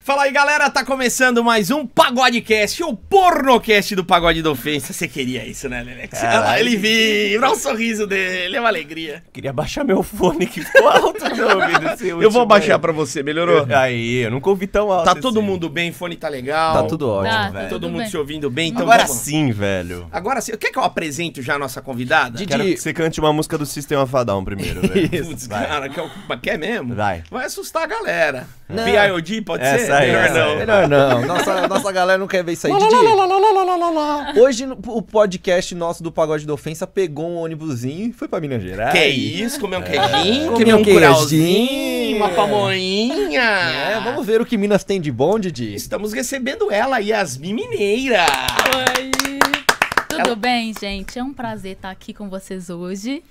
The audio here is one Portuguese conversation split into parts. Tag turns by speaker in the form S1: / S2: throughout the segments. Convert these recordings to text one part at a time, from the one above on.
S1: Fala aí galera, tá começando mais um Pagodecast, o pornocast do Pagode da Ofensa. Você queria isso, né, Lelex? Olha lá, ele vibra, olha o sorriso dele, é uma alegria.
S2: Queria baixar meu fone que ficou alto meu ouvido. esse
S1: Eu vou
S2: último
S1: baixar
S2: aí. É,
S1: pra você, melhorou?
S2: Aí, eu nunca ouvi tão alto.
S1: Tá
S2: esse.
S1: todo mundo bem, fone tá legal.
S2: Tá tudo ótimo,
S3: Tá, tá
S2: velho.
S1: Todo
S3: Tudo
S1: mundo
S3: bem.
S1: se ouvindo bem, então
S2: Agora
S1: vamos.
S2: sim, velho.
S1: Agora sim. Quer que eu apresente já a nossa convidada?
S3: Didi.
S2: Quero
S3: De-
S2: que você cante uma música do System of a Down primeiro, velho.
S1: Putz, cara, quer, o- quer mesmo?
S2: Vai.
S1: Vai assustar a galera.
S3: Não.
S1: B.I.O.D. pode ser?
S2: Essa aí,
S1: Melhor
S2: essa
S1: não.
S2: aí.
S3: Melhor não. Nossa, nossa galera não quer ver isso aí. Didi, hoje no- o podcast nosso do Pagode da Ofensa pegou um ônibusinho e foi pra Minas Gerais.
S1: Que isso, comer um queijinho,
S3: Comer
S1: comer
S3: um
S1: um
S3: queijinho.
S1: curauzinho, uma pamonhinha.
S3: É, vamos ver o que Minas tem de bom, Didi.
S1: Estamos recebendo ela, Yasmin Mineira.
S4: Tudo bem, gente? É um prazer estar aqui com vocês hoje.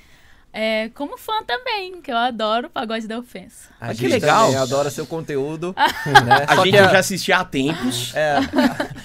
S4: É, como fã também, que eu adoro o Pagode da Ofensa.
S3: A
S1: Ah, que
S3: gente
S1: legal.
S3: também adora seu conteúdo. né?
S1: A
S3: Só
S1: gente
S3: que a-
S1: já assistia há tempos.
S3: é,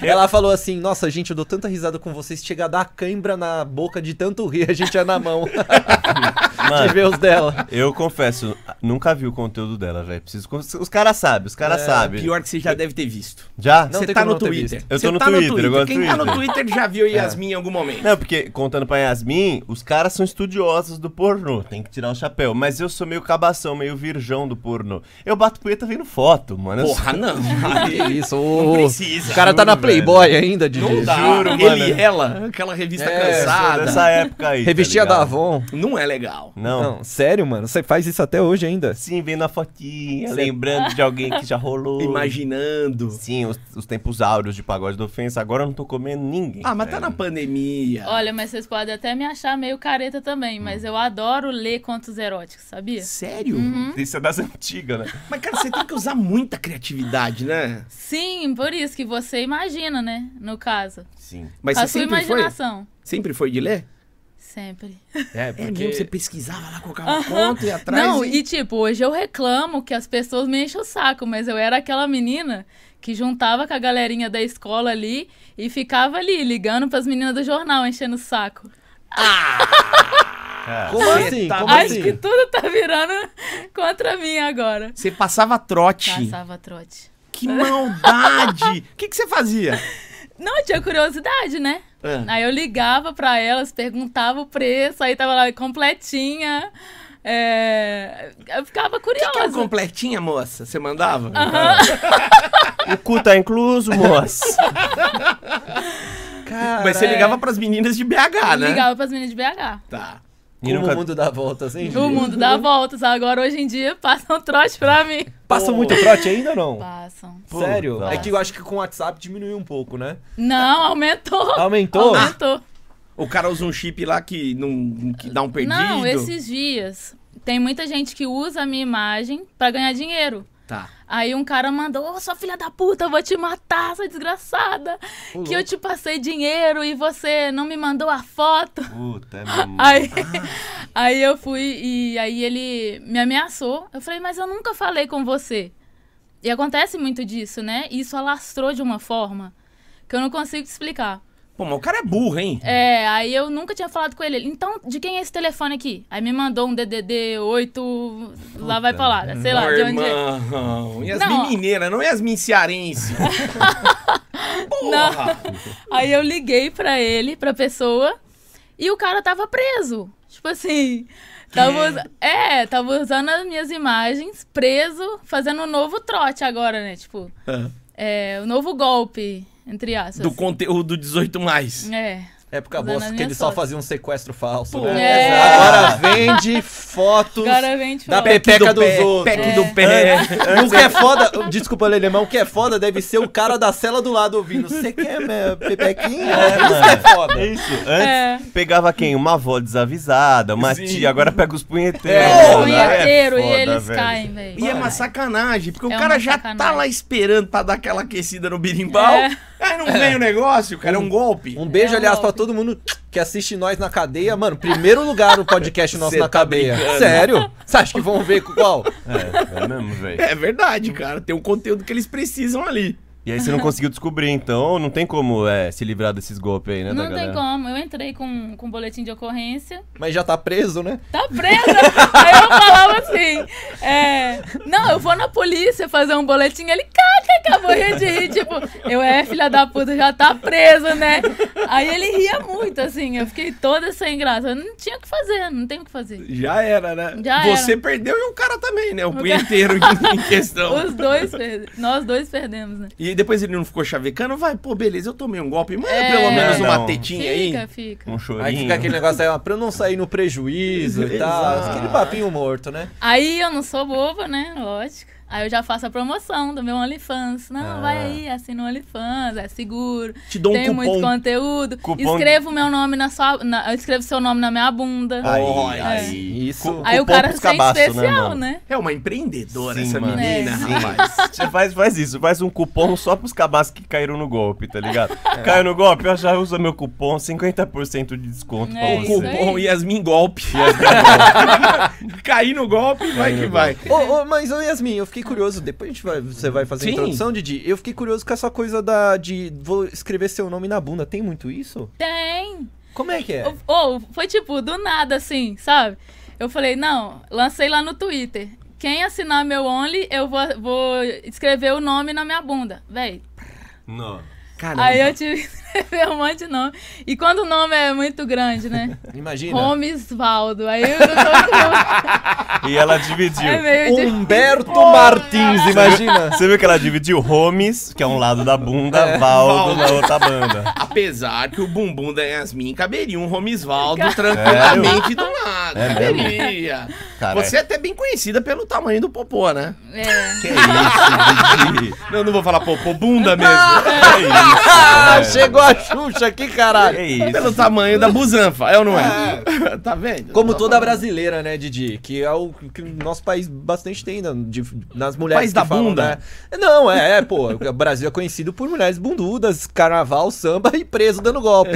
S3: ela falou assim: Nossa, gente, eu dou tanta risada com vocês, chega a dar cãibra na boca de tanto rir, a gente é na mão de
S2: Mano,
S3: ver os dela.
S2: eu confesso, nunca vi o conteúdo dela, velho. Preciso... con- Os caras sabem, os caras sabem.
S1: É, Pior que você já deve ter visto.
S2: Já?
S3: Não
S1: você
S3: tem
S1: tá
S3: como
S1: no
S3: não ter É.
S1: Twitter.
S2: visto. Eu
S1: Você
S2: tô no
S1: tá
S2: Twitter, eu gosto do
S1: Quem tá no
S2: Twitter.
S1: Twitter já viu Yasmin em algum momento.
S2: Não, porque, contando pra Yasmin, os caras são estudiosos do pornô, tem que tirar o chapéu. Mas eu sou meio cabação, meio virgão do pornô. Eu bato punheta vendo foto, mano. Eu
S1: Porra, não.
S3: Que isso, o,
S1: precisa,
S3: o cara tá na
S2: juro, velho.
S3: Playboy ainda, Didi.
S1: Não dá.
S2: Juro,
S1: Ele
S2: mano.
S1: e ela, aquela revista
S3: É,
S2: sou
S1: cansada.
S2: dessa época aí. tá
S3: Revistinha
S2: ligado?
S3: da Avon.
S1: Não é legal.
S2: Não.
S3: Não, sério, mano? Você faz isso até hoje ainda?
S2: Sim, vendo a fotinha, lembrando de alguém que já rolou.
S1: Imaginando.
S2: Sim, os, os tempos áureos de pagode da ofensa. Agora eu não tô comendo ninguém. É.
S1: Ah, mas tá na
S2: velho.
S1: pandemia.
S4: Olha, mas vocês podem até me achar meio careta
S1: Hum.
S4: também, mas eu adoro ler contos eróticos, sabia?
S1: Sério?
S2: Isso é das antigas, né?
S1: Mas, cara, você tem que usar muita criatividade, né?
S4: Sim, por isso que você imagina, né? No caso.
S2: Sim.
S1: Mas
S4: a
S1: você
S4: sua
S1: sempre foi?
S4: imaginação.
S1: Sempre foi de ler?
S4: Sempre.
S3: É,
S1: É mesmo, você pesquisava lá, colocava conta e atrás.
S4: Não, e tipo, hoje eu reclamo que as pessoas me enchem o saco, mas eu era aquela menina que juntava com a galerinha da escola ali e ficava ali ligando pras meninas do jornal, enchendo o saco.
S2: Cara,
S3: Como
S1: Você
S3: assim?
S1: tá
S3: Como
S1: mais
S4: Acho
S3: assim?
S4: que tudo tá virando contra mim agora.
S1: Você passava trote.
S4: Caçava trote.
S1: Que maldade! O que, que você fazia?
S4: Não, eu tinha curiosidade, né?
S1: Ah,
S4: Aí eu ligava pra elas, perguntava o preço, aí tava lá completinha. É, Eu ficava curiosa.
S1: que é o completinha, moça? Você mandava?
S2: o cu tá incluso, moça.
S3: Cara,
S1: Mas você ligava pras meninas de BH, né?
S4: É. Ligava pras meninas de BH.
S1: Tá.
S2: E
S3: como
S2: nunca-
S3: o mundo dá assim? voltas, hein?
S4: O mundo dá voltas. Agora, hoje em dia, passam trote pra mim.
S3: Passa muito trote ainda ou não?
S4: Passam.
S3: Sério?
S2: Puta.
S3: É que eu acho que com o WhatsApp diminuiu um pouco, né?
S4: Não, aumentou.
S3: Aumentou?
S4: Aumentou.
S1: O cara usa um chip lá que, não, que dá um perdido.
S4: Não, esses dias, tem muita gente que usa a minha imagem pra ganhar dinheiro.
S1: Tá.
S4: Aí um cara mandou, ô, sua filha da puta, eu vou te matar, sua desgraçada. que eu te passei dinheiro e você não me mandou a foto.
S2: Puta, é mesmo.
S4: Aí, aí eu fui e aí ele me ameaçou. Eu falei, mas eu nunca falei com você. E acontece muito disso, né? E Isso alastrou de uma forma que eu não consigo te explicar.
S1: Pô, mas o cara é burro, hein?
S4: É, aí eu nunca tinha falado com ele. Ele, Então, de quem é esse telefone aqui? Aí me mandou um DDD 8, lá vai pra lá, sei lá,
S1: Ô,
S4: de onde é.
S1: irmão. Yasmin
S4: Não.
S1: mineira, não é Yasmin cearense. Porra!
S4: Aí eu liguei pra ele, pra pessoa, e o cara tava preso. Tipo assim, tava, usa- é, tava usando as minhas imagens, preso, fazendo um novo trote agora, né? Tipo,
S1: Ah,
S4: é, um novo golpe, entre aspas.
S1: Do conteúdo 18+. Mais.
S4: É.
S3: Época
S4: Usando
S3: boa,
S4: as
S3: que
S4: minhas
S3: ele só
S4: fotos.
S3: fazia um sequestro falso,
S1: Pô,
S3: né?
S4: é.
S3: Agora vende fotos.
S4: Agora vem, tipo,
S3: Dá
S4: ó,
S3: Pepeca dos outros.
S1: Peck
S3: É.
S1: do pé.
S3: O que é foda, desculpa, Lele, mas o que é foda deve ser o cara da cela do lado ouvindo. Você quer minha pepequinha? Isso que é foda.
S2: É isso. Antes pegava quem? Uma avó desavisada, uma
S1: Sim.
S2: tia, agora pega os punheteiros.
S3: É,
S2: mano.
S4: punheteiro,
S2: É
S4: e
S2: foda,
S4: eles
S2: velho.
S4: caem, velho.
S1: E é uma sacanagem, porque o
S4: É
S1: cara
S4: uma
S1: já tá
S4: sacanagem.
S1: lá esperando pra dar aquela aquecida no birimbau.
S4: É.
S1: Aí não vem o negócio, cara, é um golpe.
S3: Um beijo,
S4: É um
S3: aliás, pra
S4: golpe.
S3: todo mundo que assiste nós na cadeia. Mano, primeiro lugar o podcast nosso
S1: Cê
S3: na
S1: tá
S3: cadeia.
S1: brincando.
S3: Sério? Você acha que vão ver qual?
S2: É, é mesmo, velho.
S1: um É verdade, cara. Tem o conteúdo que eles precisam ali.
S2: E aí você não conseguiu descobrir, então não tem como é, se livrar desses golpes aí, né? da
S4: Não tem
S2: galera.
S4: como. Eu entrei com, com boletim de ocorrência.
S3: Mas já tá preso, né?
S4: Tá presa! Aí eu falava assim: é, Não, eu vou na polícia fazer um boletim. Ele, caca, morria de rir. Tipo, eu é filha da puta, já tá preso, né? Aí ele ria muito, assim. Eu fiquei toda sem graça. Eu não tinha o que fazer, não tem o que fazer.
S1: Já era, né?
S4: Já
S1: Você
S4: era.
S1: perdeu e o cara também, né? O punheteiro em em questão.
S4: Os dois, perde- nós dois perdemos, né?
S1: E depois ele não ficou chavecando, vai, pô, beleza, eu tomei um golpe, manda
S4: É.
S1: pelo menos
S2: Não.
S1: uma tetinha
S4: Fica,
S1: aí.
S4: fica.
S2: Um chorinho.
S3: Aí fica aquele negócio aí, ó, pra eu não sair no prejuízo e tal.
S1: Exato.
S3: Aquele papinho morto, né?
S4: Aí eu não sou boba, né? Lógico. Aí eu já faço a promoção do meu OnlyFans. Não, vai aí, assina o OnlyFans, é seguro.
S1: Te dou um
S4: tem muito
S1: cupom.
S4: conteúdo.
S2: Cupom-
S4: Escrevo meu nome na sua. Na, eu escrevo seu nome na minha bunda.
S2: Aí,
S1: Olha
S4: É.
S2: aí.
S3: Isso.
S2: Cu-
S4: Aí o
S2: cupom
S4: cara
S2: pros
S4: fica
S2: cabaço,
S4: especial,
S2: mano?
S4: né?
S1: É uma empreendedora
S2: Sim,
S1: essa
S2: mano.
S1: menina,
S4: É.
S1: rapaz.
S2: Você faz, faz isso, faz um cupom só pros cabaços que caíram no golpe, tá ligado? Caiu no golpe, eu já uso meu cupom, 50% de desconto
S4: É
S2: pra
S4: isso
S2: você.
S4: aí.
S1: Cupom Yasmin Golpe. Cair no golpe, vai que vai.
S3: Ô, ô, mas, ô Yasmin, eu fiquei curioso. Depois a gente vai, você vai fazer a
S1: Sim.
S3: introdução, Didi. Eu fiquei curioso com essa coisa da de vou escrever seu nome na bunda. Tem muito isso?
S4: Tem.
S3: Como é que é?
S4: Ou foi tipo, do nada, assim, sabe? Eu falei, não, lancei lá no Twitter. Quem assinar meu Only, eu vou, vou escrever o nome na minha bunda. Véi,
S2: Não.
S1: Caramba.
S4: aí eu tive que escrever um monte de nome. E quando o nome é muito grande, né?
S3: Imagina.
S4: Romes Valdo. Aí eu tô
S2: E ela dividiu.
S4: é meio difícil.
S3: Humberto Martins, imagina.
S2: Você viu que ela dividiu Homes, que é um lado da bunda,
S3: É.
S2: Valdo na outra banda.
S1: Apesar que o bumbum da Yasmin caberia um Romisvaldo tranquilamente do lado.
S2: É mesmo?
S1: caberia.
S2: Cara,
S1: Você é até bem conhecida pelo tamanho do popô, né?
S4: É.
S2: que isso, Didi?
S1: Não, não vou falar popô, bunda mesmo.
S2: Que isso?
S3: Ah,
S2: É.
S3: chegou a Xuxa aqui, caralho.
S2: Que isso?
S1: pelo tamanho da busanfa, é ou não é? tá vendo?
S3: Como toda brasileira, né, Didi? Que é o que o nosso país bastante tem né, de- nas mulheres.
S1: País
S3: que
S1: da
S3: falam,
S1: bunda?
S3: né? Não, é, é, pô. O Brasil é conhecido por mulheres bundudas, carnaval, samba e preso dando golpe.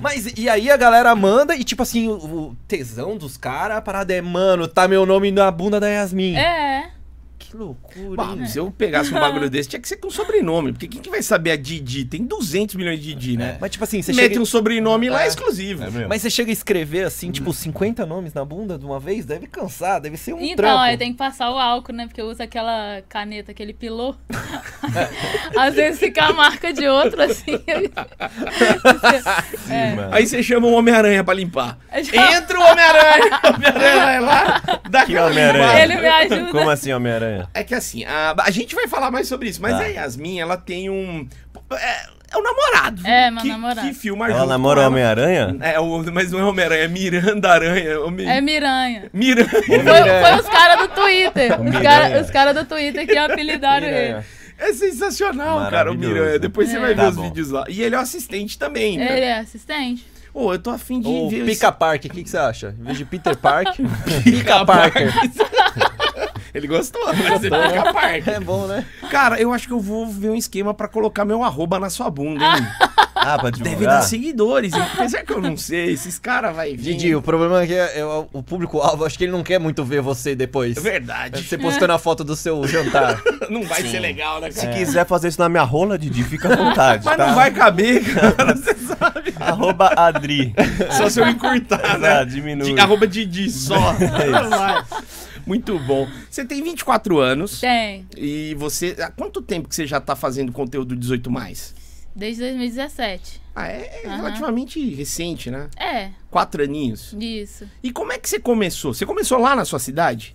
S3: Mas e aí a galera manda e, tipo assim, o, o tesão dos caras, a parada é, mano, tá meu nome na bunda da Yasmin.
S4: É.
S3: Que loucura.
S1: Bah,
S3: hein?
S1: se eu pegasse um bagulho desse, tinha que ser com sobrenome. Porque quem que vai saber a Didi? Tem 200 milhões de Didi, né?
S3: Mas, tipo assim, você
S1: Mete
S3: chega.
S1: um sobrenome lá
S3: É.
S1: exclusivo.
S2: É mesmo?
S3: Mas você chega a escrever assim, tipo,
S1: Hum.
S3: 50 nomes na bunda de uma vez? Deve cansar, deve ser um
S4: Então,
S3: trampo.
S4: aí tem que passar o álcool, né? Porque eu uso aquela caneta, aquele pilô. Às vezes fica a marca de outro, assim. é.
S2: Sim, mano.
S1: Aí você chama o Homem-Aranha pra limpar.
S4: Eu já-
S1: Entra o Homem-Aranha! O Homem-Aranha vai lá, dá
S2: Que
S1: aquela
S2: Homem-Aranha?
S1: limpada.
S4: É. Ele me ajuda.
S2: Como assim, Homem-Aranha?
S1: É que assim, a, a gente vai falar mais sobre isso, mas
S2: Tá.
S1: a Yasmin, ela tem um. É, é o namorado.
S4: É, meu
S1: que,
S4: namorado.
S1: Que filma
S2: Ela
S1: junto
S2: namora
S1: com
S2: o
S1: ela.
S2: Homem-Aranha?
S1: É, o- mas não é Homem-Aranha, é Miranda Aranha. Homem...
S4: É Miranha.
S1: assim? É Miranha.
S4: Foi, foi os caras do Twitter. Os
S2: Miranha.
S4: caras do Twitter que apelidaram ele.
S3: Piranha.
S1: É sensacional, cara, o
S2: Maravilhoso.
S1: Miranha. Depois você
S4: É.
S1: vai
S2: Tá
S1: ver os
S2: bom.
S1: vídeos lá. E ele é o assistente também, né?
S4: Ele é assistente.
S1: Ô, eu tô afim de
S3: Ou
S1: ver esse-
S3: Pica Park, o que, que você acha? Em vez de Peter Park, Pica Parker.
S1: Ele gostou, né? Você fica parte.
S3: É bom, né?
S1: Cara, eu acho que eu vou ver um esquema pra colocar meu arroba na sua bunda, hein?
S2: Ah, pra
S1: Deve dar
S2: divulgar?
S1: seguidores, hein? apesar que eu não sei, esses caras vai vir.
S3: Didi, o problema é que é- é o público-alvo, acho que ele não quer muito ver você depois.
S1: É verdade.
S3: Você postando a foto do seu jantar.
S1: Não vai ser legal, né,
S2: Se
S3: É.
S1: cara?
S2: quiser fazer isso na minha rola, Didi, fica à vontade,
S1: Mas
S2: tá?
S1: não vai caber, cara. Você sabe. É.
S2: Arroba Adri.
S1: Só se eu encurtar, né?
S2: Ah, diminui.
S1: De, arroba Didi só.
S2: É
S1: Não
S2: isso.
S1: vai. Muito bom. Você tem 24 anos
S4: Tem.
S1: e você. Há quanto tempo que você já tá fazendo conteúdo 18 mais?
S4: Desde 2017.
S1: Ah, é
S4: Aham.
S1: relativamente recente, né?
S4: É,
S1: Quatro aninhos.
S4: isso.
S1: E como é que você começou? Você começou lá na sua cidade?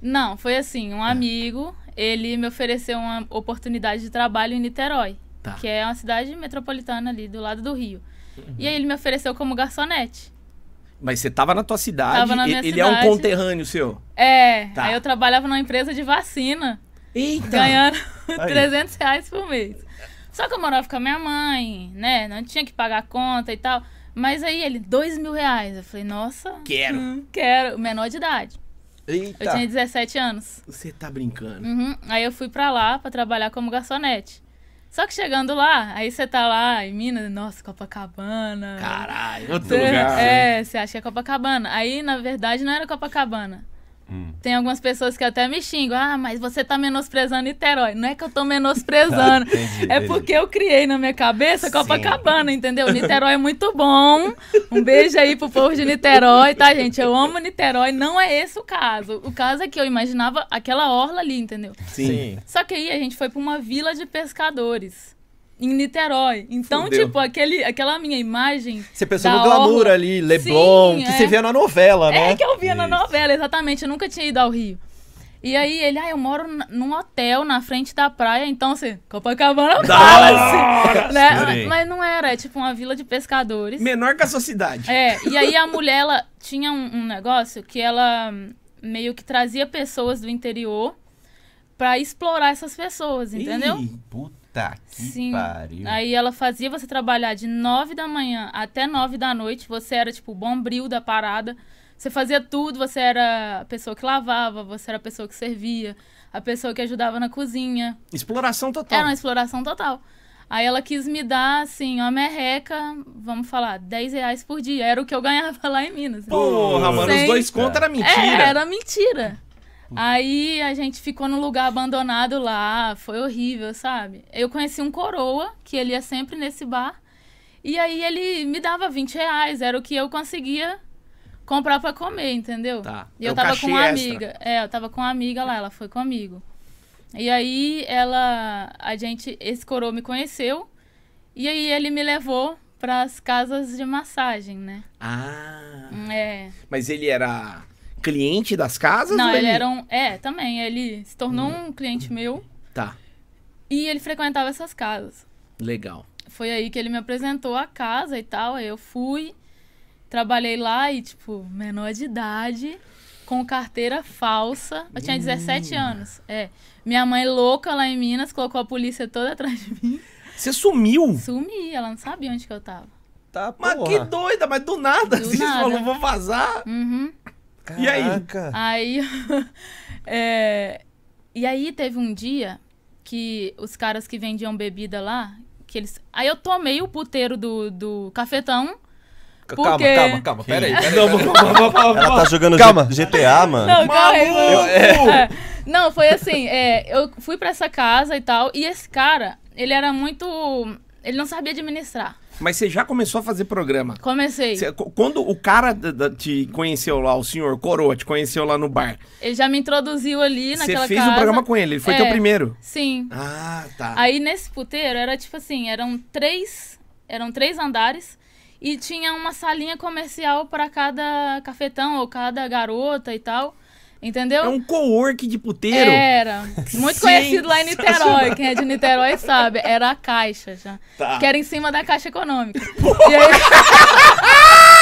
S4: Não, foi assim,
S1: É.
S4: um amigo, ele me ofereceu uma oportunidade de trabalho em Niterói,
S1: Tá.
S4: que é uma cidade metropolitana ali do lado do Rio.
S1: Uhum.
S4: E aí ele me ofereceu como garçonete.
S1: Mas você tava na tua cidade,
S4: Tava na
S1: e-
S4: minha
S1: ele é um
S4: cidade.
S1: conterrâneo seu.
S4: É,
S1: Tá.
S4: aí eu trabalhava numa empresa de vacina,
S1: Eita!
S4: ganhando
S2: Aí.
S4: 300 reais por mês. Só que eu morava com a minha mãe, né? Não tinha que pagar a conta e tal. Mas aí ele, dois mil reais. Eu falei, nossa,
S1: Quero! Tá.
S4: hum, quero. Menor de idade. Eu
S3: Eita.
S4: tinha 17 anos.
S1: Você tá brincando.
S4: Uhum. Aí eu fui pra lá pra trabalhar como garçonete. Só que chegando lá, aí você tá lá em Minas, nossa, Copacabana.
S1: Caralho, outro
S4: Cê-
S1: lugar. né?
S4: É, você acha que é Copacabana. Aí, na verdade, não era Copacabana.
S1: Hum.
S4: Tem algumas pessoas que até me xingam. Ah, mas você tá menosprezando Niterói. Não é que eu tô menosprezando.
S2: Tá, entendi,
S4: é
S2: entendi.
S4: porque eu criei na minha cabeça Copacabana, entendeu? Niterói é muito bom. Um beijo aí pro povo de Niterói, tá, gente? Eu amo Niterói. Não é esse o caso. O caso é que eu imaginava aquela orla ali, entendeu?
S3: Sim.
S4: Só que aí a gente foi pra uma vila de pescadores. Em Niterói. Então,
S3: Fudeu.
S4: tipo, aquele, aquela minha imagem.
S3: Você pensou
S4: da
S3: no glamour
S4: orla-
S3: ali, Leblon,
S4: Sim,
S3: que
S4: é.
S3: você via na novela, né?
S4: É que eu via na novela, exatamente. Eu nunca tinha ido ao Rio. E aí ele, ah, eu moro na- num hotel na frente da praia, então você, Copacabana fala-se. Né?
S2: Adorei.
S4: Mas não era, é tipo uma vila de pescadores.
S1: Menor que a sua cidade.
S4: É, e aí a mulher, ela tinha um, um negócio que ela hum, meio que trazia pessoas do interior pra explorar essas pessoas, entendeu?
S1: Ih,
S2: Puta que
S4: Sim.
S2: pariu.
S4: Aí ela fazia você trabalhar de 9 da manhã até 9 da noite. Você era, tipo, o bombril da parada. Você fazia tudo. Você era a pessoa que lavava, você era a pessoa que servia, a pessoa que ajudava na cozinha.
S1: Exploração total.
S4: Era uma exploração total. Aí ela quis me dar, assim, uma merreca, vamos falar, 10 reais por dia. Era o que eu ganhava lá em Minas.
S1: Porra, mano, os
S4: Sem-
S1: dois contra era mentira.
S4: É, era mentira. Aí a gente ficou num lugar abandonado lá, foi horrível, sabe? Eu conheci um coroa, que ele ia sempre nesse bar, e aí ele me dava 20 reais, era o que eu conseguia comprar pra comer, entendeu?
S1: Tá.
S4: E
S1: É
S4: eu
S1: o
S4: tava
S1: cachê
S4: com uma
S1: extra.
S4: amiga. É, eu tava com uma amiga lá, ela foi comigo. E aí ela. A gente. Esse coroa me conheceu, e aí ele me levou pras casas de massagem, né?
S1: Ah.
S4: É.
S1: Mas ele era cliente das casas?
S4: Não,
S1: ou
S4: ele era um. É, também. Ele se tornou um cliente meu
S1: Tá,
S4: e ele frequentava essas casas.
S1: legal.
S4: Foi aí que ele me apresentou a casa e tal. Aí eu fui, trabalhei lá e, tipo, menor de idade, com carteira falsa. Eu tinha 17 anos. É. Minha mãe, louca lá em Minas, colocou a polícia toda atrás de mim.
S1: Você sumiu.
S4: Sumi, ela não sabia onde que eu tava.
S3: Tá,
S1: Mas
S3: porra.
S1: que doida, mas do nada. assim,
S4: Do
S1: Você
S4: nada.
S1: falou, vou vazar.
S4: Uhum.
S1: E aí?
S3: Caraca.
S4: Aí. é, e aí teve um dia que os caras que vendiam bebida lá, que eles. Aí eu tomei o puteiro do, do cafetão.
S3: C-
S4: Porque-
S3: Calma, calma, calma. Peraí, peraí.
S1: Não, vamos, vamos, vamos,
S2: Ela tá jogando
S3: Calma.
S2: G- GTA, mano.
S4: Não, calma aí,
S1: Tá Maluco!
S4: vamos- É. Não, foi assim, é, eu fui pra essa casa e tal, e esse cara, ele era muito. Ele não sabia administrar.
S1: Mas você já começou a fazer programa.
S4: Comecei.
S1: Você- qu- quando o cara da- da- te conheceu lá, o senhor Coroa te conheceu lá no bar,
S4: Ele já me introduziu ali
S1: você
S4: naquela
S1: fez
S4: casa.
S1: um programa com ele, ele foi
S4: É.
S1: teu primeiro.
S4: Sim.
S1: Ah, tá.
S4: Aí nesse puteiro era tipo assim, eram três, eram três andares e tinha uma salinha comercial pra cada cafetão ou cada garota e tal. Entendeu?
S1: É um co-work de puteiro.
S4: Era. Muito conhecido lá em Niterói. Quem é de Niterói sabe. Era a Caixa já.
S1: Tá.
S4: Que era em cima da Caixa Econômica. E aí-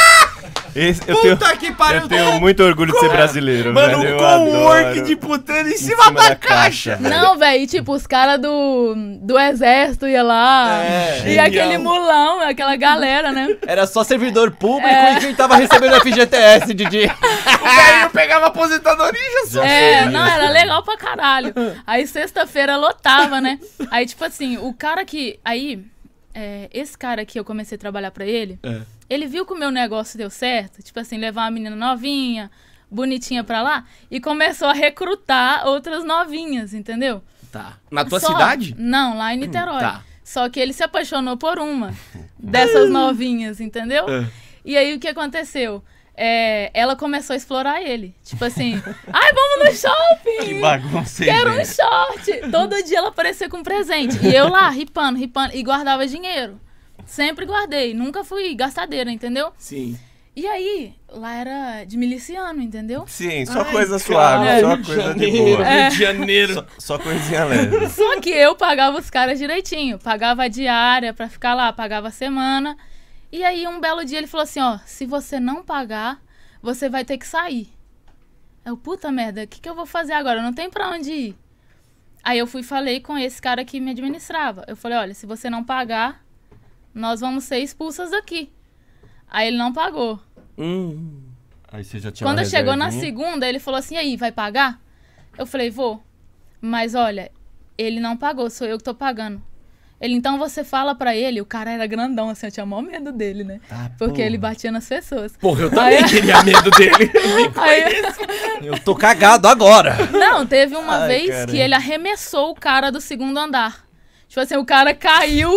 S2: Esse- eu, tenho,
S1: Puta que pariu.
S2: eu tenho muito orgulho de ser brasileiro,
S1: Mano,
S2: velho.
S1: um
S2: eu
S1: co-work
S2: adoro.
S1: de puteiro em cima, da, caixa.
S2: velho.
S4: Não, velho. e, Tipo, os caras do, do exército ia lá.
S3: É,
S4: e
S1: genial.
S4: aquele mulão, aquela galera, né?
S3: Era só servidor público e quem tava recebendo FGTS, Didi.
S1: O velho pegava aposentadoria já só.
S4: É, não, era legal pra caralho. Aí sexta-feira lotava, né? Aí, tipo assim, o cara que. Aí, é, esse cara que eu comecei a trabalhar pra ele, ele viu que o meu negócio deu certo. Tipo assim, levar uma menina novinha, bonitinha pra lá, e começou a recrutar outras novinhas, entendeu?
S1: Tá. Na tua
S4: Só-
S1: cidade?
S4: Não, lá em Niterói.
S1: tá.
S4: Só que ele se apaixonou por uma dessas novinhas, entendeu? E aí o que aconteceu? É, ela começou a explorar ele. Tipo assim, ai, vamos no shopping!
S2: Que bagunça, hein,
S4: Quero um
S2: velho?
S4: short! Todo dia ela aparecia com um presente. E eu lá, ripando, ripando. E guardava dinheiro. Sempre guardei. Nunca fui gastadeira, entendeu?
S1: Sim.
S4: E aí, lá era de miliciano, entendeu?
S2: Sim, só
S1: Ai,
S2: coisa
S1: cara,
S2: suave, só
S1: Rio de
S2: coisa de
S1: Janeiro,
S2: boa.
S4: É.
S1: Rio de Janeiro.
S2: Só coisinha leve.
S4: Só que eu pagava os caras direitinho. Pagava a diária pra ficar lá, pagava a semana. E aí, um belo dia, ele falou assim: ó, se você não pagar, você vai ter que sair. Eu, puta merda, o que, que eu vou fazer agora? Não tem pra onde ir. Aí eu fui e falei com esse cara que me administrava. Eu falei: olha, se você não pagar, nós vamos ser expulsas daqui. Aí ele não pagou.
S1: Hum.
S2: Aí você já tinha
S4: Quando
S2: uma
S4: chegou na
S2: reservinha.
S4: segunda, ele falou assim: "E aí, vai pagar? Eu falei: vou. Mas olha, ele não pagou, sou eu que tô pagando. Ele, então você fala pra ele, o cara era grandão, assim, eu tinha maior medo dele, né? Porque ele batia nas pessoas.
S1: Porra, eu também
S4: Aí-
S1: teria medo dele.
S4: Aí-
S3: Eu tô cagado agora.
S4: Não, teve uma
S3: Ai,
S4: vez
S3: cara.
S4: que ele arremessou o cara do segundo andar. Tipo assim, o cara caiu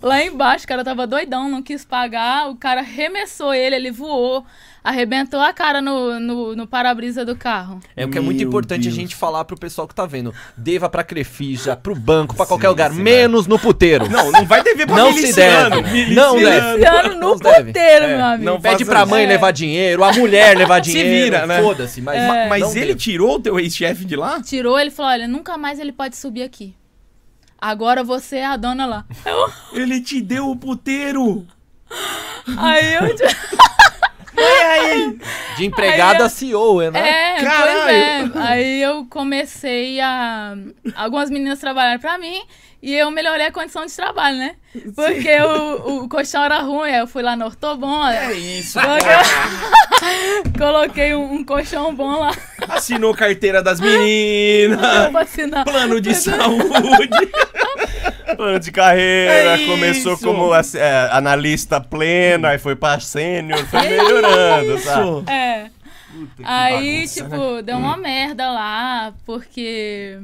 S4: lá embaixo, o cara tava doidão, não quis pagar, o cara arremessou ele, ele voou, arrebentou a cara no, no, no para-brisa do carro.
S3: É porque é muito
S2: Meu
S3: importante
S2: Deus.
S3: a gente falar pro pessoal que tá vendo. Deva pra Crefisa, pro banco, pra qualquer
S2: Sim,
S3: lugar,
S2: sim, é.
S3: menos no puteiro.
S1: Não, não vai dever pra
S3: Não se
S1: miliciano.
S3: deve. Não
S1: Miliciano.
S3: deve.
S4: Luciano no
S3: Não deve.
S4: puteiro, meu amigo.
S1: não
S3: Pede
S1: faça
S3: pra
S1: isso.
S3: mãe
S4: É.
S3: levar dinheiro, a mulher levar
S1: Se
S3: dinheiro.
S1: vira, né?
S3: Foda-se, mas,
S4: É.
S1: Ma- Mas
S3: não
S1: ele
S3: deve.
S1: tirou o teu ex-chefe de lá?
S4: Tirou, ele falou, olha, nunca mais ele pode subir aqui. Agora você é a dona lá. Eu-
S1: Ele te deu o puteiro.
S4: aí eu...
S1: E É aí?
S3: De empregada
S4: Aí eu-
S3: CEO, é, né?
S4: É,
S1: Caralho!
S4: pois é. Aí eu comecei a. Algumas meninas trabalharam pra mim e eu melhorei a condição de trabalho, né? Porque o, o colchão era ruim, aí eu fui lá no Ortobon.
S1: É isso.
S4: coloquei- Coloquei um, um colchão bom lá
S1: Assinou carteira das meninas.
S4: pra assinar.
S1: Plano de saúde.
S2: Plano de carreira,
S1: É
S2: começou
S1: isso.
S2: como assim, é, analista pleno, aí foi pra sênior, foi melhorando, sabe?
S1: Isso.
S4: É. Aí, tipo,
S2: né?
S4: deu uma
S2: Hum.
S4: merda lá, porque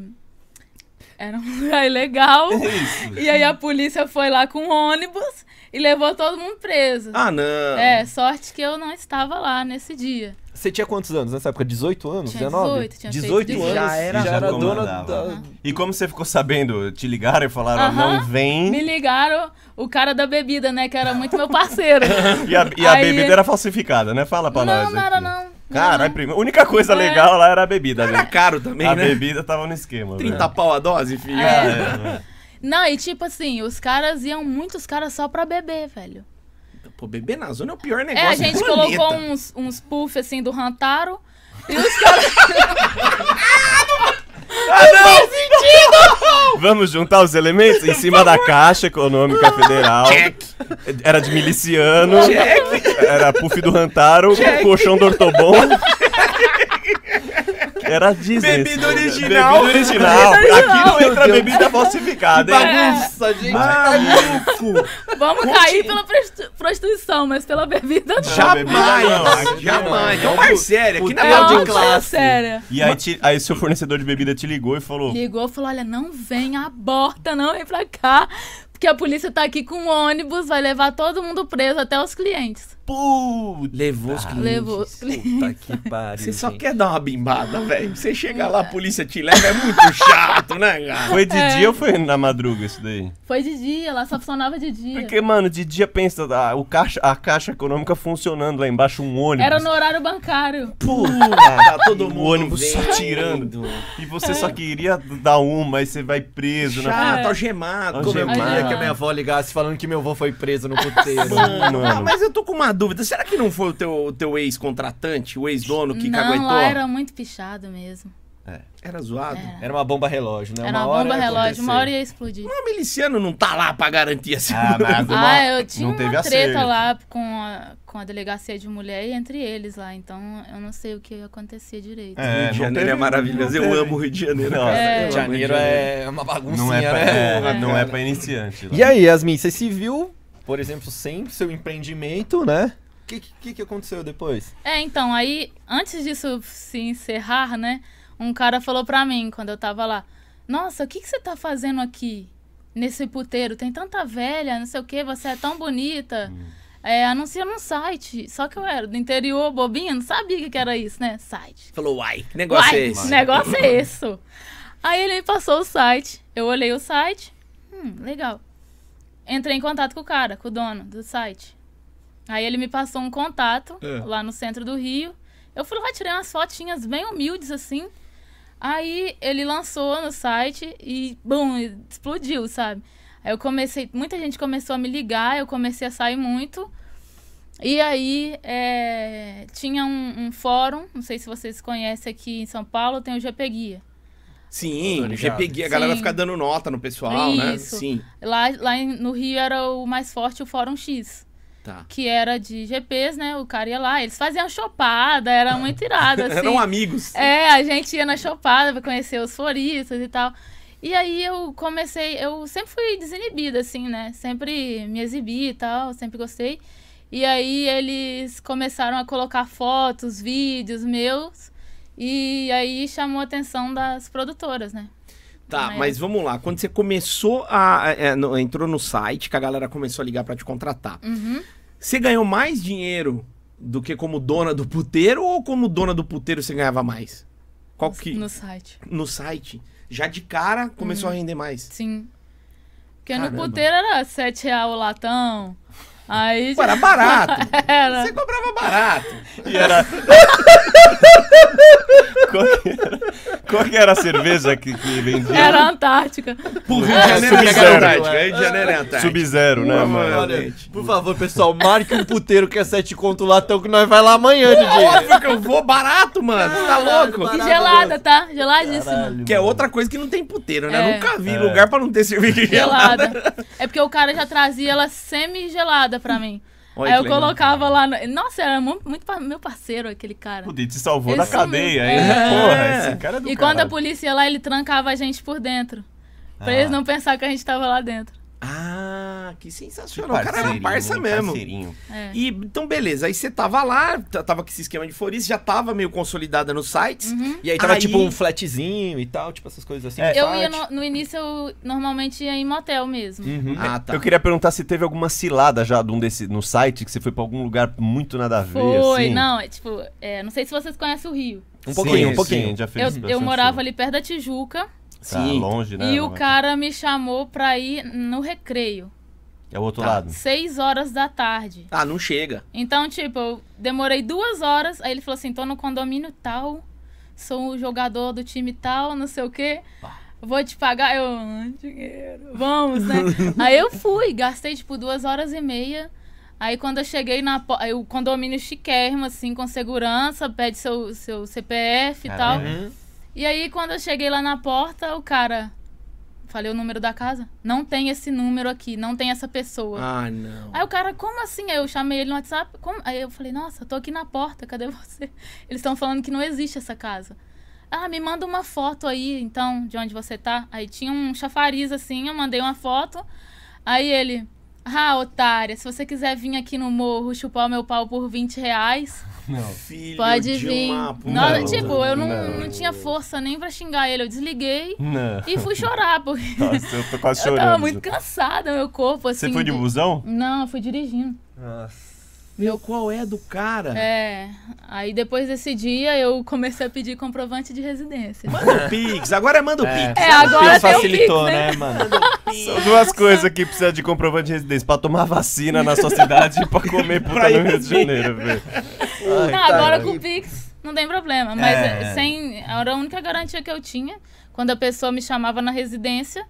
S4: era um lugar legal.
S2: É
S4: E aí a polícia foi lá com um ônibus e levou todo mundo preso.
S1: Ah, não.
S4: É, sorte que eu não estava lá nesse dia.
S3: Você tinha quantos anos nessa época? 18 anos?
S4: Tinha
S3: 19?
S4: 18, tinha feito
S3: 18
S4: 18.
S3: anos.
S1: Já era-
S3: já
S2: já é.
S3: era dona
S2: comandava.
S3: da.
S2: E como você ficou sabendo? Te ligaram e falaram, ó,
S4: Aham.
S2: não vem.
S4: Me ligaram o cara da bebida, né? Que era muito meu parceiro.
S2: E a, e a
S4: Aí-
S2: bebida era falsificada, né? Fala pra nós.
S4: não, não era
S2: aqui.
S4: não.
S2: Caralho, primo. A única coisa
S4: É.
S2: legal lá era a bebida.
S1: Era
S2: né?
S1: caro também,
S2: A
S1: né?
S2: bebida tava no esquema.
S1: 30
S2: velho.
S1: pau a dose, filho.
S4: É.
S2: É,
S4: Não, e tipo assim, os caras iam, muitos caras só pra beber, velho.
S1: Pô, beber na zona é o pior negócio
S4: É, a gente
S1: do planeta.
S4: colocou uns, uns puff assim do Rantaro. Ah,
S1: Ah,
S2: Vamos juntar os elementos em cima da Caixa Econômica Federal. Era de miliciano.
S1: É,
S2: Era puff do Rantaro, colchão do Ortobon. Era Disney.
S1: Bebida original.
S2: Bebida original. Aqui não entra bebida falsificada, hein?
S3: Bagunça, gente.
S1: Maluco!
S4: É, Vamos cair pela prostitu- prostituição, mas pela bebida não.
S1: Jamais!
S2: Não, bebida não.
S1: Jamais! É um par sério, aqui na
S4: é
S1: Real
S4: uma
S1: de Classe.
S4: coisa séria.
S2: E aí, te- aí seu fornecedor de bebida te ligou e falou:
S4: Ligou, falou: olha, não vem, aborta, não vem pra cá. Porque a polícia tá aqui com ônibus, vai levar todo mundo preso, até os clientes.
S2: Pô,
S1: Levou os clientes.
S4: Ah, Levou os clientes.
S3: Puta que pariu.
S1: Você só
S3: gente.
S1: quer dar uma bimbada, velho. Você chega lá, a polícia te leva, é muito chato, né, cara?
S2: foi de dia ou foi na madruga isso daí?
S4: Foi de dia, lá só funcionava de dia.
S2: Porque, mano, de dia pensa, ah, o caixa, a caixa econômica funcionando lá embaixo, um ônibus.
S4: Era no horário bancário.
S2: Puta,
S1: Tá todo mundo
S2: o ônibus só
S1: vendo.
S2: tirando. E você só queria dar uma e você vai preso na.
S1: Chato, algemado.
S3: Como eu
S1: como é
S4: Algemado.
S1: que é?
S3: queria que a minha avó ligasse falando que meu avô foi preso no puteiro.
S2: Mano,
S1: Ah, mas eu tô com uma dúvida. Será que não foi o teu, o teu ex-contratante, o ex-dono que
S4: não,
S1: caguetou?
S4: lá era É. muito pichado mesmo.
S1: Era zoado.
S3: Era uma bomba relógio, né?
S4: Era uma,
S3: hora
S4: bomba
S3: ia
S4: relógio,
S3: acontecer.
S4: uma hora ia explodir.
S1: Mas O miliciano não tá lá pra garantir a
S2: Ah,
S1: segurança.
S2: mas uma-
S4: Ah, eu tinha
S2: não
S4: uma
S2: teve
S4: treta
S2: acerto.
S4: lá com a, com a delegacia de mulher e entre eles lá, então eu não sei o que acontecia
S2: É,
S4: direito.
S1: Rio de
S2: não
S1: Janeiro é
S2: teve-
S1: maravilhoso.
S2: não
S1: Eu
S2: teve.
S1: amo o Rio de Janeiro.
S2: Não,
S1: cara.
S4: é.
S1: Eu amo o Rio de
S3: Janeiro é uma baguncinha,
S2: Não é, pra,
S3: né?
S2: é, não é pra iniciante. né?
S3: E aí, Yasmin, você se viu, por exemplo, sem seu empreendimento, né? O que, que, que aconteceu depois?
S4: É, então, aí, antes disso se encerrar, né, um cara falou pra mim, quando eu tava lá, nossa, o que, que você tá fazendo aqui, nesse puteiro? Tem tanta velha, não sei o que, você é tão bonita.
S2: Hum.
S4: É, anuncia num site. Só que eu era do interior, bobinha, não sabia o que que era isso, né? Site.
S1: Falou, uai, que negócio
S4: Uai,
S1: é esse?
S4: negócio é isso. Aí ele me passou o site. Eu olhei o site. Hum, legal. Entrei em contato com o cara, com o dono do site. Aí ele me passou um contato
S1: É.
S4: lá no centro do Rio. Eu fui lá, tirei umas fotinhas bem humildes assim. Aí ele lançou no site e, bum, explodiu, sabe? Aí eu comecei, muita gente começou a me ligar, eu comecei a sair muito. E aí é, tinha um, um fórum, não sei se vocês conhecem aqui em São Paulo, tem o GP Guia.
S1: Sim,
S3: Obrigado.
S1: GPG, a galera
S4: Sim.
S1: fica dando nota no pessoal, né?
S4: Isso.
S1: Sim,
S4: Lá, lá em- no Rio era o mais forte o Fórum X,
S1: tá.
S4: que era de GPs, né? O cara ia lá, eles faziam chopada, era
S1: um
S4: muito irado, assim.
S1: Eram amigos.
S4: É, a gente ia na chopada pra conhecer os floristas e tal. E aí eu comecei, eu sempre fui desinibida, assim, né? Sempre me exibi e tal, sempre gostei. E aí eles começaram a colocar fotos, vídeos meus. E aí chamou a atenção das produtoras, né?
S1: Tá,
S4: Mas-
S1: mas vamos lá. Quando você começou a. é, no- entrou no site, que a galera começou a ligar pra te contratar. Você ganhou mais dinheiro do que como dona do puteiro ou como dona do puteiro você ganhava mais? Qual que.
S4: No site.
S1: no site, já de cara começou
S4: Uhum.
S1: a render mais.
S4: Sim. Porque no
S1: Caramba.
S4: puteiro era R$ 7 reais o latão. Aí
S1: Pô, era barato.
S4: era.
S1: Você comprava barato.
S2: E era. Qual que era, qual que era a cerveja que, que vendia?
S4: Era a Antártica.
S1: Por Rio de Janeiro é
S2: Sub-Zero.
S1: Antártica. Rio de Janeiro é Antártica.
S2: Sub-Zero, né,
S1: Uma
S2: mano?
S1: mano.
S3: É, Olha, por favor, pessoal, marque um puteiro que é sete conto latão que nós vai lá amanhã, Didi.
S1: Óbvio que eu vou barato, mano. Você tá louco?
S4: E
S3: Maravilhoso.
S4: gelada, tá? Geladíssima.
S1: Que é outra coisa que não tem puteiro, né?
S4: É.
S1: Nunca vi lugar pra não ter cerveja gelada.
S4: Gelada. É porque o cara já trazia ela semi-gelada pra mim.
S1: Olha
S4: Aí
S1: que
S4: eu
S1: legal.
S4: colocava lá. no- Nossa, era mu- muito, pa- meu parceiro aquele cara.
S2: O Didi te salvou
S4: Ele
S2: da
S4: sumiu.
S2: cadeia
S4: É.
S2: ainda.
S1: É.
S2: Porra, esse cara é do
S4: E quando a
S2: caralho.
S4: polícia ia lá, ele trancava a gente por dentro. Pra
S2: Ah.
S4: eles não pensar que a gente tava lá dentro.
S1: Ah, que né? sensacional. O cara era
S2: Parceirinho,
S1: parça
S2: hein,
S1: mesmo.
S2: parceirinho.
S4: É.
S1: E, então, beleza. Aí você tava lá, t- tava com esse esquema de foris, já tava meio consolidada nos sites.
S3: E aí tava tipo um flatzinho e tal, tipo essas coisas assim.
S4: Uhum.
S2: É,
S4: Eu ia
S2: tipo
S4: no, no início, eu normalmente ia em motel mesmo.
S1: Ah, tá.
S2: Uhum. Eu queria perguntar se teve alguma cilada já de um desse, no site, que você foi pra algum lugar muito nada a ver,
S4: Foi,
S2: assim.
S4: não, é tipo, é, não sei se vocês conhecem o Rio.
S3: Um pouquinho,
S2: Sim,
S3: um pouquinho.
S2: sim, já fez
S4: Eu,
S2: bastante
S4: eu morava
S2: sul.
S4: ali perto da Tijuca
S2: Tá
S1: Sim.
S2: longe, né?
S4: e
S2: não
S4: o
S2: é-
S4: cara me chamou pra ir no recreio,
S2: É o outro
S1: Tá.
S2: lado.
S4: seis horas da tarde.
S1: Ah, não chega.
S4: Então, tipo, eu demorei duas horas, aí ele falou assim, tô no condomínio tal, sou o jogador do time tal, não sei o quê. Vou te pagar, eu, "Ah, dinheiro, vamos, né? aí eu fui, gastei, tipo, duas horas e meia. Aí quando eu cheguei na po- aí, o condomínio chiquérrimo, assim, com segurança, pede seu, seu CPF e tal.
S2: Caralho.
S4: E aí, quando eu cheguei lá na porta, o cara. Falei o número da casa? Não tem esse número aqui, não tem essa pessoa.
S1: Ah, não.
S4: Aí o cara, como assim? Aí eu chamei ele no WhatsApp. Como? Aí eu falei, nossa, eu tô aqui na porta, cadê você? Eles estão falando que não existe essa casa. Ah, me manda uma foto aí, então, de onde você tá. Aí tinha um chafariz assim, eu mandei uma foto. Aí ele, ah, otária, se você quiser vir aqui no morro chupar o meu pau por 20 reais,
S1: Filho
S4: pode
S1: de
S4: vir.
S1: uma puta.
S4: Não,
S2: Não,
S4: tipo, eu não,
S2: não.
S4: não tinha força nem pra xingar ele. Eu desliguei
S2: Não.
S4: e fui chorar, porque
S2: Nossa, eu tô quase
S4: eu
S2: Tá chorando.
S4: tava muito cansada, meu corpo, assim.
S2: Você foi de busão?
S4: Não, eu fui dirigindo.
S1: Meu, qual é do cara?
S4: É, aí depois desse dia eu comecei a pedir comprovante de residência. Tipo,
S1: Manda o Pix, agora manda o Pix.
S4: É, agora tem o
S3: facilitou,
S4: Pix, né?
S3: né, mano?
S2: São duas coisas que precisa de comprovante de residência. Pra tomar vacina na sua cidade e pra comer puta no Rio de Janeiro, velho.
S3: Ai,
S4: Não,
S3: tá,
S4: "Ah, agora
S3: né?
S4: com o Pix não tem problema, mas
S2: É.
S4: eh, sem, era a única garantia que eu tinha quando a pessoa me chamava na residência,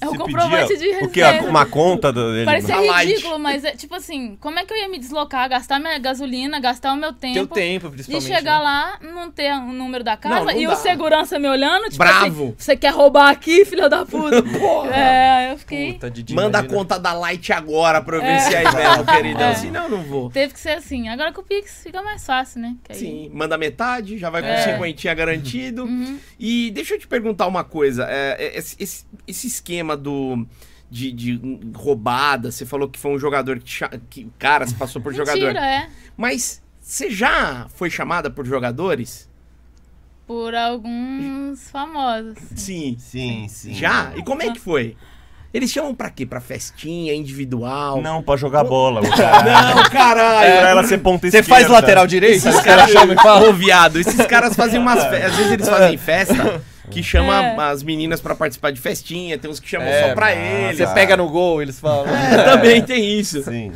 S4: é o
S2: Você
S4: comprovante
S2: pedia
S4: de residência.
S2: O que? Uma conta do- dele?
S4: Parecia
S1: A Tá light.
S4: ridículo, mas é tipo assim, como é que eu ia me deslocar, gastar minha gasolina, gastar o meu
S3: Teu
S4: tempo,
S3: tempo,
S4: e
S3: principalmente. né?
S4: chegar lá, não ter o número da casa
S1: né? Não, não
S4: e
S1: dá.
S4: o segurança me olhando, tipo
S1: Bravo.
S4: assim, você quer roubar aqui, filho da puta? é, eu fiquei...
S3: Puta, Didi,
S1: Manda a
S3: imagina.
S1: conta da Light agora pra eu ver se é mesmo, queridão. Senão eu não vou.
S4: Teve que ser assim. Agora com o Pix fica mais fácil, né? Que aí-
S1: Sim, manda metade, já vai com
S4: É.
S1: cinquentinha garantido.
S4: Uhum.
S1: E deixa eu te perguntar uma coisa. é, é, esse, esse- esse esquema do... De, de roubada, você falou que foi um jogador que, cha- que cara, se passou por
S4: Mentira,
S1: jogador.
S4: é.
S1: Mas você já foi chamada por jogadores?
S4: Por alguns famosos.
S1: Sim.
S2: Sim, sim.
S1: Já? E como é que foi? Eles chamam pra quê? Pra festinha individual?
S2: Não, pra jogar bola. o cara.
S1: Não, caralho!
S2: pra ela ser ponta
S3: Você faz
S2: esquerda.
S3: lateral direito?
S1: Esses caras chamam e falam, "Ô, viado, esses caras fazem umas festas. Às vezes eles fazem festa que chama
S4: É.
S1: as meninas pra participar de festinha, tem uns que chamam
S3: É,
S1: só pra
S2: massa.
S1: eles.
S3: Você pega no gol, eles falam.
S1: É, Também tem isso.
S2: Sim.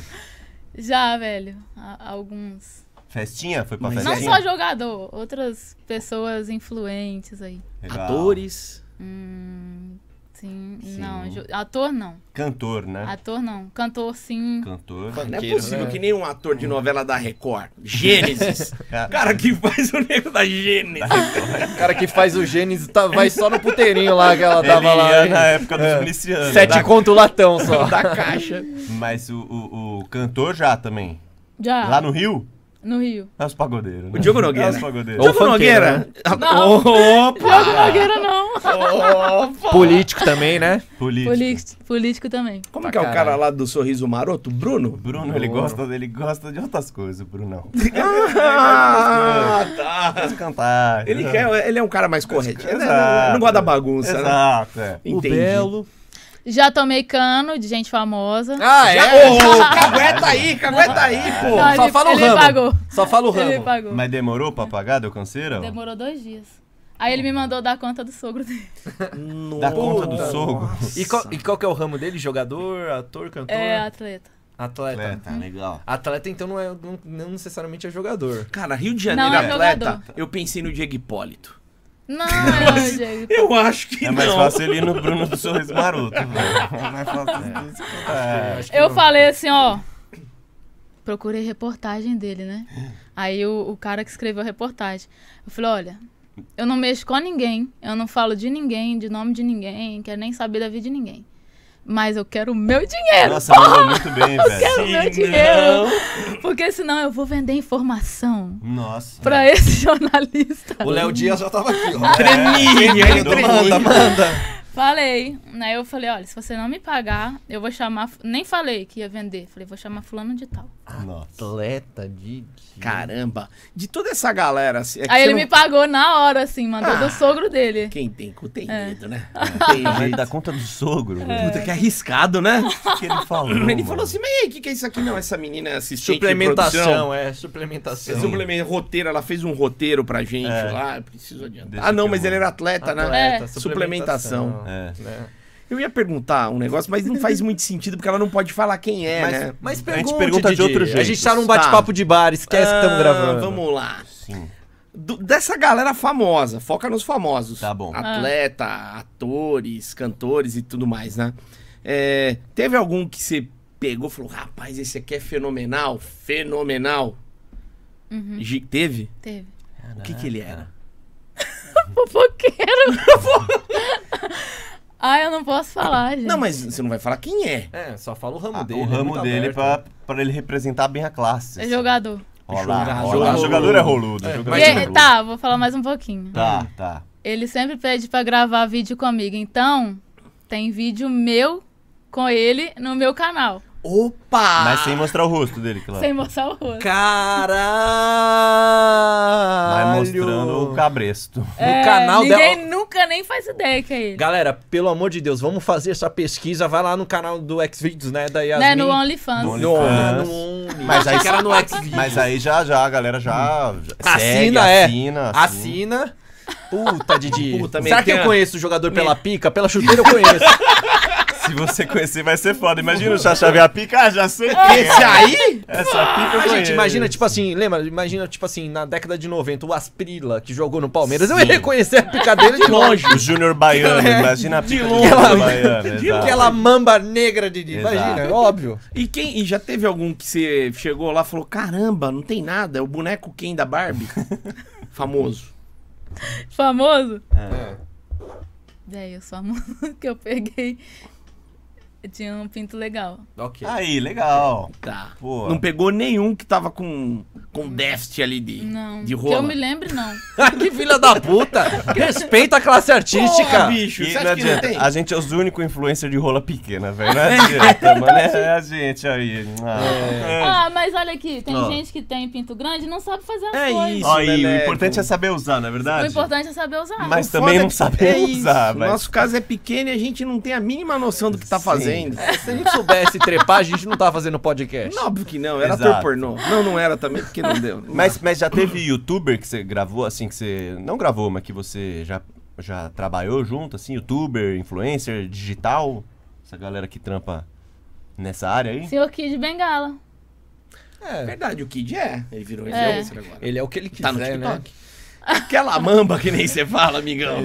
S4: Já, velho. A- alguns.
S2: Festinha? Foi pra
S3: Mas é
S4: Não
S2: festinha?
S4: só jogador, outras pessoas influentes aí.
S2: Legal.
S1: Atores.
S4: Hum, sim,
S2: Sim.
S4: Não, jo- ator não.
S2: Cantor, né?
S4: Ator não. Cantor sim.
S2: Cantor.
S1: Não é
S3: Banqueiro,
S1: possível
S3: né?
S1: que nem um ator de novela da Record. Gênesis.
S2: Cara.
S1: Cara que faz o nego da Gênesis.
S3: O cara que faz o Gênesis tá- vai só no puteirinho lá que ela
S2: Ele
S3: tava
S2: ia na
S3: lá.
S2: época dos milicianos.
S3: Sete
S2: né?
S3: conto latão só.
S2: É
S1: da caixa.
S2: Mas o, o, o cantor já também.
S4: Já.
S2: Lá no Rio?
S4: no Rio.
S2: É os pagodeiros.
S1: O Diogo Nogueira.
S2: É os pagodeiros.
S3: Ou
S1: Diogo Nogueira.
S4: Tá
S3: Ah,
S1: Opa!
S4: Diogo Nogueira não.
S3: Político também, né?
S2: Político.
S4: Político, político também.
S1: Como
S3: Pra
S1: que é o cara
S3: caralho.
S1: lá do sorriso maroto? Bruno?
S2: Bruno, ele gosta, ele gosta de outras coisas, Brunão.
S1: Ah, tá.
S2: Quer cantar.
S1: Ele, quer, ele é um cara mais correto. Ele
S2: Exato.
S1: não gosta da bagunça, né?
S2: Exato, é.
S1: Entendi.
S3: O Belo.
S4: Já tomei cano de gente famosa.
S3: Ah,
S1: Já-
S3: é?
S1: Ô, cagueta aí, cagueta aí, pô.
S4: Não,
S3: Só
S4: ele-
S3: fala o
S4: ele
S3: ramo.
S4: pagou.
S3: Só fala o
S4: Ele
S3: ramo.
S4: pagou.
S2: é. Mas demorou pra pagar, deu canseira?
S4: Demorou dois dias. Aí ele me mandou dar conta do sogro dele.
S2: Da conta do
S3: Nossa.
S2: sogro.
S3: E qual, e qual que é o ramo dele? Jogador, ator, cantor?
S4: É, atleta.
S3: Atleta.
S2: Atleta, "É, tá legal.
S3: Atleta, então, não, é, não, não necessariamente é jogador.
S1: Cara, Rio de Janeiro
S4: Não, é
S1: atleta,
S4: jogador.
S1: eu pensei no Diego Hipólito.
S4: Não, é,
S3: tipo,
S4: Diego.
S1: Eu acho que
S2: É mais
S1: não.
S2: fácil ele ir no Bruno do Sorriso Maroto. velho. É mais fácil. É.
S3: Acho que
S4: Eu
S3: não.
S4: falei assim, ó. Procurei reportagem dele, né? Aí o, o cara que escreveu a reportagem. Eu falei, olha, eu não mexo com ninguém, eu não falo de ninguém, de nome de ninguém, quero nem saber da vida de ninguém. Mas eu quero o meu dinheiro.
S2: Nossa, mandou muito bem,
S3: Ah,
S2: velho.
S4: quero o meu é dinheiro. Porque senão eu vou vender informação
S2: Nossa.
S4: pra esse jornalista.
S3: O Léo Dias já tava aqui, ó.
S1: Treminha, É ele
S2: Mandou
S1: tremia.
S3: Manda, manda.
S4: Falei. Aí eu falei, olha, se você não me pagar, eu vou chamar. fu- Nem falei que ia vender. Falei, vou chamar fulano de tal.
S2: Nossa.
S3: Atleta de...
S1: Caramba, de toda essa galera... assim, é que
S4: Aí
S1: você
S4: ele
S1: não-
S4: me pagou na hora, assim, mandou
S1: Ah.
S4: do sogro dele.
S1: Quem tem cu tem
S4: É.
S1: medo, né? Não Tem
S2: Mas
S1: jeito.
S2: dá conta do sogro, velho.
S1: Puta, que arriscado, né?
S2: O que ele falou?
S1: Ele
S2: mano?
S1: falou assim, mas e aí, o que, que é isso aqui? Não, essa menina é assistente de produção.
S3: Suplementação, é. Suplementação.
S2: assim.
S1: Esse suplemento, roteiro, ela fez um roteiro pra gente lá, preciso adiantar.
S2: É. Deixa
S1: ah, não,
S2: que eu
S1: mas
S2: vou.
S1: ele era atleta, né?
S4: É.
S1: Suplementação.
S2: É.
S3: né?
S1: Eu ia perguntar um negócio, mas não faz muito sentido, porque ela não pode falar quem é, né?
S3: Mas,
S2: A
S3: mas
S2: gente
S3: pergunte,
S2: pergunta de
S3: Didi.
S2: outro
S3: A
S2: jeito.
S3: gente tá num
S1: Tá.
S3: bate-papo de bar, esquece que estamos
S1: Ah,
S3: gravando.
S1: Vamos lá.
S2: Sim.
S1: Do- dessa galera famosa, foca nos famosos.
S2: Tá bom.
S1: Atleta, atores, cantores e tudo mais, né? É, teve algum que você pegou e falou, rapaz, esse aqui é fenomenal, fenomenal.
S4: Uhum.
S1: Gi- Teve?
S4: Teve.
S2: Ah,
S1: O que que ele era?
S4: Fofoqueiro. ah, eu não posso falar, gente.
S1: Não, mas você não vai falar quem é.
S3: É, só fala o ramo
S2: Ah,
S3: dele.
S2: o
S3: é
S2: ramo
S3: muito
S2: dele
S3: aberto,
S2: pra,
S3: né?
S2: pra ele representar bem a classe.
S4: É jogador.
S2: Olá,
S1: Jogador.
S2: olá. Jogador é roludo. jogador
S4: E-
S3: Mas-
S2: é
S4: eh,
S2: roludo.
S4: tá, vou falar mais um pouquinho.
S2: Tá, tá.
S4: Ele sempre pede pra gravar vídeo comigo. Então, tem vídeo meu com ele no meu canal.
S1: Opa!
S2: Mas sem mostrar o rosto dele, claro.
S4: Sem mostrar o
S3: né?
S4: rosto.
S3: Caralho!
S2: Vai mostrando o cabresto.
S3: No canal
S4: É, Ninguém
S3: dela.
S4: nunca nem faz ideia que é ele.
S3: Galera, pelo amor de Deus, vamos fazer essa pesquisa. Vai lá no canal do Xvideos, né? Da Yasmin.
S4: Né, no OnlyFans.
S2: No
S1: Only-
S3: No,
S2: OnlyFans.
S3: ah, no Only.
S2: Mas aí-
S3: Achei que era no Xvideos.
S2: Mas aí já, já, a galera já. já segue,
S3: Assina, é.
S2: Assina,
S3: Assina. Puta, Didi.
S1: Puta,
S3: Será que
S1: meteu-
S3: eu conheço o jogador pela pica? Pela chuteira eu conheço.
S2: Se você conhecer, vai ser foda. Imagina o Chacha ver a pica, ah, já sei.
S1: Esse aí?
S2: Essa pica eu
S3: Ah, gente,
S2: conheço.
S3: imagina, tipo assim, lembra? Imagina, tipo assim, na década de 90, o Asprila, que jogou no Palmeiras. Eu ia reconhecer a picadeira de longe.
S2: O Júnior Baiano, imagina a pica do
S3: É. longe.
S2: Júnior Baiano. exato.
S3: Aquela mamba negra, Didi.
S2: Exato.
S3: Imagina, é óbvio.
S1: E quem? E já teve algum que você chegou lá e falou: caramba, não tem nada, é o boneco quem da Barbie? Famoso.
S4: Famoso?
S1: É.
S4: Véi, eu sou a música que eu peguei. Eu tinha um pinto legal.
S3: Ok.
S2: Aí, legal.
S1: Tá.
S2: Pô.
S1: Não pegou nenhum que tava com, com déficit ali de,
S4: Hum. Não.
S1: de
S4: que eu
S1: rola.
S4: me lembro, não.
S3: Ah, que filha da puta! Respeita a classe artística!
S1: Porra, bicho,
S2: E
S1: você
S2: não
S1: acha que não
S2: adianta,
S1: tem?
S2: a gente é os únicos influencer de rola pequena, velho. Não adianta, mano. É, é a gente aí.
S3: É.
S2: Ah.
S4: Ah, mas olha aqui, tem
S2: Ó.
S4: gente que tem pinto grande e não sabe fazer as
S1: É
S4: coisas.
S1: isso.
S2: Olha aí, o
S1: Leleco.
S2: importante é saber usar, não é
S4: O
S2: verdade?
S4: importante é saber usar.
S2: Mas
S1: O
S2: também
S1: foda
S2: não
S1: é que-
S2: sabe
S1: é isso.
S2: usar, mas-
S1: Nosso caso é pequeno e a gente não tem a mínima noção do que tá
S2: Sim.
S1: fazendo.
S3: Se a gente soubesse trepar, a gente não tava fazendo podcast.
S1: Não, óbvio que não, era
S2: Exato.
S1: ator pornô. Não, não era também, porque não deu.
S2: Mas, mas já teve youtuber que você gravou, assim, que você. Não gravou, mas que você já, já trabalhou junto, assim, youtuber, influencer, digital? Essa galera que trampa nessa área aí?
S4: Senhor Kid Bengala.
S1: É
S3: É,
S1: verdade, o Kid é. Ele virou
S4: É.
S1: influencer agora.
S3: ele é o que ele quiser,
S1: Tá no
S3: né?
S1: TikTok. Aquela mamba que nem você fala, amigão.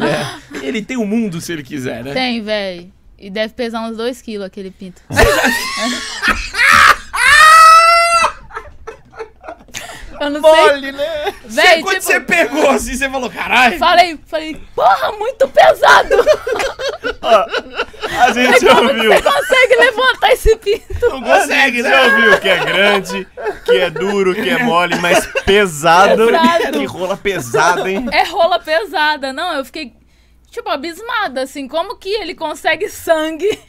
S1: Ele é. tem o mundo se ele quiser,
S2: É.
S1: né?
S4: Tem, véi. E deve pesar uns 2 quilos aquele pinto. eu não sei.
S3: Mole, né?
S4: Véi,
S1: Quando
S4: tipo,
S1: você pegou assim, você falou, caralho.
S4: falei, falei, porra, muito pesado! é
S2: A gente ouviu!
S4: Consegue levantar soltar esse pinto.
S1: Não consegue,
S2: Você
S1: né?
S2: ouviu que é grande, que é duro, que é mole, mas pesado.
S4: Pesado.
S2: Que rola pesada, hein?
S4: É rola pesada. Não, eu fiquei, tipo, abismada, assim. Como que ele consegue sangue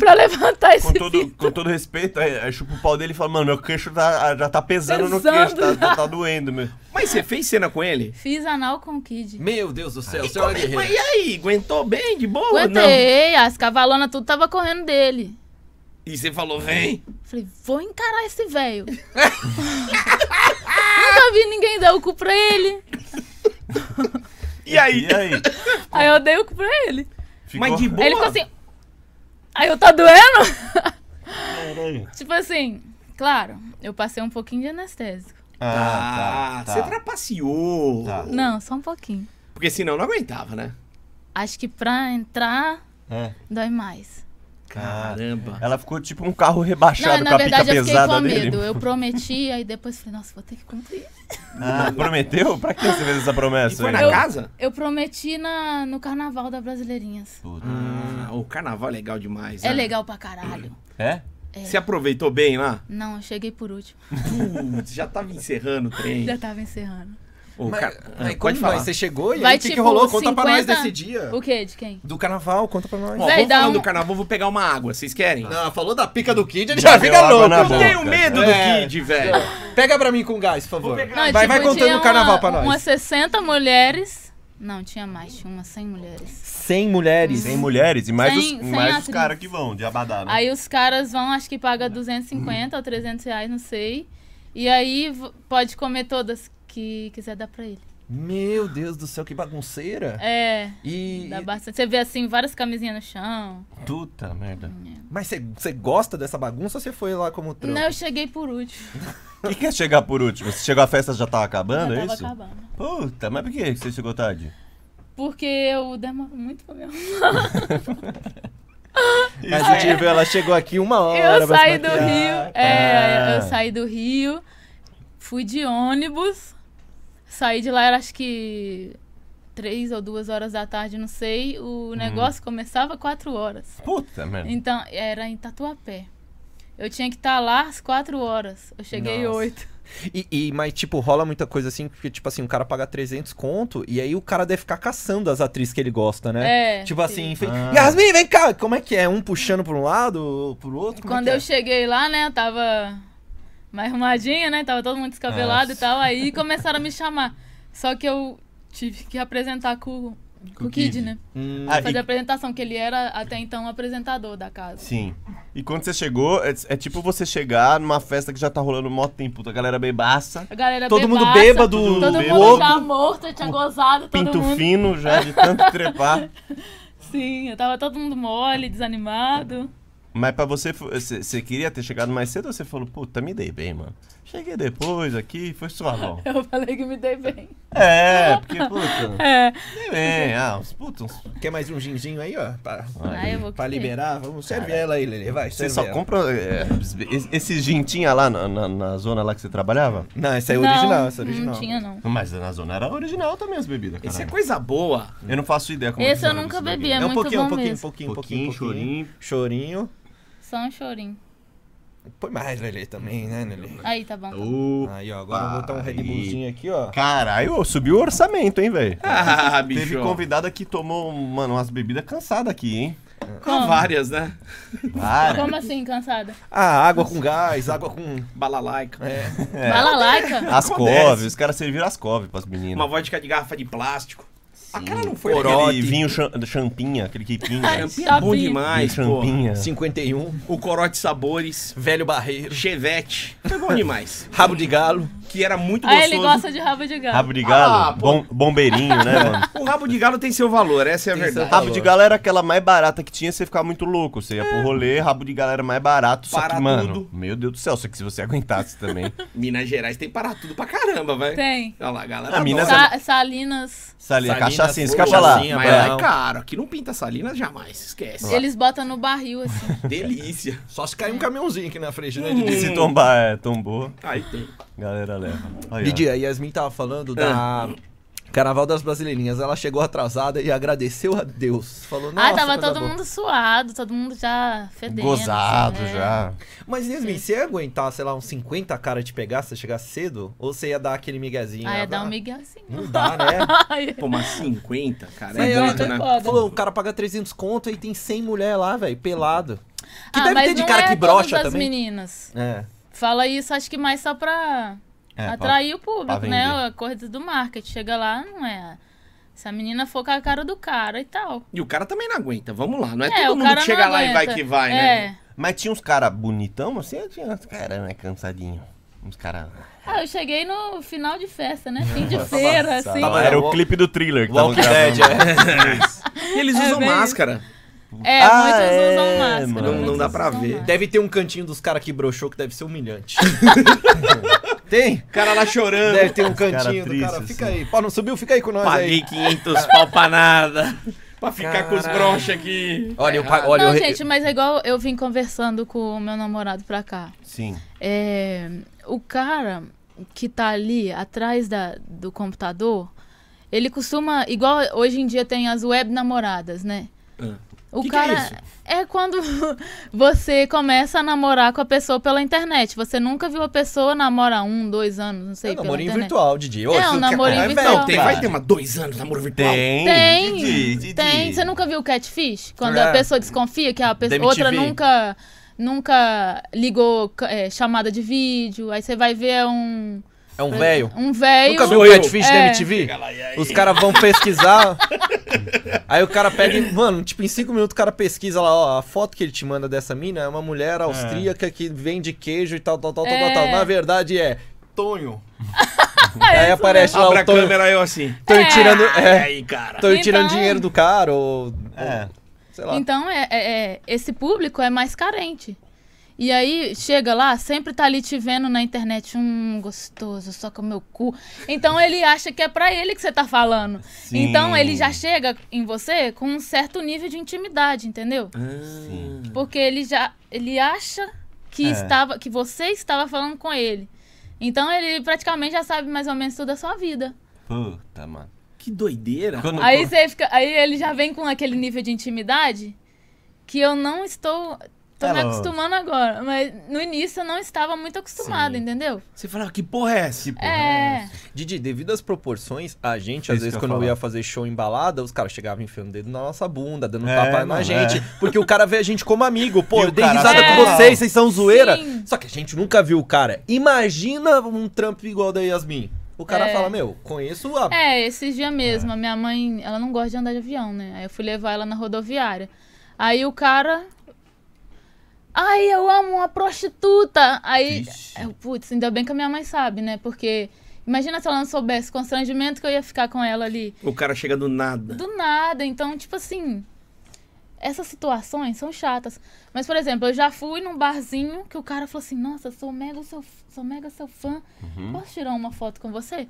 S4: pra levantar esse
S2: Com
S4: pinto?
S2: todo, com todo respeito, aí, aí chupa o pau dele e fala, mano, meu queixo tá- já tá pesando, no
S4: Pesando né?"
S2: queixo, tá,
S4: já.
S2: tá- tá doendo, meu.
S1: Mas você fez cena com ele?
S4: Fiz anal com o Kid.
S3: Meu Deus do céu, o senhor é
S1: Mas
S3: guerreiro.
S1: e aí, aguentou bem, de boa? Não.
S4: Aguentei, as cavalonas tudo tava correndo dele.
S1: E você falou, vem.
S4: Falei, vou encarar esse velho. Nunca vi ninguém dar o cu pra ele.
S1: E aí?
S2: E aí?
S4: Aí eu dei o cu pra ele.
S2: Ficou-
S1: Mas de boa.
S4: Aí ele ficou assim. Aí eu tá doendo? tipo assim, claro, eu passei um pouquinho de anestésico.
S1: Ah,
S2: Ah, tá, tá.
S1: você trapaceou.
S2: Tá.
S4: Não, só um pouquinho.
S1: Porque senão não aguentava, né?
S4: Acho que pra entrar
S2: É.
S4: dói mais.
S1: Caramba.
S2: Ela ficou tipo um carro rebaixado
S4: não,
S2: com a
S4: na
S2: pica
S4: verdade
S3: tá
S4: eu fiquei
S2: pesada
S4: com
S2: dele.
S4: medo. Eu prometi, aí depois falei, nossa, vou ter que cumprir.
S2: Ah, prometeu? Pra que você fez essa
S1: E
S2: promessa?
S1: foi
S2: aí?
S1: na
S4: Eu-
S1: casa?
S4: Eu prometi na, no carnaval da Brasileirinhas.
S2: Puta.
S1: Ah, o carnaval é legal demais.
S4: É
S1: né?
S4: legal pra caralho.
S2: É?
S1: Você aproveitou bem lá?
S4: Não, eu cheguei por último.
S1: Putz, já tava encerrando o trem.
S4: Já tava encerrando.
S1: Ô,
S3: Mas,
S1: cara, ah,
S3: mas
S1: pode
S3: como vai?
S1: falar.
S3: Você chegou e
S4: Vai,
S3: aí o que, que
S4: tipo,
S3: rolou? Conta pra nós
S4: 50
S3: desse dia.
S4: O quê? De quem?
S3: Do carnaval, conta pra nós.
S1: Ó,
S4: Vai
S1: vamos
S4: dar
S1: falando
S4: um-
S1: do carnaval, vou pegar uma água. Vocês querem?
S3: Não, falou da pica do Kid, ele
S2: Já
S3: já
S2: deu
S3: fica
S2: água
S3: louco.
S2: na
S1: Eu tenho
S2: boca.
S1: medo do
S3: É.
S1: Kid, velho.
S3: Pega pra mim com gás, por favor.
S1: pegar.
S4: Não,
S3: vai,
S4: tipo,
S3: vai contando
S4: tinha
S3: o carnaval
S4: uma-
S3: pra nós.
S4: Umas 60 mulheres. Não, tinha mais, tinha umas 100 mulheres.
S3: 100 mulheres.
S2: Sem mulheres e mais
S4: Sem-
S2: os,
S4: sem
S2: mais os
S4: atriz.
S2: caras que vão, de abadá, né?
S4: Aí os caras vão, acho que paga 250 ou 300 reais, não sei. E aí v- pode comer todas que quiser dar pra ele.
S3: Meu Deus do céu, que bagunceira.
S4: É,
S3: E.
S4: dá bastante. Você vê assim, várias camisinhas no chão.
S2: Puta merda.
S3: Mas você- você gosta dessa bagunça ou você foi lá como trampo?
S4: Não, eu cheguei por último.
S2: O que, que é chegar por último? Se chegou a festa já tava
S3: Tá
S4: Já
S2: acabando, é
S4: tava
S2: isso?
S4: acabando.
S2: Puta, mas por que você chegou tarde?
S4: Porque eu demoro muito pra me arrumar.
S3: Mas o Diva, ela chegou aqui uma hora.
S4: é. Eu
S3: pra se
S4: saí do
S3: maquiar.
S4: Rio. É,
S2: Ah.
S4: eu saí do Rio, fui de ônibus, saí de lá, era acho que três ou duas horas da tarde, não sei.
S3: Hum.
S4: O negócio começava quatro horas.
S2: Puta
S3: É.
S2: merda.
S4: Então, era em Tatuapé. Eu tinha que estar lá às quatro horas. Eu cheguei
S3: Nossa.
S4: oito.
S3: E, e- mas, tipo, rola muita coisa assim, porque, tipo assim, o cara paga 300 conto e aí o cara deve ficar caçando as atrizes que ele gosta, né?
S4: É,
S3: tipo assim, fe...
S2: Ah.
S3: Yasmin, vem cá! Como é que é? Um puxando pra um lado, pro outro? Como é
S4: Quando
S3: que é?
S4: eu cheguei lá, né, eu tava mais arrumadinha, né? Tava todo mundo descabelado e tal. Aí começaram a me chamar. Só que eu tive que apresentar com, com o Kid, né?
S3: Hum,
S2: Ah,
S4: fazer
S2: e-
S4: a apresentação, que ele era até então o apresentador da casa.
S2: Sim. E quando você chegou, é, é tipo você chegar numa festa que já tá rolando mó tempo, a galera bebaça,
S4: A galera
S3: Todo
S4: bebaça,
S3: mundo bêbado,
S4: todo
S2: louco.
S4: mundo já morto, tinha gozado, todo
S2: pinto
S4: mundo.
S2: fino já de tanto trepar.
S4: Sim, eu tava todo mundo mole, desanimado.
S2: Mas pra você, fo- você você queria ter chegado mais cedo ou você falou, puta, me dei bem, mano. Cheguei depois aqui, foi suavão.
S4: Eu falei que me dei bem.
S2: É, porque, puta,
S4: É.
S2: me dei bem. Ah, uns putos, uns...
S3: Quer mais um ginzinho aí, ó? Pra,
S4: Aí eu Ah, vou
S3: pra
S4: querer.
S3: liberar? Vamos, serve ela aí, Lele, vai,
S2: Você
S3: serve
S2: só
S3: ela.
S2: compra é, es- esse gintinha lá na, na- na zona lá que você trabalhava?
S3: Não, essa é
S4: Não,
S3: original, essa é original.
S4: Não tinha, não.
S2: Mas na zona era original também as bebidas, cara.
S1: Isso é coisa boa.
S2: Eu não faço ideia como
S4: Esse eu
S2: funciona
S4: nunca
S2: essas
S4: bebi,
S2: bebidas.
S4: é
S3: É um
S4: muito
S3: pouquinho, um
S4: bom
S3: pouquinho, um
S4: mesmo.
S3: pouquinho, um pouquinho,
S2: Pouquinho,
S3: um pouquinho. Chorinho.
S4: Só um chorinho.
S3: Põe mais, Lele, também, né, Lele?
S4: Aí, tá bom. tá bom.
S2: Opa,
S3: Aí, ó, agora eu vou botar um Red Bullzinho aqui, ó.
S2: Caralho, subiu o orçamento, hein, velho?
S1: Ah,
S2: Teve
S1: bicho.
S2: convidada que tomou, mano, umas bebidas cansadas aqui, hein?
S4: Ah.
S1: Com várias, né?
S2: Para.
S4: Como assim, cansada?
S3: Ah, água com gás, água com...
S1: Balalaica.
S2: É.
S3: É.
S4: Balalaica?
S2: Ascov,
S1: Acontece.
S2: os caras serviram Ascov pras meninas.
S1: Uma vodka de garrafa de plástico. Aquela não foi legal.
S2: Aquele
S3: corote.
S2: vinho cham- champinha, aquele que pinga.
S1: Champinha é bom
S4: Chapinha.
S1: demais,
S2: Vinho
S1: pô.
S2: champinha.
S3: 51,
S1: O corote sabores,
S3: velho barreiro,
S1: chevette. Foi bom demais.
S3: rabo de galo.
S1: Que era muito gostoso.
S4: Aí Ah, ele gosta de rabo de gato.
S2: Rabo de galo,
S1: Ah, pô.
S2: bom- bombeirinho, né, mano?
S1: O rabo de galo tem seu valor, essa é a
S3: Tem seu
S1: verdade.
S2: Rabo de galo era aquela mais barata que tinha, você ficava muito louco. Você ia pro rolê, rabo de galo era mais barato, só
S1: Para
S2: que, mano,
S1: tudo.
S2: meu Deus do céu, só que se você aguentasse também.
S1: Tá, Minas Gerais tem para tudo pra caramba, velho.
S4: Tem.
S1: Olha lá, a galera. tá
S2: Ah,
S1: adora.
S2: Minas
S4: Sa- Salinas.
S2: Salina,
S3: Salina,
S2: cachaça, isso que eu ia
S1: Poxa,
S2: falar.
S3: Salina,
S1: Mas lá
S3: Brau.
S1: é caro. Aqui não pinta salinas jamais, esquece.
S4: Eles botam no barril, assim.
S1: Delícia.
S3: Só se cair um caminhãozinho aqui na frente, né,
S2: E
S3: Didi?
S2: se tombar, é, tombou,
S1: Aí tem.
S2: galera leva. Aí, ó. É.
S3: Didi, a Yasmin tava falando da... Carnaval das Brasileirinhas. Ela chegou atrasada e agradeceu a Deus. Falou, nossa,
S4: Ai, Ah, tava
S3: coisa
S4: todo
S3: boa."
S4: mundo suado, todo mundo já fedendo.
S2: Gozado
S4: assim, né?
S2: já.
S3: Mas Yasmin, você ia aguentar, sei lá, uns 50 cara te pegar se você chegasse cedo? Ou você ia dar aquele miguezinho?
S4: Ah,
S3: né?
S4: é dar um miguelzinho.
S3: Não dá, né?
S4: Ai,
S1: Pô, mas 50, cara,
S3: Mas
S1: é
S3: eu-
S1: muito, né?
S4: foda.
S3: Falou, o cara paga 300 conto e tem 100 mulher lá, velho, pelado. Que
S4: ah,
S3: deve
S4: mas
S3: ter de
S4: não
S3: cara
S4: é
S3: que
S4: todas
S3: brocha
S4: as
S3: também.
S4: meninas.
S3: É.
S4: Fala isso, acho que mais só pra
S2: É,
S4: atrair o público,
S2: pra
S4: né?
S2: vender.
S4: A coisa do marketing. Chega lá, não é. Se a menina for com a cara do cara e tal.
S1: E o cara também não aguenta, vamos lá. Não é,
S4: o
S1: todo mundo
S4: cara
S1: que
S4: não
S1: chega lá e vai
S4: aguenta.
S1: que vai,
S4: é.
S1: né?
S2: Mas tinha uns cara bonitão, assim, tinha uns cara, né, cansadinho. Uns cara...
S4: Ah, eu cheguei no final de festa, né? Fim de feira, assim.
S3: Tava-
S2: era
S3: o-
S2: o clipe do thriller que tava
S3: Walking Dead,
S2: gravando.
S3: é.
S1: E eles usam
S4: bem isso.
S1: máscara.
S4: É,
S2: Ah,
S4: muitos
S2: é,
S4: usam máscara.
S2: mano. Não- não
S4: muitos
S1: dá pra
S4: usam
S1: ver.
S4: máscara.
S3: Deve ter um cantinho dos caras que broxou que deve ser humilhante. tem?
S1: O cara lá chorando.
S3: Deve ter um
S2: cara
S3: cantinho do
S2: triste,
S3: cara. Fica
S2: assim.
S3: aí. Pau não subiu, fica aí com nós
S1: Paguei
S3: aí.
S1: 500 pau pra nada. Pra ficar com os
S3: Caralho.
S1: broxa aqui.
S3: Olha, eu pago. Olha,
S4: Não,
S3: eu...
S4: gente, mas é igual eu vim conversando com o meu namorado pra cá.
S2: Sim.
S4: É, o cara que tá ali atrás da, do computador, ele costuma. Igual hoje em dia tem as web namoradas, né?
S1: Ah.
S4: O
S1: Que que é
S4: cara
S1: isso?
S4: é quando você começa a namorar com a pessoa pela internet. Você nunca viu a pessoa namorar um, dois anos, não sei.
S3: É um
S4: pela
S3: namorinho
S4: internet.
S3: virtual, Didi. Ô,
S4: É,
S3: isso
S4: um
S3: que
S4: namorinho
S3: acontece,
S4: virtual.
S3: velho,
S1: Tem,
S3: cara.
S1: vai ter uma dois anos de namoro virtual.
S2: Tem.
S4: Tem,
S2: Didi, Didi.
S4: tem. Você nunca viu o catfish? Quando
S3: É.
S4: a pessoa desconfia que a pessoa,
S3: Da
S4: outra
S3: MTV.
S4: nunca, nunca ligou ca- é, chamada de vídeo. Aí você vai ver é um,
S3: É um velho.
S4: um velho.
S3: Nunca viu o
S1: eu.
S3: Catfish da
S4: É.
S3: MTV? Os caras vão pesquisar. aí o cara pega e, mano, tipo, em cinco minutos o cara pesquisa lá, ó, a foto que ele te manda dessa mina é uma mulher austríaca que vende queijo e tal, tal, tal, tal,
S4: É.
S3: tal. Na verdade é Tonho.
S4: É
S3: aí
S4: isso
S3: aparece lá
S1: Abre
S3: o
S1: a
S3: Tonho.
S1: câmera eu assim.
S3: Tonho
S4: É.
S3: tirando.
S1: E
S3: É,
S1: aí, cara?
S3: Tonho
S4: Então-
S3: tirando dinheiro do cara, ou.
S2: É.
S3: Sei lá.
S4: Então, é, é- é- esse público é mais carente. E aí, chega lá, sempre tá ali te vendo na internet, um gostoso, só com o meu cu. Então, ele acha que é pra ele que você tá falando.
S2: Sim.
S4: Então, ele já chega em você com um certo nível de intimidade, entendeu?
S1: Ah,
S2: Sim.
S4: Porque ele já, ele acha que,
S2: É.
S4: estava, que você estava falando com ele. Então, ele praticamente já sabe mais ou menos tudo da sua vida.
S2: Puta, mano.
S1: Que doideira.
S2: Quando-
S4: Aí você fica. Aí ele já vem com aquele nível de intimidade que eu não estou. Tô me
S2: Ela-
S4: acostumando agora. Mas no início eu não estava muito acostumada,
S2: Sim.
S4: entendeu?
S1: Você fala, que porra é essa?
S2: Tipo,
S4: É.
S3: Didi, devido às proporções, a gente,
S2: É
S3: às
S2: isso
S3: vezes,
S2: que eu
S3: quando
S2: ia
S3: ia fazer show em balada, os caras chegavam enfiando o dedo na nossa bunda, dando
S2: É,
S3: tapa na
S2: mano,
S3: gente.
S2: é.
S3: Porque o cara vê a gente como amigo. Pô,
S2: E
S3: eu
S2: o
S3: dei
S2: cara
S3: risada
S4: acha
S3: com
S4: normal.
S3: vocês, vocês são zoeira.
S4: Sim.
S3: Só que a gente nunca viu o cara. Imagina um trampo igual da Yasmin. O cara
S4: É.
S3: fala, meu, conheço a...
S4: É, esses dias mesmo, a minha mãe, ela não gosta de andar de avião, né? Aí eu fui levar ela na rodoviária. Aí o cara. Ai, eu amo uma prostituta! Aí.
S2: Ixi.
S4: Eu, putz, ainda bem que a minha mãe sabe, né? Porque. Imagina se ela não soubesse o constrangimento que eu ia ficar com ela ali.
S1: O cara chega do nada.
S4: Do nada. Então, tipo assim. Essas situações são chatas. Mas, por exemplo, eu já fui num barzinho que o cara falou assim: Nossa, sou mega seu, sou mega seu fã. Posso tirar uma foto com você?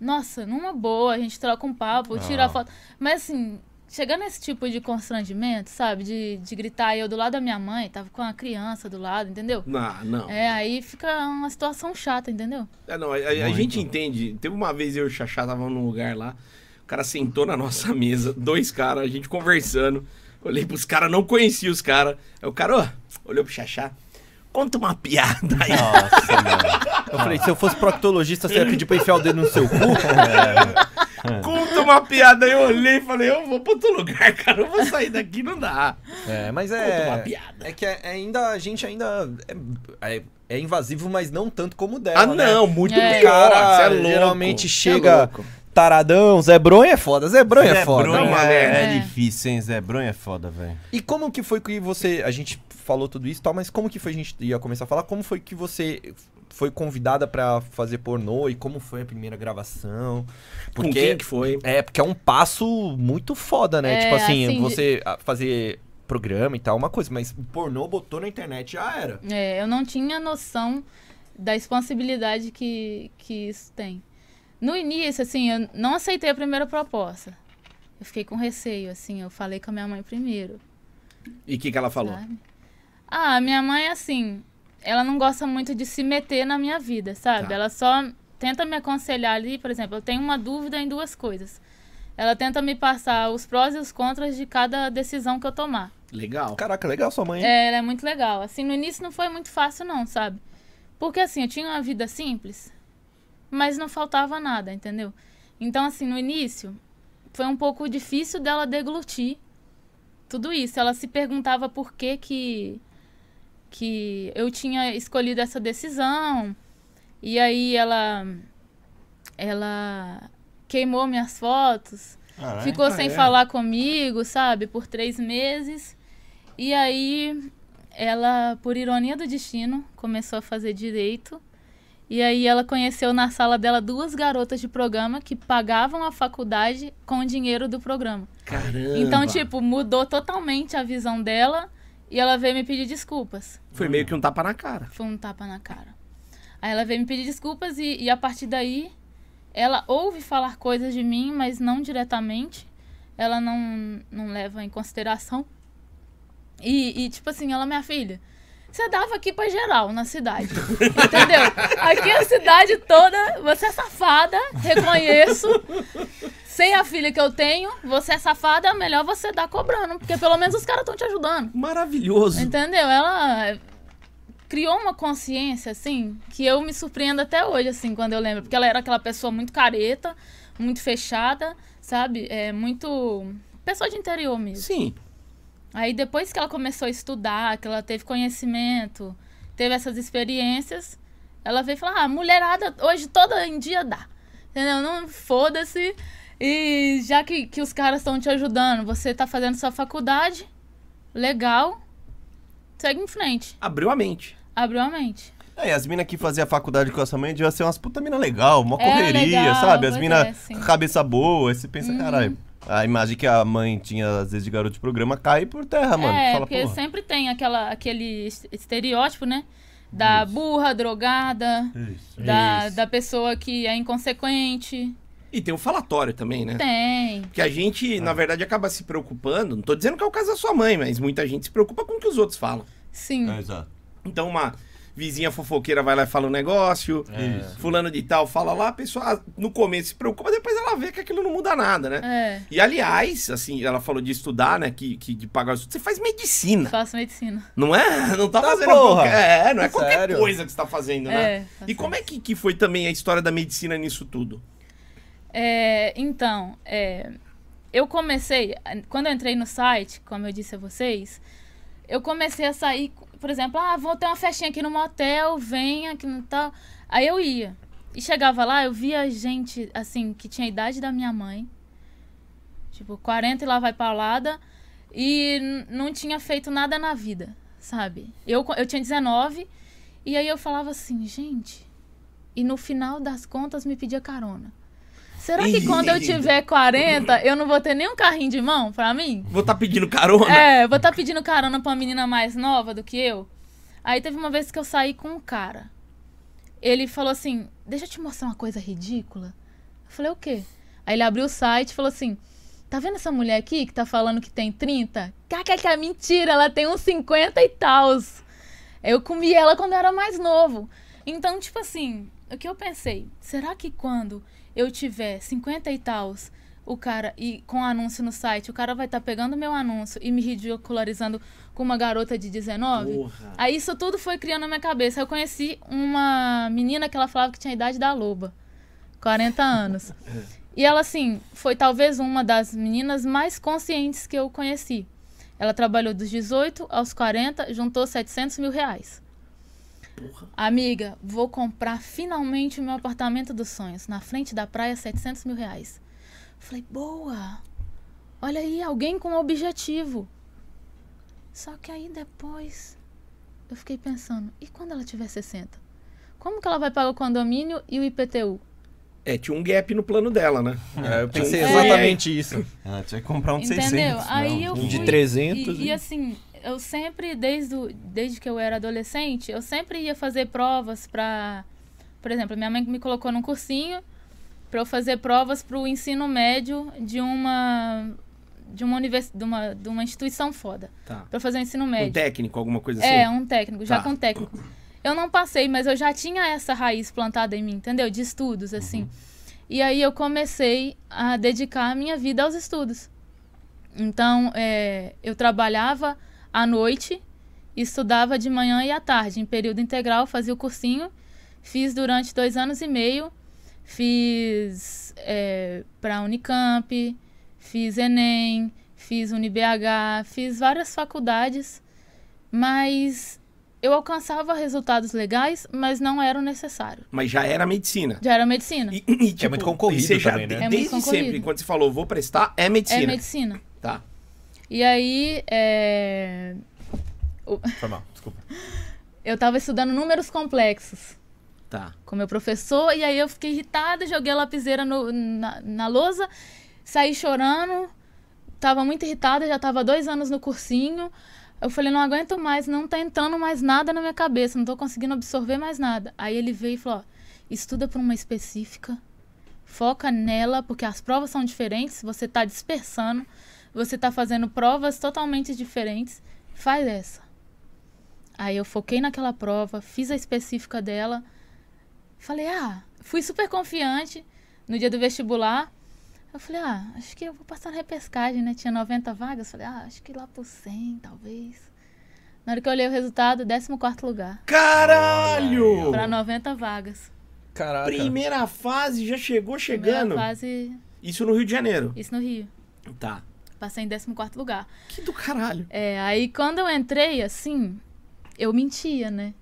S4: Nossa, numa boa, a gente troca um papo, tira a
S2: Ah.
S4: foto. Mas, assim, chegando nesse tipo de constrangimento, sabe? De, de gritar eu do lado da minha mãe, tava com a criança do lado, entendeu?
S1: Não, Ah, não.
S4: É, aí fica uma situação chata, entendeu?
S1: É, não, a, a- a
S2: Muito.
S1: gente entende. Teve uma vez eu e o Xaxá estavam num lugar lá. O cara sentou na nossa mesa, dois caras, a gente conversando. Olhei pros caras, não conhecia os caras. Aí o cara, ó, olhou pro Xaxá. Conta uma piada aí.
S2: Nossa, mano.
S4: É.
S3: Eu falei, se eu fosse proctologista, você ia pedir pra enfiar o dedo no seu cu?
S1: Conta uma piada. Aí eu olhei e falei, eu vou pra outro lugar, cara. Eu vou sair daqui, não dá.
S3: É, mas
S1: Conta uma
S3: é...
S1: piada.
S3: É que é- ainda, a gente ainda... É, é- é invasivo, mas não tanto como o dela,
S1: ah,
S3: né?
S1: não, muito
S4: É.
S1: pior.
S3: O cara
S1: cê é louco.
S3: geralmente
S1: Cê é
S3: chega
S1: louco.
S3: taradão, Zé Bronha é foda, Zé Bronha é
S2: Zé
S3: foda.
S2: Bronha
S1: né?
S2: é,
S4: É.
S2: é difícil, hein? Zé Bronha é foda, velho.
S3: E como que foi que você, a gente falou tudo isso e tal, mas como que foi, a gente ia começar a falar, como foi que você foi convidada pra fazer pornô e como foi a primeira gravação?
S1: Com quem que foi?
S3: É, porque é um passo muito foda, né?
S4: É,
S3: tipo assim,
S4: assim,
S3: você ah, fazer programa e tal, é uma coisa, mas pornô botou na internet já era.
S4: É, eu não tinha noção da expansibilidade que, que isso tem. No início, assim, eu não aceitei a primeira proposta. Eu fiquei com receio, assim, eu falei com a minha mãe primeiro. Ah,
S1: E o que, que ela falou?
S4: Sabe? Ah, minha mãe, assim, ela não gosta muito de se meter na minha vida, sabe?
S1: Tá.
S4: Ela só tenta me aconselhar ali, por exemplo, eu tenho uma dúvida em duas coisas. Ela tenta me passar os prós e os contras de cada decisão que eu tomar.
S1: Legal.
S3: Caraca, legal sua mãe. hein?
S4: É, ela é muito legal. Assim, no início não foi muito fácil, não, sabe? Porque assim, eu tinha uma vida simples, mas não faltava nada, entendeu? Então, assim, no início, foi um pouco difícil dela deglutir tudo isso. Ela se perguntava por que que, que eu tinha escolhido essa decisão. E aí ela, ela queimou minhas fotos.
S2: Caralho.
S4: Ficou sem
S1: Ah, é?
S4: falar comigo, sabe, por três meses. E aí, ela, por ironia do destino, começou a fazer direito. E aí, ela conheceu na sala dela duas garotas de programa que pagavam a faculdade com o dinheiro do programa.
S1: Caramba.
S4: Então, tipo, mudou totalmente a visão dela. E ela veio me pedir desculpas.
S1: Foi meio que um tapa na cara.
S4: Foi um tapa na cara. Aí ela veio me pedir desculpas e, e a partir daí ela ouve falar coisas de mim, mas não diretamente. Ela não, não leva em consideração. E, e, tipo assim, ela, minha filha, você dava aqui pra geral na cidade. entendeu? Aqui a cidade toda, você é safada, reconheço. Sem a filha que eu tenho, você é safada, melhor você dar cobrando. Porque pelo menos os caras estão te ajudando.
S1: Maravilhoso.
S4: Entendeu? Ela criou uma consciência, assim, que eu me surpreendo até hoje, assim, quando eu lembro. Porque ela era aquela pessoa muito careta, muito fechada, sabe? É, muito. Pessoa de interior mesmo.
S1: Sim.
S4: Aí depois que ela começou a estudar, que ela teve conhecimento, teve essas experiências, ela veio falar: ah, mulherada hoje todo em dia dá. Entendeu? Não foda-se. E já que, que os caras estão te ajudando, você tá fazendo sua faculdade, legal, segue em frente.
S1: Abriu a mente.
S4: Abriu a mente.
S2: É, e as minas que faziam faculdade com essa mãe devia ser umas puta mina legal, uma
S4: É,
S2: correria,
S4: legal,
S2: sabe? As
S4: pois é,
S2: minas
S4: sim. Uhum.
S2: com cabeça boa, aí você pensa, caralho. A imagem que a mãe tinha, às vezes, de garoto de programa cai por terra, Ah, mano.
S4: é,
S2: Tu Fala,
S4: porque
S2: porra.
S4: sempre tem aquela, aquele es- estereótipo, né? Da burra, drogada,
S2: É Isso.
S4: da,
S2: Isso.
S4: da pessoa que é inconsequente.
S1: E tem o falatório também, né?
S4: Tem.
S1: Que a gente, na verdade, acaba se preocupando. Não tô dizendo que é o caso da sua mãe, mas muita gente se preocupa com o que os outros falam.
S4: Sim.
S2: É, exato.
S1: Então, uma vizinha fofoqueira vai lá e fala um negócio.
S2: Isso.
S1: Fulano de tal fala lá. A pessoa ah, no começo se preocupa, depois ela vê que aquilo não muda nada, né?
S4: É,
S1: E aliás, assim, ela falou de estudar, né? Que, que de pagar os estudos. Você faz medicina,
S4: É, faço medicina.
S1: não é? Não tá,
S3: Tá
S1: fazendo
S3: porra.
S1: qualquer. É, não é qualquer
S3: Sério?
S1: coisa que você tá fazendo, né?
S4: É, faço
S1: E como é que, que foi também a história da medicina nisso tudo?
S4: É, então, é, eu comecei, quando eu entrei no site, como eu disse a vocês, eu comecei a sair, por exemplo, ah, vou ter uma festinha aqui no motel, vem aqui no tal. Aí eu ia. E chegava lá, eu via gente, assim, que tinha a idade da minha mãe, tipo, 40 e lá vai palada, e n- não tinha feito nada na vida, sabe? Eu, co- eu tinha 19, e aí eu falava assim, gente, e no final das contas me pedia carona. Será que quando eu tiver 40, eu não vou ter nenhum carrinho de mão pra mim?
S1: Vou estar pedindo carona?
S4: É, vou estar pedindo carona pra uma menina mais nova do que eu. Aí teve uma vez que eu saí com um cara. Ele falou assim: Deixa eu te mostrar uma coisa ridícula. Eu falei: O quê? Aí ele abriu o site e falou assim: Tá vendo essa mulher aqui que tá falando que tem 30? KKK, mentira, ela tem uns 50 e tals. Eu comi ela quando eu era mais novo. Então, tipo assim, o que eu pensei? Será que quando eu tiver 50 e tals, o cara, e com anúncio no site, o cara vai estar pegando meu anúncio e me ridicularizando com uma garota de 19?
S1: Porra.
S4: Aí isso tudo foi criando na minha cabeça. Eu conheci uma menina que ela falava que tinha a idade da loba. 40 anos. E ela, assim, foi talvez uma das meninas mais conscientes que eu conheci. Ela trabalhou dos 18 aos 40, juntou 700 mil reais. Amiga, vou comprar finalmente o meu apartamento dos sonhos, na frente da praia, 700 mil reais. Falei, boa! Olha aí, alguém com um objetivo. Só que aí depois eu fiquei pensando, e quando ela tiver 60? Como que ela vai pagar o condomínio e o IPTU?
S1: É, tinha um gap no plano dela, né?
S3: É, eu pensei
S1: Foi.
S3: exatamente isso.
S2: Ah, tinha que comprar um de
S4: Entendeu?
S2: 600.
S4: Aí
S2: não,
S4: eu
S2: um
S3: Um
S2: de
S3: de
S4: fui-
S3: 300.
S4: E, e assim, eu sempre, desde, o- desde que eu era adolescente, eu sempre ia fazer provas pra. Por exemplo, minha mãe me colocou num cursinho pra eu fazer provas pro ensino médio de uma. De uma, univers, de uma, de uma instituição foda.
S1: Tá.
S4: Pra eu fazer o ensino
S1: Um
S4: médio.
S1: técnico, alguma coisa assim?
S4: É, um técnico, já
S1: Tá.
S4: com técnico. Eu não passei, mas eu já tinha essa raiz plantada em mim, entendeu? De estudos, assim.
S1: Uhum.
S4: E aí eu comecei a dedicar a minha vida aos estudos. Então, é, eu trabalhava à noite, estudava de manhã e à tarde, em período integral, fazia o cursinho. Fiz durante dois anos e meio. Fiz é, para Unicamp, fiz Enem, fiz UniBH, fiz várias faculdades, mas eu alcançava resultados legais, mas não eram necessários.
S1: Mas já era medicina.
S4: Já era medicina.
S1: E, e, tipo,
S3: muito concorrido
S1: e você já-
S3: também, né? É
S4: muito
S1: Desde
S4: concorrido.
S1: sempre, quando você falou, vou prestar, é medicina.
S4: É medicina.
S1: Tá.
S4: E aí, é,
S3: Foi mal, desculpa.
S4: eu tava estudando números complexos
S1: Tá.
S4: com meu professor, e aí eu fiquei irritada, joguei a lapiseira no- na, na lousa, saí chorando, tava muito irritada, já tava dois anos no cursinho. Eu falei, não aguento mais, não tá entrando mais nada na minha cabeça, não tô conseguindo absorver mais nada. Aí ele veio e falou, ó, estuda pra uma específica, foca nela, porque as provas são diferentes, você tá dispersando, você tá fazendo provas totalmente diferentes, faz essa. Aí eu foquei naquela prova, fiz a específica dela, Falei, ah, fui super confiante no dia do vestibular. Eu falei, ah, acho que eu vou passar na repescagem, né? Tinha 90 vagas. Falei, ah, acho que lá por 100, talvez. Na hora que eu olhei o resultado, 14 lugar.
S1: Caralho!
S4: Para 90 vagas.
S3: Caraca.
S1: Primeira fase já chegou
S4: Primeira
S1: chegando.
S4: fase, É.
S1: Isso no Rio de Janeiro.
S4: isso no Rio.
S1: Tá.
S4: Passei em 14 lugar.
S1: Que do caralho.
S4: É, aí quando eu entrei, assim, eu mentia, né?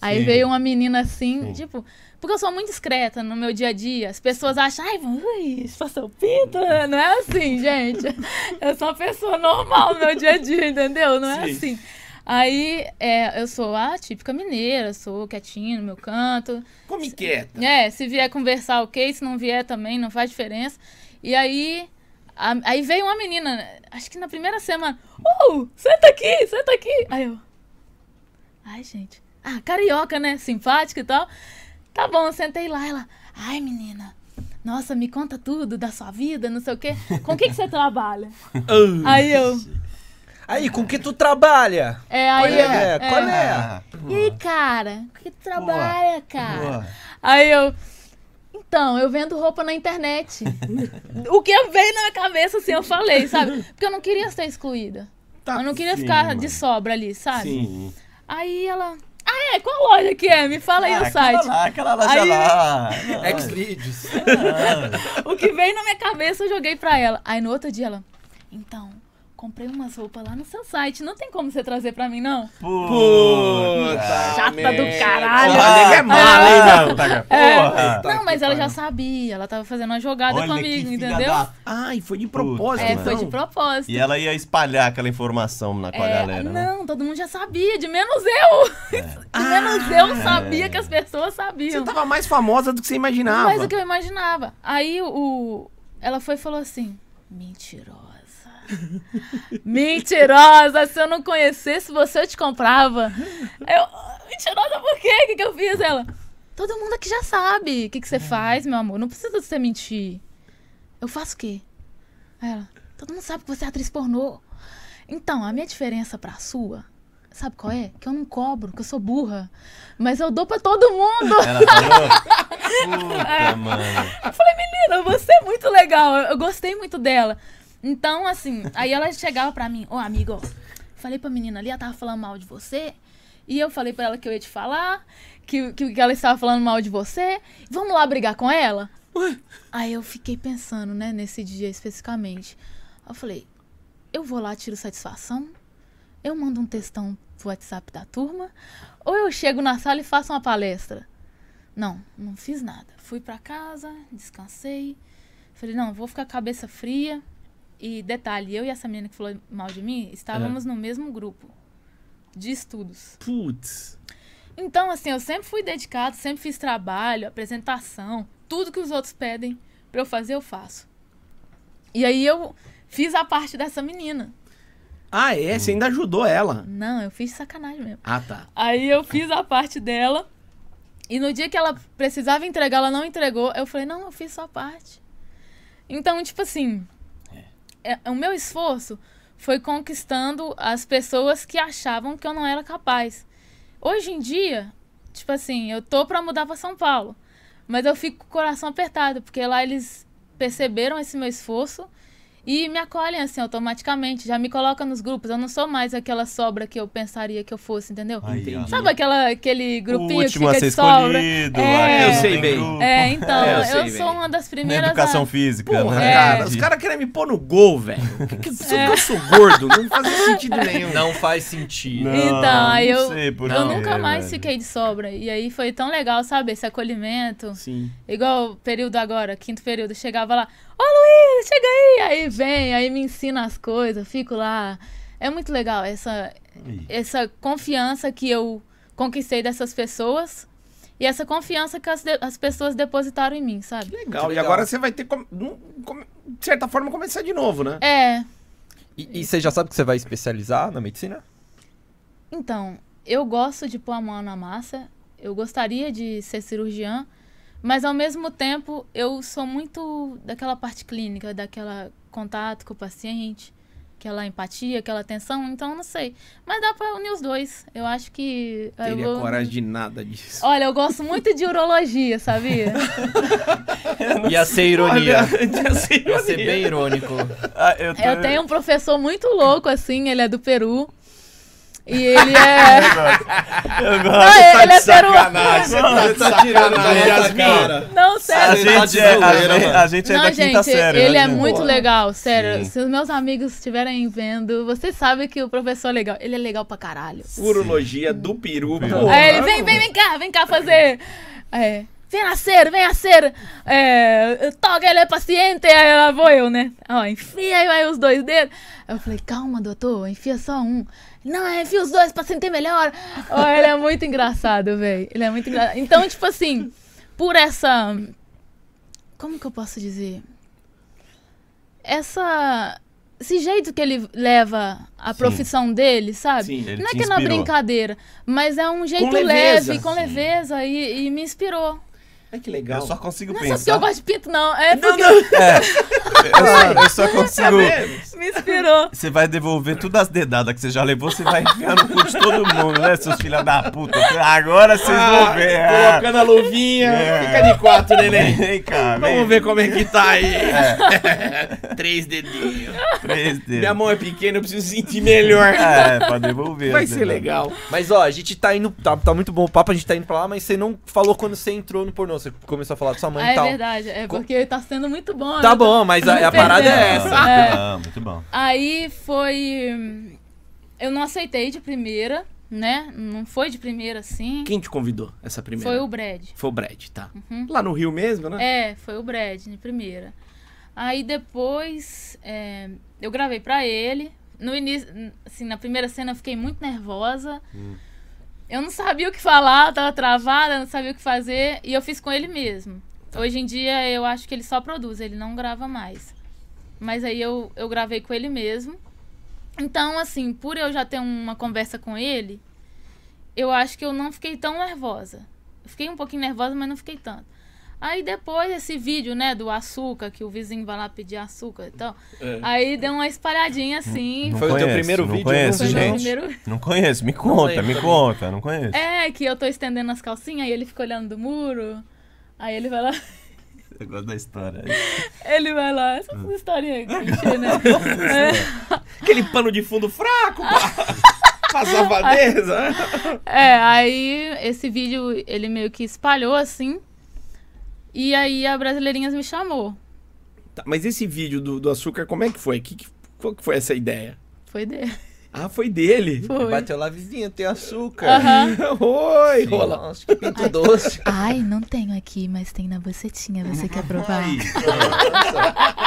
S4: Aí
S2: Sim.
S4: veio uma menina assim,
S2: Sim.
S4: tipo, porque eu sou muito discreta no meu dia a dia. As pessoas acham, ai, ui, passou pinto. Não é assim, gente. Eu sou uma pessoa normal no meu dia a dia, entendeu? Não é
S1: Sim.
S4: assim. Aí é, eu sou a típica mineira, sou quietinha no meu canto.
S1: Come quieta.
S4: É, se vier conversar, ok. Se não vier também, não faz diferença. E aí. a- aí veio uma menina, acho que na primeira semana. Uh, senta aqui, senta aqui. Aí eu. Ai, gente. Ah, carioca, né? Simpática e tal. Tá bom, eu sentei lá. Ela. Ai, menina. Nossa, me conta tudo da sua vida, não sei o quê. Com o que, que você trabalha?
S1: Ah,
S4: Aí eu.
S3: Aí, com que tu trabalha?
S4: É, aí
S3: Qual
S4: eu.
S3: é? Qual é?
S2: Ah,
S4: E aí, cara? Com que tu trabalha, cara?
S2: boa.
S4: Aí eu. Então, eu vendo roupa na internet. o que veio na minha cabeça, assim, eu falei, sabe? Porque eu não queria ser excluída.
S1: tá.
S4: eu não queria
S2: sim,
S4: ficar
S2: mano.
S4: de sobra ali, sabe?
S1: Sim.
S4: Aí ela. Ah, é? Qual loja que é? Me fala aí
S2: Ah,
S4: o site.
S2: Aquela lá, aquela lá,
S4: Aí-
S2: sei lá.
S3: Xvideos.
S4: O que veio na minha cabeça, eu joguei pra ela. Aí no outro dia ela. Então, comprei umas roupas lá no seu site. Não tem como você trazer pra mim, não?
S1: Puta.
S4: Chata
S1: merda.
S4: do caralho.
S1: Ah, nega é mala, hein,
S2: Ah!
S1: mano?
S2: tá
S4: É.
S2: Porra.
S4: não, mas ela já sabia. Ela tava fazendo uma jogada
S2: Tá Olha que
S4: comigo,
S2: filha
S4: entendeu?
S2: da-
S1: Ai, foi de propósito.
S4: É,
S1: então.
S4: foi de propósito.
S2: E ela ia espalhar aquela informação na, com a
S4: É,
S2: galera, né? É.
S4: não, todo mundo já sabia, de menos eu. De menos eu sabia que as pessoas
S1: Você tá
S4: sabiam.
S1: tava mais famosa do que você imaginava.
S4: Mais do que eu imaginava. Aí o. Ela foi e falou assim: mentirosa. mentirosa! Se eu não conhecesse você, eu te comprava. Eu. Mentirosa por quê? O que, que eu fiz? Ela. Todo mundo aqui já sabe o que, que você faz, meu amor. Não precisa você mentir. Eu faço o quê? Aí ela. Todo mundo sabe que você é atriz pornô. Então, a minha diferença pra sua. Sabe qual é? Que eu não cobro, que eu sou burra. Mas eu dou pra todo mundo.
S2: Ela falou.
S4: é.
S2: Puta, mano.
S4: Eu falei, menina, você é muito legal. Eu, eu gostei muito dela. Então, assim, aí ela chegava pra mim, ô amigo, ó, falei pra menina ali, ela tava falando mal de você. E eu falei pra ela que eu ia te falar, que, que, que ela estava falando mal de você. Vamos lá brigar com ela? Aí eu fiquei pensando, né, nesse dia especificamente. Eu falei, eu vou lá, tiro satisfação, eu mando um textão pro WhatsApp da turma, ou eu chego na sala e faço uma palestra. Não, não fiz nada. Fui pra casa, descansei. Falei, não, vou ficar cabeça fria. E detalhe, eu e essa menina que falou mal de mim, estávamos no mesmo grupo de estudos.
S1: Putz.
S4: Então, assim, eu sempre fui dedicado, sempre fiz trabalho, apresentação, tudo que os outros pedem pra eu fazer, eu faço. E aí eu fiz a parte dessa menina.
S1: Ah, é? Você ainda ajudou ela.
S4: Não, eu fiz sacanagem mesmo.
S1: Ah, tá.
S4: Aí eu fiz a parte dela. E no dia que ela precisava entregar, ela não entregou. Eu falei, não, eu fiz só a parte. Então, tipo assim, é, o meu esforço foi conquistando as pessoas que achavam que eu não era capaz. Hoje em dia, tipo assim, eu tô pra mudar pra São Paulo. Mas eu fico com o coração apertado, porque lá eles perceberam esse meu esforço e me acolhem assim automaticamente, já me colocam nos grupos. Eu não sou mais aquela sobra que eu pensaria que eu fosse, entendeu?
S2: Aí, ó. né?
S4: Sabe aquela, aquele
S2: o
S4: grupinho assim que
S2: último
S4: fica
S2: a ser
S4: de sobra?
S2: escolhido.
S4: É.
S2: aí
S1: Eu sei
S2: tem
S1: bem.
S2: grupo.
S4: É, assim. então,
S1: É, eu
S4: eu,
S1: sei bem.
S4: sou uma das
S2: Na
S4: primeiras.
S2: educação
S4: a-
S2: física,
S1: Porra,
S4: é.
S2: né?
S1: cara, os caras querem me pôr no gol, velho. Que, que, Eu sou gordo, não faz sentido nenhum.
S3: Não faz sentido.
S2: Não,
S4: Então, aí
S2: não
S4: eu-
S2: sei por
S4: eu
S2: quê,
S4: nunca mais
S2: velho.
S4: fiquei de sobra. E aí foi tão legal, sabe? Esse acolhimento.
S1: Sim.
S4: Igual o período agora, quinto período, eu chegava lá, ô Luiz, chega aí! Aí vem, aí me ensina as coisas, eu fico lá. É muito legal essa,
S2: Ih.
S4: essa confiança que eu conquistei dessas pessoas e essa confiança que as, de- as pessoas depositaram em mim, sabe?
S1: Legal. E
S3: Legal.
S1: agora você vai ter como. num- como- De certa forma, começar de novo, né?
S4: É,
S3: E, e você já sabe que você vai especializar na medicina?
S4: então, eu gosto de pôr a mão na massa, eu gostaria de ser cirurgiã, mas ao mesmo tempo eu sou muito daquela parte clínica, daquela contato com o paciente, aquela empatia, aquela atenção, então eu não sei. Mas dá pra unir os dois. Eu acho que. ah, É, eu
S1: Teria
S4: vou-
S1: coragem de nada disso.
S4: Olha, eu gosto muito de urologia, sabia?
S3: Ia ser ironia. Ia ser
S1: bem...
S3: bem irônico.
S2: Ah, eu tô-
S4: Eu tenho um professor muito louco, assim, ele é do Peru. E ele é.
S2: Eu gosto. tá
S4: Não, ele, é
S2: Ah,
S4: peruano.
S2: Não,
S3: tá tirando
S1: da nossa cara.
S4: Não, sério.
S2: a,
S3: Você tá
S2: gente
S3: de
S2: é, a,
S3: zoeira,
S2: gente-
S3: mano.
S2: a gente é
S4: né? Não,
S2: da quinta
S4: gente,
S2: série.
S4: ele
S2: né,
S4: é
S2: gente?
S4: muito legal, sério.
S2: Sim.
S4: Se os meus amigos estiverem vendo, vocês sabem que o professor é legal. Ele é legal pra caralho.
S1: Urologia do peru.
S2: Aí
S1: porra.
S4: Aí É, ele vem, vem, vem cá, vem cá fazer. É, vem nascer, vem nascer. É, toca, ele é paciente. Aí ela vou eu, né? Ó, enfia aí vai os dois dedos. Aí eu falei, calma, doutor, enfia só um. Não, é, enfia os dois pra sentir melhor. Ó, ele é muito engraçado, velho. Ele é muito engraçado. Então, tipo assim, por essa. Como que eu posso dizer? Essa. Esse jeito que ele leva a profissão dele, sabe?
S1: Sim.
S2: Ele
S4: Não é
S2: te
S4: que é uma
S2: inspirou.
S4: brincadeira, mas é um jeito
S1: leveza,
S4: leve, com
S1: sim.
S4: leveza, e, e me inspirou.
S1: Ai, que
S2: Eu
S1: legal. Tá
S2: só consigo
S4: Não é só porque
S2: pensar.
S4: eu gosto de pinto, não. É porque
S2: Eu só- eu só consigo.
S4: me inspirou.
S2: Você vai devolver todas as dedadas que você já levou, você vai enfiar no cu de todo mundo, né, seus filha da puta? Agora vocês vão ver.
S1: Ah, colocando a luvinha.
S2: É.
S1: Fica de quatro, neném.
S2: Vem cá,
S1: Vamos
S2: vem. É,
S1: ver como é que tá aí. Três dedinhos.
S2: Três dedos.
S1: Minha mão é pequena, eu preciso sentir melhor.
S2: É, pra devolver.
S1: Vai
S2: as
S1: ser
S2: dedadas.
S1: legal.
S3: Mas ó, a gente tá indo. Tá, tá muito bom o papo, a gente tá indo pra lá, mas você não falou quando você entrou no pornô. Você começou a falar da sua mãe
S4: Ah,
S3: e
S4: é
S3: tal.
S4: verdade, é
S3: Co-
S4: porque tá sendo muito bom.
S3: Tá
S4: eu tô-
S3: bom, mas a, a
S4: Perdão.
S3: parada é essa.
S2: Ah,
S4: É.
S2: ah, muito bom.
S4: Aí foi. hum, Eu não aceitei de primeira, né? Não foi de primeira assim.
S1: Quem te convidou essa primeira?
S4: Foi o Brad.
S1: Foi o Brad, tá. Lá no Rio mesmo, né?
S4: É, foi o Brad, de primeira. Aí depois é, eu gravei pra ele. No início, assim, na primeira cena eu fiquei muito nervosa. Eu não sabia o que falar, eu tava travada, não sabia o que fazer. E eu fiz com ele mesmo. Hoje em dia eu acho que ele só produz, ele não grava mais. Mas aí eu, eu gravei com ele mesmo. Então, assim, por eu já ter uma conversa com ele, eu acho que eu não fiquei tão nervosa. Eu Fiquei um pouquinho nervosa, mas não fiquei tanto. Aí depois esse vídeo, né, do açúcar, que o vizinho vai lá pedir açúcar e tal. Aí deu uma espalhadinha assim.
S2: Não
S3: Foi o teu
S2: conheço,
S3: primeiro
S2: não
S3: vídeo,
S2: Conheço,
S4: Foi o meu
S2: gente.
S4: primeiro
S2: Não conheço, me conta,
S3: lembro
S2: me
S3: também.
S2: conta, não conheço.
S4: É, que eu tô estendendo as calcinhas e ele fica olhando do muro. Aí ele vai lá.
S2: Eu gosto da história.
S4: Ele vai lá. Essa historinha clichê, né?
S1: Aquele pano de fundo fraco, pá. Com a safadeza. né?
S4: É, aí esse vídeo ele meio que espalhou assim. E aí a Brasileirinhas me chamou.
S1: Tá, mas esse vídeo do, do açúcar, como é que foi? Que, que- qual que foi essa ideia?
S4: Foi dele.
S1: Ah, foi dele.
S4: Foi.
S3: Bateu lá, vizinha, tem açúcar.
S4: Aham.
S1: Oi, rola.
S3: Rola, acho que pinto doce.
S4: Ai, não tenho aqui, mas tem na bocetinha. Você quer provar?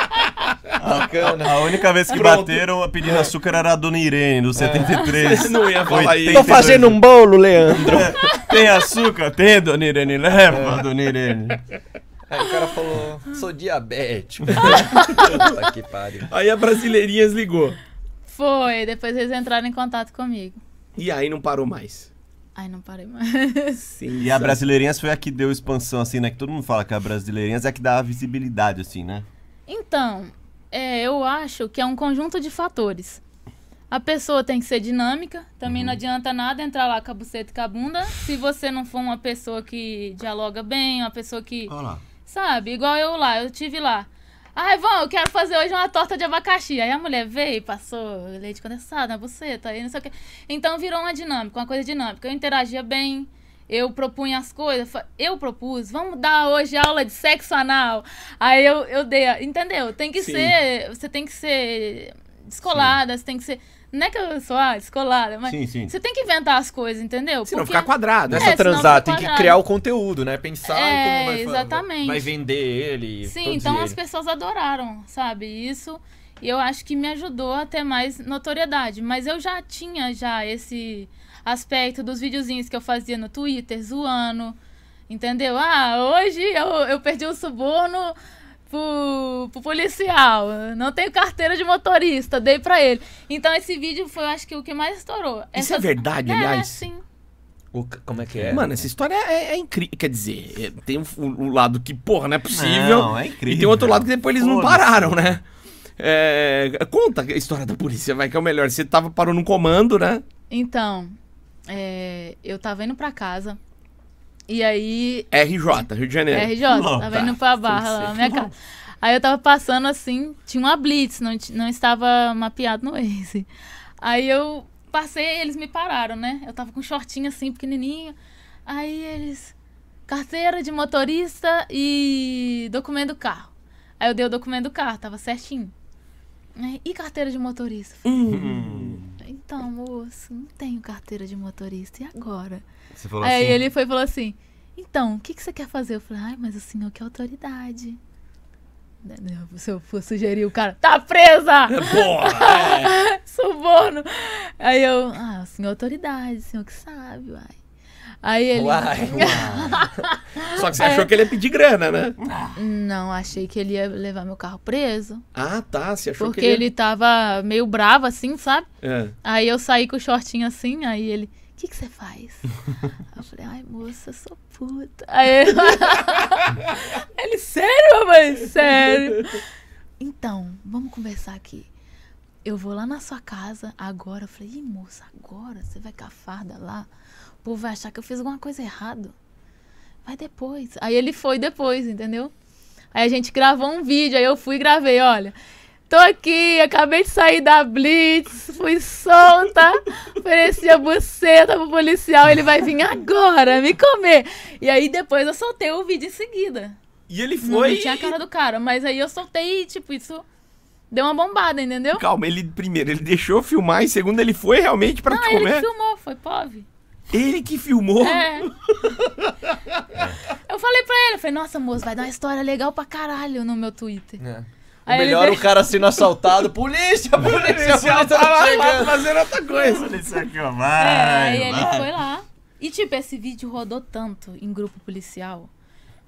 S3: Bacana.
S2: A única vez que
S1: Pronto. É.
S2: bateram pedindo açúcar era a dona Irene, do 73.
S1: Não ia falar isso.
S3: Tô fazendo um bolo, Leandro.
S2: É. Tem açúcar? Tem, dona Irene.
S1: É.
S2: Leva, dona Irene.
S3: Aí o cara falou, sou diabético. Puta que pariu.
S1: Aí a Brasileirinhas ligou.
S4: Foi. Depois eles entraram em contato comigo.
S1: E aí não parou mais.
S4: Ai, não parei mais.
S1: Sim.
S2: E a Brasileirinhas foi a que deu expansão, assim, né? Que todo mundo fala que a Brasileirinhas é a que dá a visibilidade, assim, né?
S4: Então, é, eu acho que é um conjunto de fatores. A pessoa tem que ser dinâmica. Também não adianta nada entrar lá com a buceta e com a bunda. Se você não for uma pessoa que dialoga bem, uma pessoa que.
S2: Olha lá.
S4: Sabe? Igual eu lá, eu tive lá. Ai, vão, eu quero fazer hoje uma torta de abacaxi. Aí a mulher veio, passou leite condensado na buceta, aí não sei o quê. Então virou uma dinâmica, uma coisa dinâmica. Eu interagia bem, eu propunha as coisas. fa- Eu propus, vamos dar hoje aula de sexo anal. Aí eu, eu dei, a- entendeu? Tem que
S1: Sim.
S4: ser, você tem que ser descolada, você tem que ser... Não é que eu sou ah, descolada, mas
S2: Sim, sim.
S4: você tem que não as coisas, entendeu?
S1: Se não
S4: Porque-
S1: ficar quadrado.
S3: Não é
S1: né?
S3: só
S4: senão
S3: transar,
S4: fica
S3: tem que
S4: quadrado.
S3: criar o conteúdo, né? Pensar
S4: É,
S3: em como vai, fa-
S4: exatamente.
S3: vai vender ele.
S4: Sim,
S3: produzir
S4: então
S3: ele.
S4: as pessoas adoraram, sabe? Isso. E eu acho que me ajudou a ter mais notoriedade. Mas eu já tinha já esse aspecto dos videozinhos que eu fazia no Twitter, zoando. Entendeu? Ah, hoje eu, eu perdi o suborno pro, pro policial. Não tenho carteira de motorista, dei pra ele. Então esse vídeo foi, eu acho que, o que mais estourou.
S1: Isso é verdade,
S4: É,
S1: aliás?
S4: sim.
S3: O c- como é que é?
S1: Mano, essa história é, incrível. Quer dizer, é- tem um, um lado que, porra, não é possível.
S2: Não, é incrível.
S1: E tem outro lado que depois eles não
S2: Foda-se.
S1: pararam, né? É, conta a história da polícia, vai, que é o melhor. Você tava parou num comando, né?
S4: Então, é, eu tava indo pra casa. E aí
S1: RJ, Rio de Janeiro.
S4: RJ,
S2: Não,
S4: tava
S2: tá.
S4: indo pra barra lá, na minha casa. Aí eu tava passando assim, tinha uma blitz, não, ti- não estava mapeado no Waze. Aí eu passei, eles me pararam, né? Eu tava com um shortinho assim, pequenininho. Aí eles, carteira de motorista e documento do carro. Aí eu dei o documento do carro, tava certinho. Aí, E carteira de motorista?
S2: Hum.
S4: Então, moço, não tenho carteira de motorista, e agora?
S2: Você falou
S4: Aí
S2: assim.
S4: ele foi e falou assim: Então, o que, que você quer fazer? Eu falei: Ai, mas o senhor que é autoridade. Né, Se eu for sugerir o cara, tá presa!
S1: Porra! é.
S4: Suborno! Aí eu, ah, o senhor é autoridade, o senhor que sabe, uai. Aí ele,
S3: Uai,
S1: Só que você achou que ele ia pedir grana, né?
S4: não, achei que ele ia levar meu carro preso,
S1: Ah, tá. Você achou
S4: porque
S1: que ele.
S4: ele tava meio bravo assim, sabe?
S1: É.
S4: Aí eu saí com o shortinho assim, aí ele, o que que você faz? eu falei, ai moça, eu sou puta. Aí eu- ele, sério, mamãe? Sério. Então, vamos conversar aqui. Eu vou lá na sua casa agora. Eu falei, ih, moça, agora você vai com a farda lá? O povo vai achar que eu fiz alguma coisa errada. Vai depois. Aí ele foi depois, entendeu? Aí a gente gravou um vídeo, aí eu fui e gravei, olha. Tô aqui, acabei de sair da Blitz, fui solta, ofereci a buceta pro policial, ele vai vir agora me comer. E aí depois eu soltei o vídeo em seguida.
S1: E ele
S4: Não,
S1: foi.
S4: Não tinha a cara do cara, mas aí eu soltei e, tipo, isso deu uma bombada, entendeu?
S1: Calma, ele primeiro, ele deixou filmar, e segundo, ele foi realmente pra te
S4: Ah, ele que
S1: comer.
S4: filmou, foi POV.
S1: Ele que filmou.
S4: É. Eu falei pra ele, eu falei, nossa, moço, vai dar uma história legal pra caralho no meu Twitter.
S3: É. O
S4: Aí ele
S3: melhor é o
S4: veio-
S3: cara sendo assaltado. Polícia, polícia, polícia,
S1: Policial
S3: tá
S1: tava lá
S3: chegando.
S1: fazendo outra coisa.
S2: Olha isso aqui, ó.
S4: É,
S2: Vai,
S4: aí ele
S2: vai.
S4: foi lá. E, tipo, esse vídeo rodou tanto em grupo policial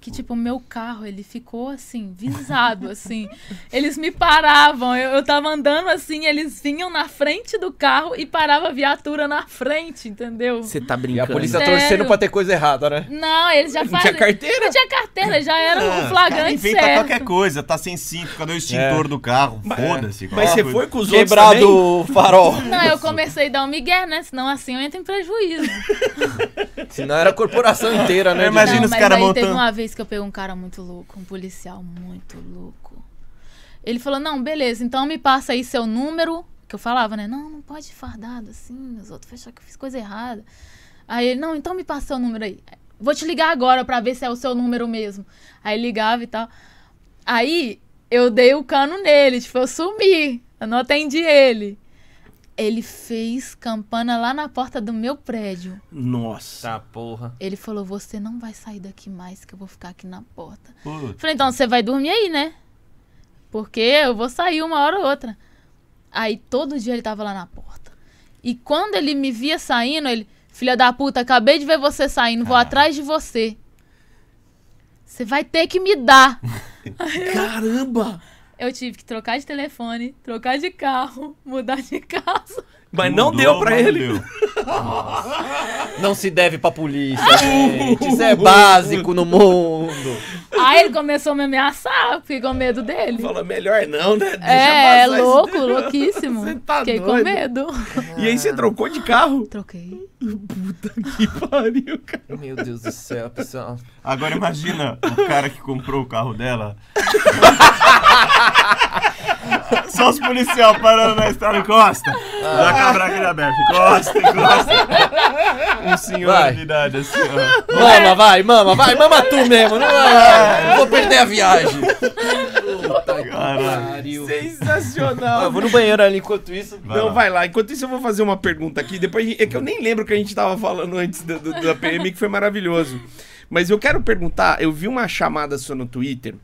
S4: que, tipo, o meu carro, ele ficou, assim, visado, assim. Eles me paravam, eu, eu tava andando assim, eles vinham na frente do carro e parava a viatura na frente, entendeu?
S1: Você tá
S3: E a
S1: brincando.
S3: polícia
S4: Sério?
S3: torcendo pra ter coisa errada, né?
S4: Não, eles já
S1: Não tinha
S4: fazem...
S1: carteira?
S4: Não tinha carteira, já era
S2: Ah,
S4: um
S2: cara
S4: flagrante
S2: inventa
S4: certo.
S2: qualquer coisa, tá sem cinto, cadê o extintor do carro? Foda-se.
S1: Mas
S2: qualquer
S1: você
S2: coisa.
S1: foi com os outros
S3: Quebrado
S1: também?
S3: o farol.
S4: Não, eu comecei a dar um migué, né? Senão assim eu entro em prejuízo.
S3: Senão era a corporação inteira, né?
S2: Eu imagino-
S4: não,
S2: os
S4: mas
S2: cara
S4: aí
S2: montando-
S4: teve uma vez que eu peguei um cara muito louco, um policial muito louco. Ele falou, não, beleza, então me passa aí seu número. Que eu falava, né? Não, não pode ir fardado assim, os outros vão achar que eu fiz coisa errada. Aí ele, não, então me passa seu número aí. Vou te ligar agora pra ver se é o seu número mesmo. Aí ligava e tal. Aí eu dei o cano nele, tipo, eu sumi. Eu não atendi ele. Ele fez campana lá na porta do meu prédio.
S1: Nossa.
S3: Tá, porra.
S4: Ele falou: Você não vai sair daqui mais, que eu vou ficar aqui na porta.
S2: Pô,
S4: Eu falei: Então você vai dormir aí, né? Porque eu vou sair uma hora ou outra. Aí todo dia ele tava lá na porta. E quando ele me via saindo, ele: Filha da puta, acabei de ver você saindo, vou atrás de você. Você vai ter que me dar.
S2: É.
S1: Caramba!
S4: Eu tive que trocar de telefone, trocar de carro, mudar de casa.
S1: Mas não
S2: mudou,
S1: deu pra
S2: mas não
S1: ele.
S2: deu.
S3: Ah! Não se deve pra polícia, gente. Isso é básico no mundo.
S4: Aí ele começou a me ameaçar, fiquei com medo dele.
S1: Fala, melhor não, né? Deixa
S4: É, é
S1: passar isso."
S4: louco, louquíssimo.
S1: Você tá
S4: fiquei
S1: doido?
S4: com medo.
S1: E aí
S2: É.
S1: você trocou de carro.
S4: Troquei.
S1: Que pariu, cara.
S3: Meu Deus do céu, pessoal.
S2: Agora imagina o cara que comprou o carro dela. Só os policial parando na estrada encosta. Já cabra aqui aberto. Encosta, encosta. Um senhor
S3: Vai.
S2: de idade assim, ó.
S3: Mama, vai, mama, vai, mama tu mesmo. Não, vai, não vou perder a viagem. Puta que
S2: Caralho.
S3: pariu. Ó,
S1: Sensacional.
S3: Eu vou no banheiro ali enquanto isso.
S2: Ah, Vai
S1: não,
S2: lá.
S1: vai lá. Enquanto isso, eu vou fazer uma pergunta aqui. Depois, é que eu nem lembro o que a gente tava falando antes da, do- da PM, que foi maravilhoso. Mas eu quero perguntar, eu vi uma chamada sua no Twitter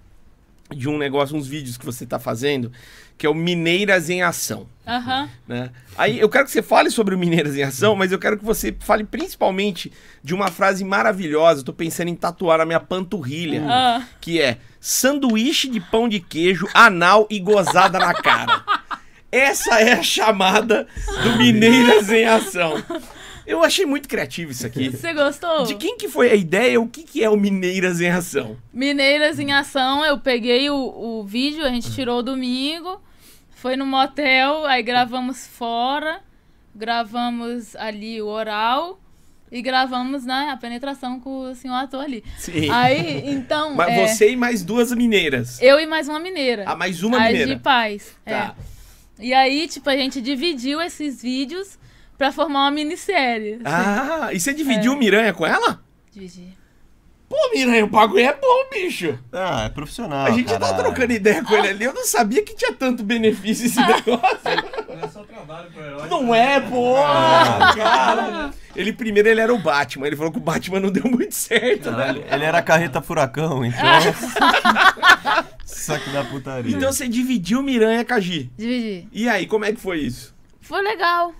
S1: de um negócio, uns vídeos que você tá fazendo, que é o Mineiras em Ação.
S4: Aham.
S1: né? Aí eu quero que você fale sobre o Mineiras em Ação, mas eu quero que você fale principalmente de uma frase maravilhosa. Eu tô pensando em tatuar na minha panturrilha,
S4: Ah.
S1: que é sanduíche de pão de queijo, anal e gozada na cara. Essa é a chamada do Mineiras em Ação. Eu achei muito criativo isso aqui.
S4: Você gostou?
S1: De quem que foi a ideia? O que que é o Mineiras em Ação?
S4: Mineiras em Ação, eu peguei o, o vídeo, a gente tirou domingo, foi no motel, aí gravamos fora, gravamos ali o oral e gravamos né, a penetração com o senhor ator ali.
S1: Sim.
S4: Aí, então,
S1: Mas
S4: é,
S1: você e mais duas mineiras.
S4: eu e mais uma mineira.
S1: Ah, mais uma
S4: a
S1: mineira.
S4: de paz.
S1: Tá.
S4: É. E aí, tipo, a gente dividiu esses vídeos pra formar uma minissérie.
S1: Ah, e você dividiu o Miranha com ela?
S4: Dividi.
S1: Pô, Miranha, o bagulho é bom, bicho.
S2: Ah, é profissional.
S1: A gente tá
S2: caralho.
S1: trocando ideia com ele ali, eu não sabia que tinha tanto benefício esse negócio. Não
S4: né?
S1: é, pô! Cara! Ele primeiro ele era o Batman, ele falou que o Batman não deu muito certo, né?
S2: Caralho, Ele era carreta furacão, então. Saco da putaria.
S1: Então você dividiu Miranha com a Gi.
S4: Dividi.
S1: E aí, como é que foi isso?
S4: Foi legal.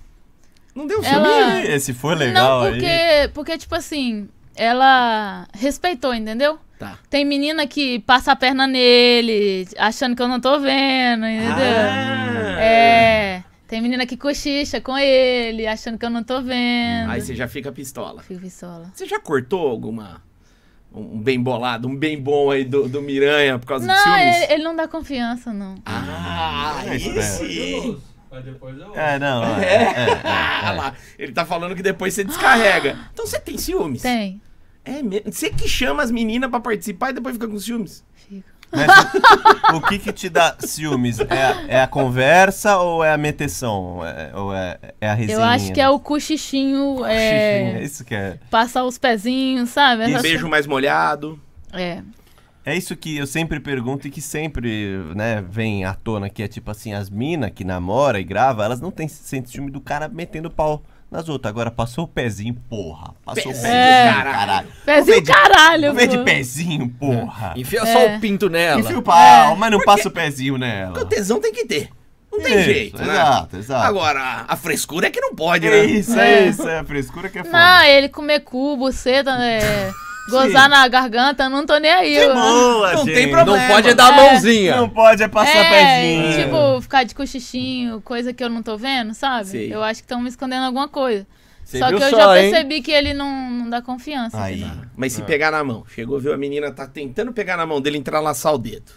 S1: Não deu certo.
S4: Ela.
S2: Ih, Esse foi legal
S4: não, porque,
S2: aí.
S4: porque, tipo assim, ela respeitou, entendeu?
S1: Tá.
S4: Tem menina que passa a perna nele, achando que eu não tô vendo, entendeu?
S1: Ah.
S4: É. Tem menina que cochicha com ele, achando que eu não tô vendo.
S1: Aí você já fica pistola.
S4: Fico pistola.
S1: Você já cortou alguma. Um bem bolado, um bem bom aí do, do Miranha por causa de
S4: Não, é,
S1: ciúmes?
S4: ele, ele não dá confiança, não.
S1: Ah,
S2: É isso,
S1: aí
S2: né?
S1: sim.
S5: Mas depois eu.
S2: É, não. É, é,
S1: Ah lá, ele tá falando que depois você descarrega. Então você tem ciúmes?
S4: Tem.
S1: É mesmo? Você que chama as meninas pra participar e depois fica com ciúmes?
S4: Fico.
S2: Mas o, o que que te dá ciúmes? É, a- é a conversa ou é a meteção? É- ou é, é a resenha?
S4: Eu acho
S1: né?
S4: que é o cochichinho,
S2: Xixinha,
S4: é,
S2: Isso que é.
S4: passar os pezinhos, sabe?
S1: Um
S4: Essas-
S1: beijo mais molhado.
S4: É.
S2: É isso que eu sempre pergunto e que sempre, né, vem à tona, que é tipo assim, as minas que namora e grava, elas não têm sente ciúme do cara metendo pau nas outras. Agora passou o pezinho, porra. Passou o
S1: Pezinho,
S2: pezinho,
S1: caralho.
S2: caralho.
S4: É. Pezinho,
S2: Não vem de-
S4: caralho,
S2: Não vem de
S4: pô.
S2: pezinho, porra.
S3: Enfia
S4: É.
S3: só o pinto nela.
S2: Enfia o pau, mas não passa o pezinho nela.
S1: Porque o tesão tem que ter. Não tem
S2: Isso,
S1: jeito, né?
S2: Exato, exato.
S1: Agora, a frescura é que não pode,
S2: É
S1: né?
S2: isso, é,
S4: É.
S2: isso, é a frescura que é
S4: Não,
S2: foda.
S4: ele comer cu, buceta, é, gozar
S2: Sim.
S4: na garganta, não tô nem aí. eu-
S2: Boa,
S1: Não tem
S2: gente.
S1: problema.
S3: Não pode é dar a
S4: É.
S3: mãozinha.
S2: Não pode é passar
S4: É,
S2: pezinho.
S4: tipo, ficar de cochichinho, coisa que eu não tô vendo, sabe?
S1: Sei.
S4: Eu acho que estão me escondendo alguma coisa.
S3: Você
S4: só
S3: viu
S4: que eu
S3: só,
S4: já
S3: hein?
S4: percebi que ele não, não dá confiança.
S2: Aí.
S1: Mas se pegar na mão. Chegou, viu? A menina tá tentando pegar na mão dele, entrelaçar o dedo.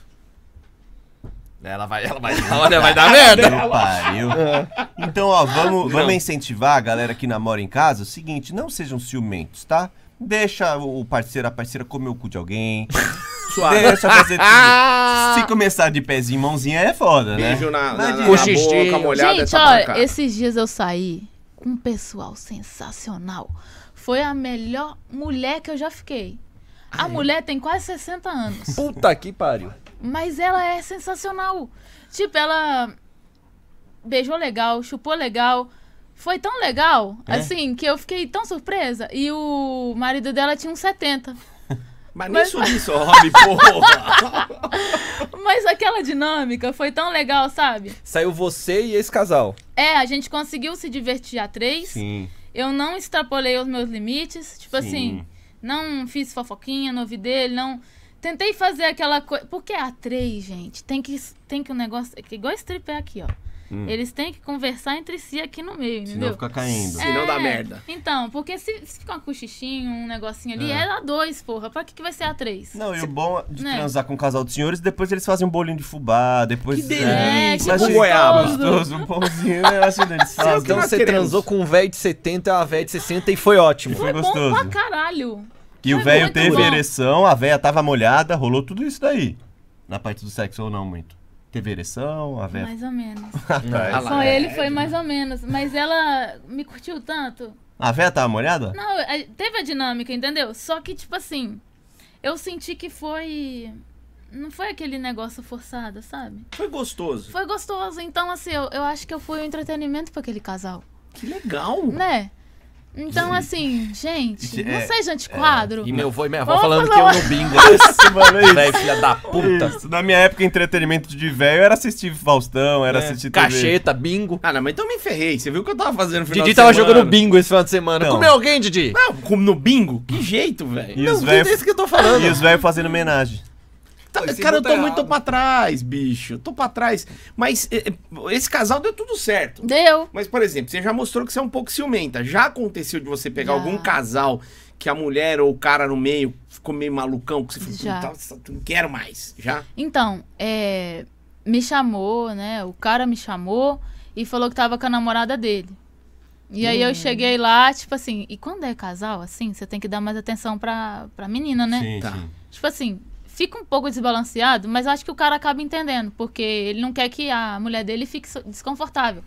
S3: Ela vai, ela vai, olha, vai dar merda.
S2: Meu pariu. Então, ó, vamos, vamos incentivar a galera que namora em casa. O seguinte, não sejam ciumentos, tá? Deixa o parceiro, a parceira comer o cu de alguém.
S1: Suave.
S2: Deixa fazer tudo. Se começar de pezinho em mãozinha é foda, né?
S1: Beijo na, na,
S2: Vai
S1: na,
S2: de-
S1: na
S3: Cochichinho.
S1: boca molhada.
S4: Gente,
S1: tapa na
S4: olha,
S1: cara.
S4: esses dias eu saí com um pessoal sensacional. Foi a melhor mulher que eu já fiquei. A mulher tem quase 60 anos.
S3: Puta que pariu.
S4: Mas ela é sensacional. Tipo, ela beijou legal, chupou legal. Foi tão legal, assim, que eu fiquei tão surpresa. E o marido dela tinha uns 70.
S1: Mas nem subir só, homem, porra.
S4: Mas aquela dinâmica foi tão legal, sabe?
S3: Saiu você e esse casal.
S4: É, a gente conseguiu se divertir a três.
S2: Sim.
S4: Eu não extrapolei os meus limites. Tipo
S2: Sim.
S4: assim, não fiz fofoquinha, não ouvi dele, não. Tentei é fazer aquela coisa. Porque a três, gente, tem que, tem que um negócio. é que Igual esse tripé aqui, ó. Eles têm que conversar entre si aqui no meio,
S2: Hum. Senão
S4: entendeu?
S2: fica caindo.
S1: É. Senão dá merda.
S4: Então, porque se, se ficar um cochichinho, um negocinho ali, é A2, porra. Pra que, que vai ser A3?
S2: Não, é e o bom de
S4: Né?
S2: transar com um casal de senhores, depois eles fazem um bolinho de fubá, depois...
S1: Que delícia,
S4: É,
S2: um
S4: que
S1: Com
S2: lanchinho
S1: goiaba.
S2: gostoso, um pãozinho, eu acho delicioso.
S3: Então
S1: nós
S3: você
S1: queremos?
S3: transou com um velho de 70 e uma velha de 60 e foi ótimo.
S2: Foi
S4: Foi
S2: gostoso.
S4: bom pra caralho.
S2: E o
S4: Foi
S2: velho
S4: muito
S2: teve
S4: bom.
S2: ereção, a véia tava molhada, rolou tudo isso daí. Na parte do sexo ou não muito. Teve ereção, a véia...
S4: Mais ou menos.
S1: Ah lá,
S4: Com
S1: é.
S4: ele foi mais ou menos. Mas ela me curtiu tanto.
S2: A véia tava molhada?
S4: Não, a- teve a dinâmica, entendeu? Só que, tipo assim, eu senti que foi. Não foi aquele negócio forçado, sabe?
S1: Foi gostoso.
S4: Foi gostoso. Então, assim, eu, eu acho que eu fui um entretenimento pra aquele casal,
S1: Que legal.
S4: né? Então, assim, gente,
S2: Isso
S4: não
S2: é-
S4: seja antiquado.
S3: E meu avô e minha avó
S4: Vamos
S3: falando que
S4: falar
S3: eu
S4: uma-
S3: não bingo.
S2: Isso, mano, é isso.
S3: Velho, filha da puta.
S2: Isso. Na minha época, entretenimento de velho era assistir Faustão, era assistir TV.
S3: É, Cacheta, bingo.
S1: Ah, não, mas então me ferrei. Você viu o que eu tava fazendo no final
S3: Didi
S1: de
S3: tava
S1: semana?
S3: jogando bingo esse final de semana.
S2: Não.
S3: Comeu alguém, Didi?
S1: Não, como no bingo? Que jeito, velho.
S2: E os
S3: é
S2: velhos
S3: isso que eu tô falando.
S2: e os velhos fazendo homenagem.
S1: Tá-
S3: Esse
S1: Cara, eu
S3: mundo
S1: tô
S3: tá
S1: muito
S3: errado.
S1: pra trás, bicho. Eu tô pra trás. Mas eh, eh, esse casal deu tudo certo.
S4: Deu.
S1: Mas, por exemplo, você já mostrou que você é um pouco ciumenta. Já aconteceu de você pegar
S4: Já.
S1: algum casal que a mulher ou o cara no meio ficou meio malucão, que você falou,
S4: Já.
S1: "Puta, não quero mais. Já?
S4: Então, é, me chamou, né? O cara me chamou e falou que tava com a namorada dele. E aí
S2: Hum.
S4: eu cheguei lá, tipo assim, e quando é casal, assim, você tem que dar mais atenção pra, pra menina, né?
S2: Sim,
S1: Tá.
S2: sim.
S4: Tipo assim, fica um pouco desbalanceado, mas acho que o cara acaba entendendo, porque ele não quer que a mulher dele fique so- desconfortável.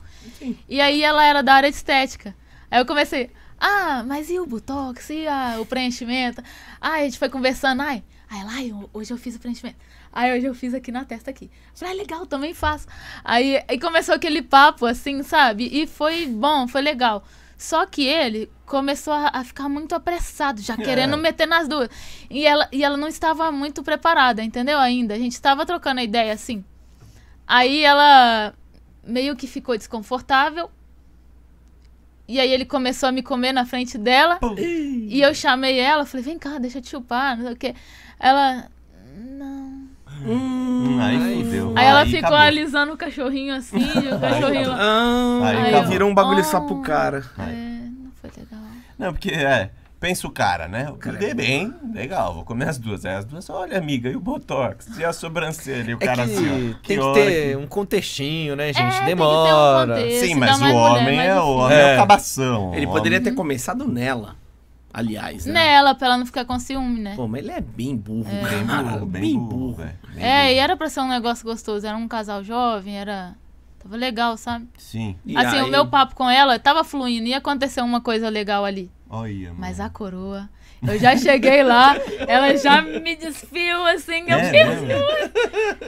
S4: E aí ela era da área de estética. Aí eu comecei, ah, mas e o botox? E a- o preenchimento? Aí a gente foi conversando, ai, aí lá, eu- hoje eu fiz o preenchimento. Aí hoje eu fiz aqui na testa aqui. Eu Falei, ah, legal, também faço. Aí, aí começou aquele papo, assim, sabe? E foi bom, foi legal. Só que ele começou a, a ficar muito apressado, já querendo meter nas duas. E ela, e ela não estava muito preparada, entendeu? Ainda. A gente estava trocando a ideia, assim. Aí ela meio que ficou desconfortável. E aí ele começou a me comer na frente dela. E eu chamei ela, falei, vem cá, deixa eu te chupar, não sei o quê. Ela. Não.
S2: Hum, aí fudeu.
S4: Aí ela ficou
S2: acabou.
S4: alisando o cachorrinho assim, e o cachorrinho lá.
S1: Ah,
S2: Aí
S1: aí
S2: acabou.
S1: virou um bagulho
S4: Ah.
S1: só pro cara.
S4: É, não foi legal.
S2: Não, porque é. Pensa o cara, né? O cara
S1: Cara, é
S2: bem, legal, vou comer as duas. Aí as duas, olha, amiga, e o Botox? E a sobrancelha? E o
S3: É
S2: cara
S3: que
S2: assim, ó.
S3: tem que
S2: hora
S3: ter um contextinho, né,
S4: É,
S3: gente?
S4: tem que ter um
S3: Demora.
S4: contexto.
S2: Sim,
S4: Esse
S2: mas
S4: dá mais
S2: o
S4: mulher, né?
S2: homem
S4: mais
S2: é o
S4: difícil.
S2: homem, é,
S3: É.
S2: o cabação.
S1: Ele
S2: O
S1: poderia
S2: homem-
S1: ter começado nela, aliás, né?
S4: Nela, pra ela não ficar com ciúme, né?
S1: Pô, mas ele é bem burro,
S2: Bem
S1: cara.
S2: burro, bem, burro, velho. Bem
S4: é,
S2: burro.
S4: e era pra ser um negócio gostoso. Era um casal jovem, era. Tava legal, sabe?
S2: Sim.
S1: E
S4: assim,
S1: aí-
S4: o meu papo com ela tava fluindo, ia acontecer uma coisa legal ali.
S2: Olha, mano.
S4: Mas a coroa. Eu já cheguei lá, ela já me desfiou assim. Eu,
S2: É, mesmo?
S4: eu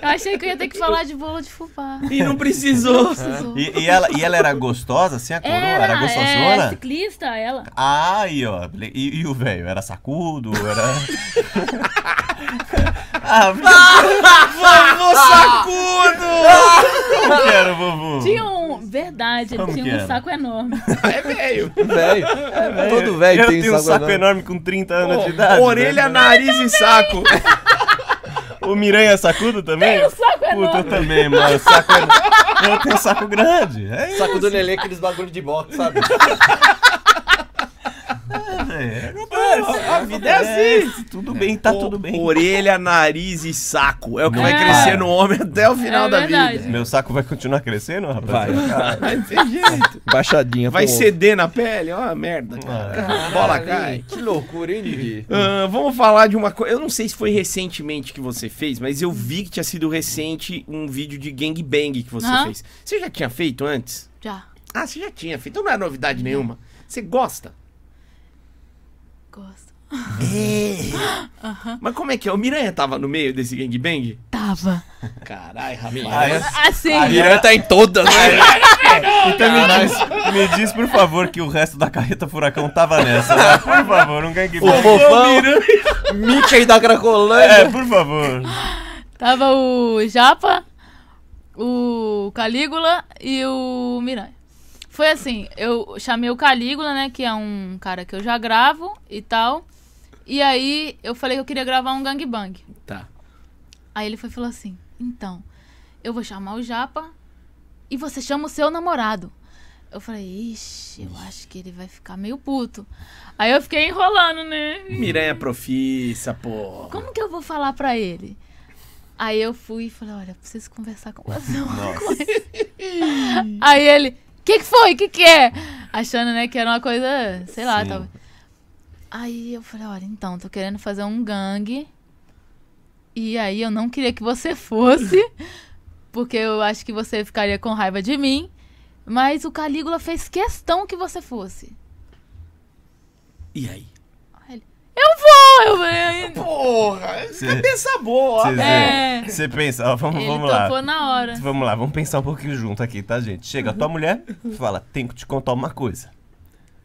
S4: achei que eu ia ter que falar de bolo de fubá.
S1: E não precisou.
S4: Precisou.
S2: E, e ela, e ela era gostosa, assim, a coroa? Era, né?
S4: é,
S2: gostosona?
S4: ciclista, ela.
S2: Ai, ó. E, e o velho? Era sacudo? Era. ah, vamos, sacudo! Não quero, vovô.
S4: Tinha um. Verdade, ele
S2: Como que
S4: tinha um
S2: era?
S4: saco enorme.
S1: É velho.
S3: Velho. Todo velho
S2: É, Eu
S3: tem né?
S2: tenho um saco
S3: enorme.
S2: enorme com 30 anos de
S1: Pô,
S2: idade.
S1: orelha,
S2: né?
S1: nariz e saco.
S2: O Miranha é sacudo também?
S4: Tem um saco
S2: Puta, tá eu
S4: enorme.
S2: também, mano. Saco enorme. Eu tenho saco grande. É isso.
S3: Saco do Lelê, aqueles bagulho de boxe, sabe?
S2: velho.
S1: É. A vida é assim.
S2: Tudo bem, tá
S1: O-
S2: tudo bem.
S1: Orelha, nariz e saco. É o que vai
S4: É.
S1: crescer no homem até o final
S4: É
S1: da
S4: verdade.
S1: vida.
S2: Meu saco vai continuar crescendo, rapaz?
S3: Vai.
S1: Vai ter jeito.
S3: Baixadinha.
S1: Vai
S3: com ovo.
S1: ceder na pele, ó, a merda, cara. A bola cai.
S3: Que loucura, hein, Didi?
S1: Ah, vamos falar de uma coisa. Eu não sei se foi recentemente que você fez, mas eu vi que tinha sido recente um vídeo de gangbang que você
S4: Aham.
S1: fez. Você já tinha feito antes?
S4: Já.
S1: Ah, você já tinha feito. Então não é novidade nenhuma. Você gosta?
S4: Gosto.
S1: Mas como é que é? O Miranha tava no meio desse gangbang?
S4: Tava.
S1: Caralho, rapaz.
S2: Ai,
S4: Assim.
S3: Piranha tá em todas,
S2: É,
S3: né?
S2: Então me diz, me diz, por favor, que o resto da carreta furacão tava nessa. né? Por favor, um
S3: O
S2: gangbang.
S3: fofão, Mickey da
S2: É,
S3: Cracolândia.
S2: por favor.
S4: Tava o Japa, o Calígula e o Miranha. Foi assim, eu chamei o Calígula, né, que é um cara que eu já gravo e tal. E aí eu falei que eu queria gravar um gangbang.
S1: Tá.
S4: Aí ele foi e falou assim: "Então, eu vou chamar o Japa e você chama o seu namorado. Eu falei, ixi, eu acho que ele vai ficar meio puto. Aí eu fiquei enrolando, né?
S1: Miranha profissa, pô.
S4: Como que eu vou falar pra ele? Aí eu fui e falei, olha, preciso conversar com você uma coisa. Aí ele, que que foi? Que que é? Achando, né, que era uma coisa, sei lá,
S2: Sim.
S4: tava... Aí eu falei, olha, então, tô querendo fazer um gangue. E aí eu não queria que você fosse, porque eu acho que você ficaria com raiva de mim. Mas o Calígula fez questão que você fosse.
S1: E aí?
S4: Aí ele, eu vou! Eu falei,
S1: Porra, cadê essa boa?
S2: Você
S4: É.
S2: você pensa, ó, vamos,
S4: ele
S2: vamos lá.
S4: topou na hora.
S2: Vamos lá, vamos pensar um pouquinho junto aqui, tá, gente? Chega a tua mulher, fala, tenho que te contar uma coisa.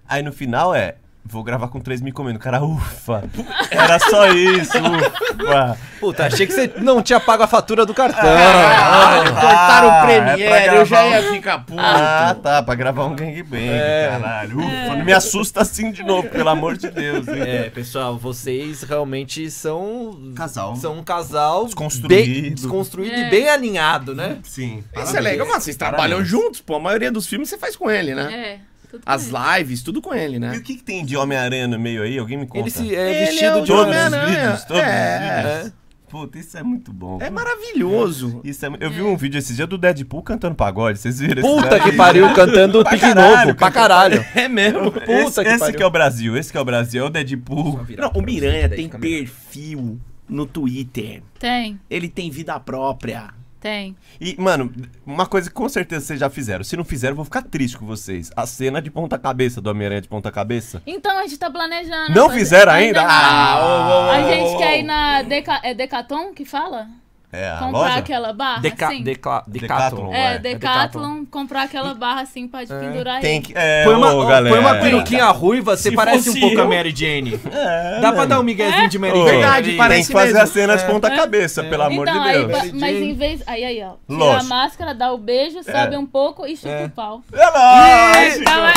S2: Aí no final é, vou gravar com três me comendo. Cara, ufa! Era só isso, ufa!
S3: Puta, achei que você não tinha pago a fatura do cartão.
S2: É.
S1: Caralho, Ah, cortaram
S2: Ah,
S1: o
S2: é pra
S1: Premiere,
S2: gravar
S1: eu já ia
S2: um-
S1: ficar puto.
S2: Ah, tá, pra gravar um gangbang,
S3: É.
S2: caralho. Ufa, não me assusta assim de novo, pelo amor de Deus. hein?
S3: É, pessoal, vocês realmente são.
S2: Casal.
S3: São um casal.
S2: Desconstruído.
S3: Bem, desconstruído
S4: É.
S3: e bem alinhado, né?
S2: Sim.
S1: Isso é legal, mano. Vocês trabalham juntos, pô. A maioria dos filmes você faz com ele, né?
S4: É, tudo
S1: As
S4: bem.
S1: lives, tudo com ele,
S2: E o
S1: né?
S2: que, que tem de Homem-Aranha no meio aí? Alguém me conta.
S3: Ele se é
S1: Ele
S3: vestido
S1: é o
S3: de
S2: Todos
S3: homem.
S2: os
S1: Homem-Aranha.
S2: vídeos, todos
S1: É.
S2: os vídeos. Puta, isso é muito bom.
S1: É
S2: Puta.
S1: maravilhoso.
S2: Isso é- eu vi um vídeo esses dias do Deadpool cantando pagode, vocês viram?
S3: Puta
S2: esse
S3: que pariu, cantando
S2: Pra
S3: pique
S2: caralho,
S3: novo, pra
S2: cantando-
S3: caralho.
S1: É mesmo.
S2: Puta esse,
S3: que
S2: esse
S3: pariu.
S2: que é o Brasil, esse que é o Brasil, é o Deadpool.
S1: Não, o Miranha tem perfil no Twitter.
S4: Tem,
S1: Ele tem vida própria.
S4: tem.
S2: E, mano, uma coisa que com certeza vocês já fizeram. Se não fizeram, eu vou ficar triste com vocês. A cena de ponta-cabeça do Homem-Aranha de ponta-cabeça.
S4: Então a gente tá planejando.
S2: Não
S4: fazer-
S2: fizeram ainda?
S4: não.
S2: Ah,
S4: A gente quer ir na Deca... é Decathlon que fala?
S2: É, a
S4: comprar
S2: loja?
S4: aquela barra assim?
S3: Deca,
S2: Decathlon.
S4: É,
S2: É,
S4: Decathlon, comprar aquela barra assim, pode pendurar aí.
S2: Tem que... É,
S3: Põe uma,
S2: ô,
S3: põe uma
S2: galera.
S3: peruquinha ruiva, você
S1: Se
S3: parece um
S1: fosse
S3: pouco
S1: eu-
S3: a Mary Jane.
S2: É,
S3: Dá pra
S2: mano.
S3: dar um miguezinho de Mary
S2: Ô,
S3: Jane.
S1: é Verdade,
S3: ali.
S1: parece
S2: Tem que fazer
S1: mesmo. É.
S2: a cena de ponta-cabeça, pelo amor
S4: então,
S2: de
S4: aí,
S2: Deus.
S4: pa- mas em vez. Aí, aí, ó. Tira
S2: Lógico.
S4: a máscara, dá o beijo, sobe um pouco e chupa o pau.
S2: É lógico,
S4: Então, é-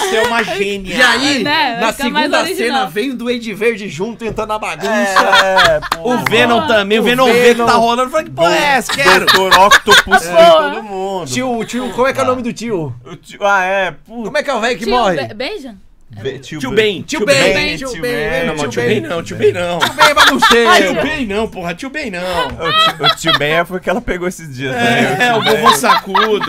S1: Você é uma gênia.
S3: E aí,
S4: Né? Vai
S3: na
S4: ficar mais
S3: segunda
S4: original.
S3: cena, vem o Duende Verde junto, entrando na bagunça.
S2: é, pô.
S1: O Venom também, Ah, o
S3: O
S1: Venom vê que
S3: Venom.
S1: tá rolando. Fala que porra é essa? Quero. É.
S2: Doutor Octopus foi todo mundo.
S3: Tio, tio, como é que é o nome do tio?
S2: O tio- Ah, é, puta.
S3: Como é que é o velho que
S4: Tio,
S3: morre?
S4: be- beija?
S2: Be- Tio,
S1: é Tio Ben.
S3: Tio Ben,
S4: Ben,
S3: tio
S2: tio Ben.
S3: Ben,
S1: Não,
S3: tio
S1: mas tio Ben
S3: Ben.
S1: não, tio Ben não.
S3: Tio Ben, é bagunceiro.
S1: Tio Ben não, porra. Tio Ben não.
S2: O tio, o tio Ben é porque ela pegou esses dias, né?
S1: É, o vovô sacudo.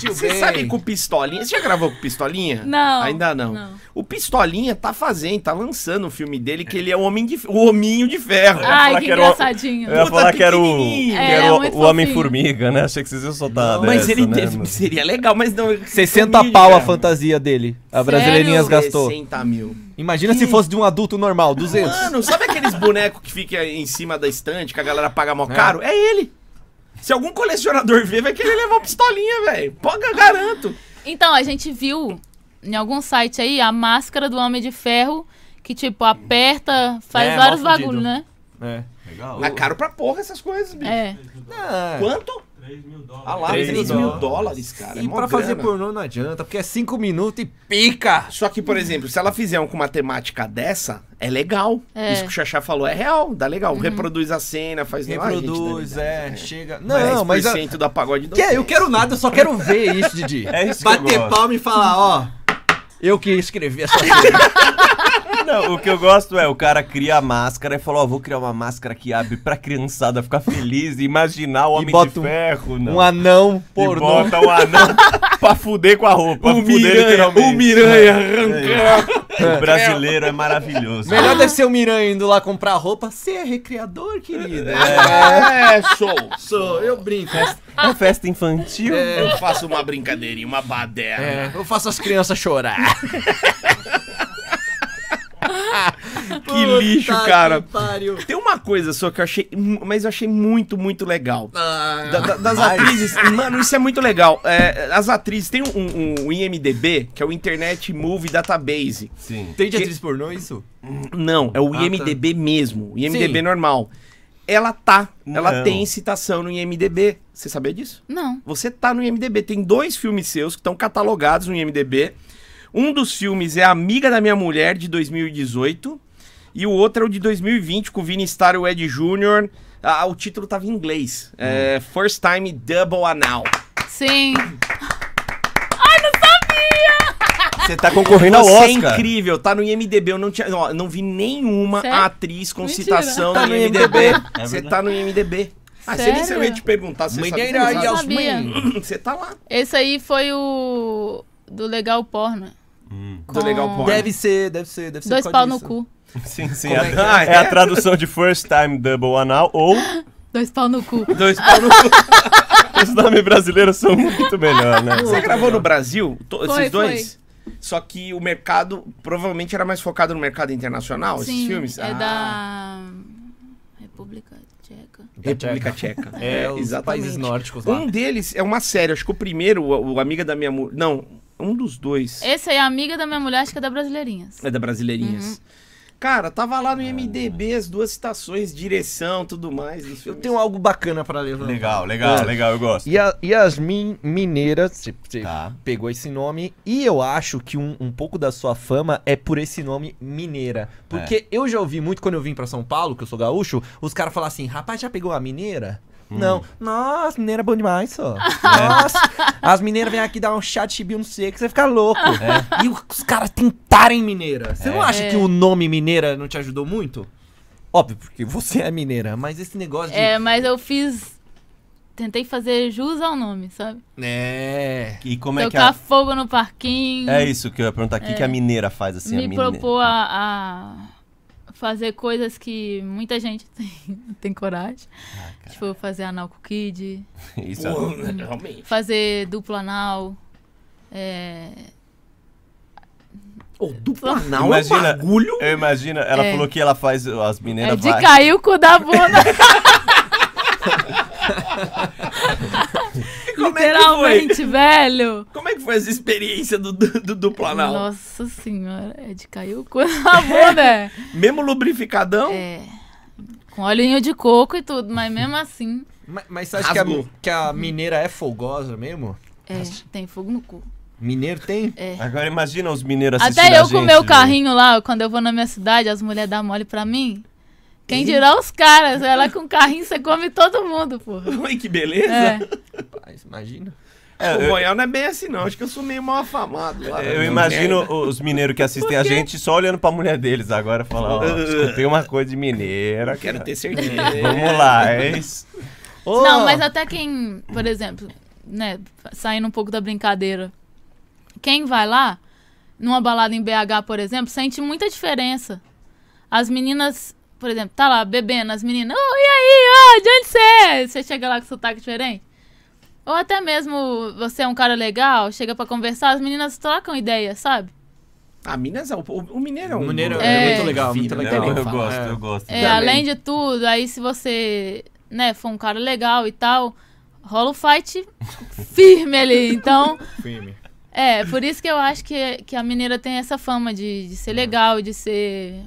S3: Tio
S1: Você
S3: Ben.
S1: sabe com o Pistolinha? Você já gravou com o Pistolinha?
S4: Não.
S1: Ainda não.
S4: Não.
S1: O Pistolinha tá fazendo, tá lançando o filme dele, que ele é o homem de o hominho de ferro.
S4: Ai,
S2: falar
S4: que
S2: que era É. o-
S4: engraçadinho.
S2: Eu ia
S1: Puta,
S2: falar que era o, que
S1: pequenininho.
S4: É,
S2: era o,
S4: muito
S2: o Homem-Formiga,
S4: fofinho.
S2: né? Achei que vocês iam soltar uma
S1: mas
S2: dessa,
S1: ele
S2: né,
S1: teve-
S2: mano?
S1: seria legal, mas não. um
S3: 60
S1: humilha.
S3: pau a fantasia dele. A Brasileirinhas
S4: Sério?
S3: gastou.
S1: 60 mil.
S3: Imagina se fosse de um adulto normal, 200.
S1: Mano, sabe aqueles bonecos que fica em cima da estante, que a galera paga mó caro? É ele. Se algum colecionador ver, vai querer levar o pistolinha, velho. Poga, garanto.
S4: Então, a gente viu em algum site aí a máscara do Homem de Ferro que, tipo, aperta, faz
S3: É,
S4: vários
S3: mal fudido.
S4: bagulhos, né?
S3: É.
S2: Legal.
S1: É caro pra porra essas coisas, bicho.
S4: É.
S2: Ah,
S1: Quanto? 3 mil dólares. Ah lá, 3,
S3: Três
S1: mil
S3: mil
S1: dólares, cara. é
S3: E
S1: mó
S3: pra fazer
S1: grana.
S3: pornô não adianta, porque é 5 minutos e pica.
S1: Só que, por exemplo, se ela fizer um com uma temática dessa, é legal.
S4: É. Uhum.
S1: Isso que o Xaxá falou é real, dá legal. Reproduz a cena, faz...
S3: Reproduz, é, chega.
S2: né?
S1: Não,
S3: Não,
S1: né? mas...
S3: mas. a-
S1: 10% da pagode do...
S3: Que é, eu quero nada, eu só quero ver isso, Didi.
S2: É isso que eu
S3: Bater
S2: gosto.
S3: palma e falar, ó. Eu que escrevi essa coisa.
S2: Não, o que eu gosto é o cara cria a máscara e falou: Ó, vou criar uma máscara que abre pra criançada ficar feliz e imaginar o Homem de
S3: bota um-
S2: Ferro. Não.
S3: Um anão
S2: E
S3: pornô.
S2: bota um anão pra fuder com a roupa.
S1: O
S2: pra fuder
S1: Miranha, o
S3: um
S2: literalmente.
S1: Miranha arrancando.
S2: O brasileiro é maravilhoso.
S3: Melhor deve ser o Miranha indo lá comprar roupa. Você é recreador, querido.
S1: É, show.
S3: Sou, eu brinco.
S2: É festa infantil.
S1: Eu faço uma brincadeirinha, uma baderna.
S3: É, eu faço as crianças chorar.
S1: Que lixo, cara.
S3: pariu.
S1: Tem uma coisa só que eu achei, mu- mas eu achei muito, muito legal.
S3: Ah.
S1: Da- da- das atrizes, mano, isso é muito legal. É, as atrizes, tem um, um- um IMDB, que é o Internet Movie Database.
S2: Sim.
S3: Tem de atriz pornô é isso?
S1: Não, é o
S3: Ah, tá.
S1: IMDB mesmo, o IMDB
S3: Sim.
S1: normal. Ela tá, ela
S2: Não.
S1: tem citação no IMDB. Você sabia disso?
S4: Não.
S1: Você tá no IMDB. Tem dois filmes seus que estão catalogados no IMDB. Um dos filmes é Amiga da Minha Mulher, de 2018. E o outro é o de 2020, com o Vini Star e
S3: Hum.
S1: o Ed Jr. Ah, o título tava em inglês. É, First Time Double Anal.
S4: Sim. Ai, não sabia!
S2: Você tá concorrendo ao
S1: Você é
S2: Oscar.
S1: incrível, tá no IMDB. Eu não, tinha, ó, não vi nenhuma
S4: Sério?
S1: atriz com
S4: é Mentira.
S1: citação
S2: Tá
S1: no
S2: no
S1: IMDB.
S2: IMDb.
S1: Você
S2: É
S1: tá no IMDB. Ah, você nem
S4: Sério?
S1: sabia te perguntar. Você sabia,
S3: Mineira
S1: mas-
S3: e aos
S4: sabia.
S3: meninos.
S1: Você tá lá.
S4: Esse aí foi o do Legal Porno. Ah.
S1: Do Legal Porno.
S3: Deve ser, deve ser, deve ser.
S4: Dois
S3: por
S4: pau
S3: causa
S4: no
S3: disso.
S4: cu.
S2: Sim, sim.
S1: Como
S2: É,
S1: é que é?
S2: é a tradução de First Time Double Anal ou
S4: Dois pau no cu.
S1: Dois pau no cu.
S2: os nomes brasileiros são muito melhores, né?
S1: Você gravou no Brasil? to-
S4: Foi,
S1: esses dois? Só que o mercado provavelmente era mais focado no mercado internacional, esses
S4: Sim,
S1: filmes?
S4: é
S1: Ah,
S4: da República Tcheca.
S1: República Tcheca.
S5: É, os países nórdicos lá.
S1: Um deles é uma série, acho que o primeiro, o, o Amiga da Minha Mulher. Não, um dos dois
S4: Esse aí é amiga da minha mulher, acho que é da Brasileirinhas.
S1: é da Brasileirinhas.
S4: Uhum.
S1: Cara, tava lá no IMDB, as duas citações, direção, tudo mais. dos
S3: Eu
S1: filmes.
S3: tenho algo bacana pra ler.
S2: Legal, legal, legal, eu gosto.
S3: Ia- Yasmin Mineira, você você
S2: Tá.
S3: pegou esse nome, e eu acho que um, um pouco da sua fama é por esse nome Mineira. Porque eu já ouvi muito quando eu vim pra São Paulo, que eu sou gaúcho, os caras falam assim: rapaz, já pegou a Mineira? Não, nossa, mineira é bom demais, só. Nossa, as mineiras vêm aqui dar um chá de chibiu no seco, você fica louco. E os caras tentarem mineira. Você não acha que o nome mineira não te ajudou muito? Óbvio, porque você é mineira, mas esse negócio de.
S4: É, mas eu fiz. Tentei fazer jus ao nome, sabe?
S3: É.
S2: E como é que
S4: Tocar
S2: a...
S4: fogo no parquinho.
S2: É isso que eu ia perguntar. O que, que a mineira faz assim? a
S4: me
S2: mineira...
S4: propor a, a fazer coisas que muita gente tem, tem coragem.
S2: Ah,
S4: tipo, fazer anal com kid,
S2: Isso,
S1: Pô, né, realmente.
S4: fazer duplo anal. É,
S1: Ô, duplo anal é um
S2: Imagina-
S1: bagulho.
S2: Eu imagino, ela
S4: É.
S2: falou que ela faz as mineiras
S4: é de
S2: vai-
S4: cair o cu da bunda.
S2: é
S1: Como é que foi?
S4: Literalmente, velho.
S1: Como é que foi essa experiência do, do, do duplo anal?
S4: Nossa senhora, é de cair o cu da bunda.
S1: Mesmo lubrificadão?
S4: é. Com olhinho de coco e tudo, mas mesmo assim,
S3: Ma- Mas, você acha que a,
S1: Rasgou.
S3: que a mineira é folgosa mesmo?
S4: é,
S2: Tá.
S4: tem fogo no cu.
S3: Mineiro tem?
S2: Agora imagina os mineiros assistindo
S4: Até
S2: a
S4: eu
S2: gente,
S4: com meu
S2: né?
S4: carrinho lá, quando eu vou na minha cidade, as mulheres dão mole pra mim. Quem dirá os caras? Ela com carrinho, você come todo mundo, porra.
S1: Ai, que beleza.
S4: É.
S3: Rapaz, imagina.
S2: É,
S1: o
S2: eu-
S1: Goiânia não é bem assim, não. Acho que eu sou meio mal afamado. lá,
S2: Eu
S1: né?
S2: imagino os mineiros que assistem a gente só olhando pra mulher deles agora, falar, ó, escutei uma coisa de mineira,
S1: né? Quero
S2: cara.
S1: ter certeza.
S2: Vamos lá, é isso.
S3: Ô,
S4: Não, mas até quem, por exemplo, né, saindo um pouco da brincadeira, quem vai lá, numa balada em BH, por exemplo, sente muita diferença. As meninas, por exemplo, tá lá bebendo, as meninas, "Ô, e aí, ó, de onde você é? Você chega lá com sotaque diferente? Ou até mesmo você é um cara legal, chega pra conversar, as meninas trocam ideia, sabe?
S1: Ah, Minas é o, o o Mineiro é um.
S3: O Mineiro
S4: é muito
S3: legal, muito
S1: Filho,
S3: legal.
S1: né?
S2: Não, eu
S3: fala,
S2: gosto,
S3: é.
S2: eu gosto.
S4: É,
S2: Também.
S4: além de tudo, aí se você, né, for um cara legal e tal, rola o fight firme ali. Então,
S3: Firme.
S4: É, por isso que eu acho que, que a mineira tem essa fama de, de ser legal, de ser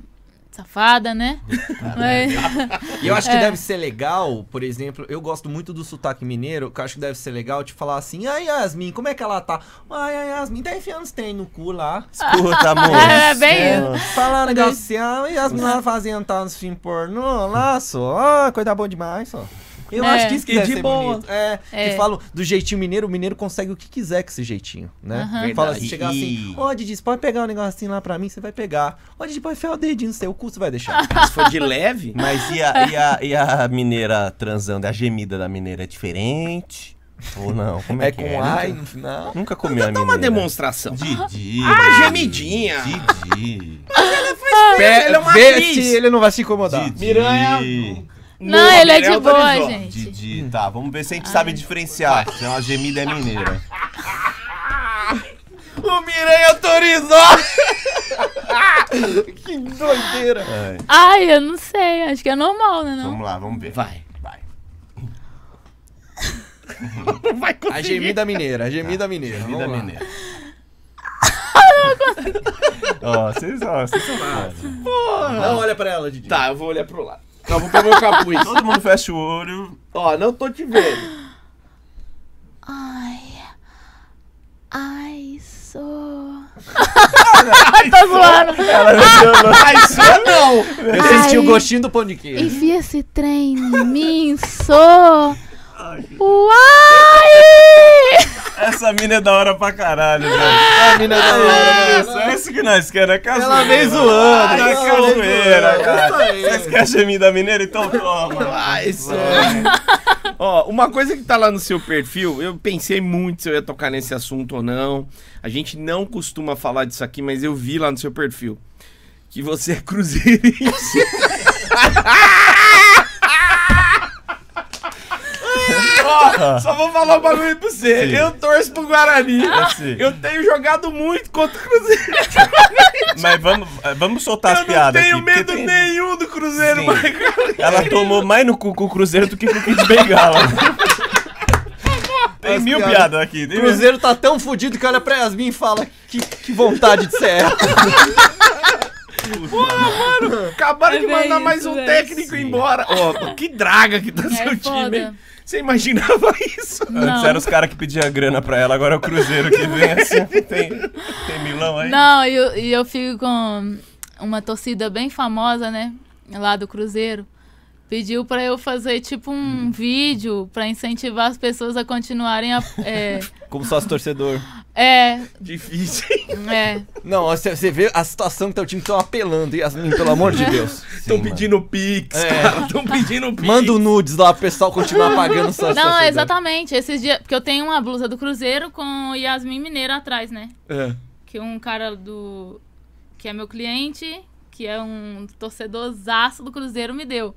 S4: safada, né? Mas-
S3: E eu acho
S1: É.
S3: que deve ser legal, por exemplo, eu gosto muito do sotaque mineiro, que eu acho que deve ser legal te falar assim, ai Yasmin, como é que ela tá? Ai, a Yasmin, tá enfiando os trem no cu lá.
S2: Escuta, amor.
S4: É, é bem isso.
S3: Falando negócio assim, ai Yasmin lá fazendo tá nos filmes pornô lá, só, ah, coisa boa demais, só. Eu
S4: É.
S3: acho que isso que
S1: E
S3: deve
S1: de
S3: ser
S1: boa.
S3: bonito. É,
S4: É.
S3: que falam do jeitinho mineiro, o mineiro consegue o que quiser com esse jeitinho, né?
S1: Verdade.
S3: Fala assim, chegar assim,
S2: E-
S3: ó Didi, você pode pegar um negocinho lá pra mim, você vai pegar. Ó Didi, pode enfiar o dedinho no seu cu, você vai deixar.
S1: Se for de leve.
S2: Mas e a, e, a, e a mineira transando? A gemida da mineira é diferente? Ou não? Como é,
S3: É
S2: que
S3: com
S2: é?
S3: ai
S2: Nunca,
S3: no final.
S2: nunca comi a
S1: Então dá
S2: mineira.
S1: uma demonstração.
S2: Didi.
S1: uma Ah, gemidinha.
S2: Didi.
S1: ele é uma
S3: vê
S1: atriz.
S3: se ele não vai se incomodar.
S2: Didi.
S1: Miranha-
S4: Não, ele
S1: Gabriel
S4: é
S1: tá
S4: de boa,
S1: autorizou.
S4: gente.
S2: Didi, tá. Vamos ver se a gente sabe diferenciar. Se é uma gemida é mineira.
S1: O Miranha autorizou!
S3: Que doideira.
S2: Ai,
S4: Ai, eu não sei, acho que é normal, né? Não?
S2: vamos lá, vamos ver.
S1: Vai.
S2: Vai.
S1: Não vai
S3: A
S1: conseguir.
S3: gemida mineira, a Tá. gemida mineira.
S2: Gemida
S3: vamos lá.
S2: mineira. Ó, vocês ó, vocês são foda.
S3: Não olha pra ela, Didi.
S1: Tá, eu vou olhar pro lado. Não, vou pôr meu capuz.
S2: Todo mundo fecha o olho.
S1: Ó, não tô te vendo.
S4: Ai, sou. Tô zoando.
S1: Ai, só não!
S3: Eu senti o
S4: Ai.
S3: gostinho do pão de queijo.
S4: Enfia esse trem em mim, sou. Uai!
S2: Essa mina é da hora pra caralho, velho.
S3: Ah,
S2: A
S3: tá
S2: mina é da
S3: né?
S2: hora. Isso, é isso que nós queremos, é cazoeira.
S3: Ela vem zoando,
S2: Ai,
S3: ela
S2: é
S3: vem
S2: cazoeira,
S3: zoando.
S2: cara.
S3: Isso aí.
S2: Vocês querem cheminho da mineira? Então toma.
S1: Vai, some. Ó, uma coisa que tá lá no seu perfil, eu pensei muito se eu ia tocar nesse assunto ou não. A gente não costuma falar disso aqui, mas eu vi lá no seu perfil que você é cruzeirense. Só vou falar um bagulho pra você.
S2: Sim.
S1: Eu torço pro Guarani.
S3: É
S2: Sim.
S1: Eu tenho jogado muito contra o Cruzeiro.
S2: Mas vamos, vamos soltar as
S1: Eu não
S2: piadas
S1: tenho
S2: aqui, porque
S1: medo
S2: tem-
S1: nenhum do Cruzeiro,
S2: Sim.
S1: mas
S2: Ela tomou mais no cu com o Cruzeiro do que com o Kid Bengala. tem
S3: As
S2: mil
S3: piadas.
S2: piadas aqui.
S3: O
S2: Tem mil...
S3: Cruzeiro tá tão fudido que olha pra Yasmin e fala que, que vontade de ser ela.
S1: Acabaram
S4: É
S1: de
S4: bem
S1: mandar
S4: isso,
S1: mais um
S4: velho.
S1: técnico embora. Ó, que draga que tá
S4: É
S1: seu time. hein?
S4: foda.
S1: Você imaginava isso?
S2: Antes
S4: Não.
S2: eram os caras que pediam grana pra ela, agora é o Cruzeiro que vem assim. Tem, tem Milão aí?
S4: Não, e eu, e eu fico com uma torcida bem famosa, né? Lá do Cruzeiro. Pediu pra eu fazer tipo um vídeo pra incentivar as pessoas a continuarem a. É,
S3: Como sócio torcedor.
S4: é,
S1: Difícil. hein?
S4: é.
S3: Não, ó, você você vê a situação que teu time tá apelando, Yasmin, pelo amor de Deus.
S1: Estão pedindo pix,
S3: É.
S1: cara. Estão pedindo pix.
S2: um-
S3: Manda o nudes lá pro pessoal
S1: Tá
S3: continuar pagando sócio
S4: Não,
S3: torcedor.
S4: exatamente. Esses dias. Porque eu tenho uma blusa do Cruzeiro com Yasmin Mineira atrás, né?
S1: É.
S4: Que um cara do. que é meu cliente, que é um torcedorzaço do Cruzeiro, me deu.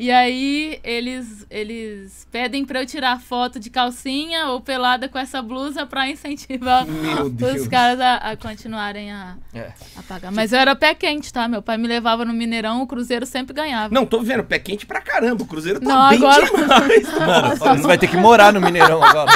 S4: E aí eles, eles pedem pra eu tirar foto de calcinha ou pelada com essa blusa pra incentivar
S1: Meu Deus.
S4: os caras a, a continuarem a,
S3: É.
S4: a pagar. Mas eu era pé quente, tá? Meu pai me levava no Mineirão, o Cruzeiro sempre ganhava.
S1: Não, tô vendo, pé quente pra caramba. O Cruzeiro tá
S4: Não,
S1: bem
S4: agora-
S1: demais.
S3: Você vai ter que morar no Mineirão agora.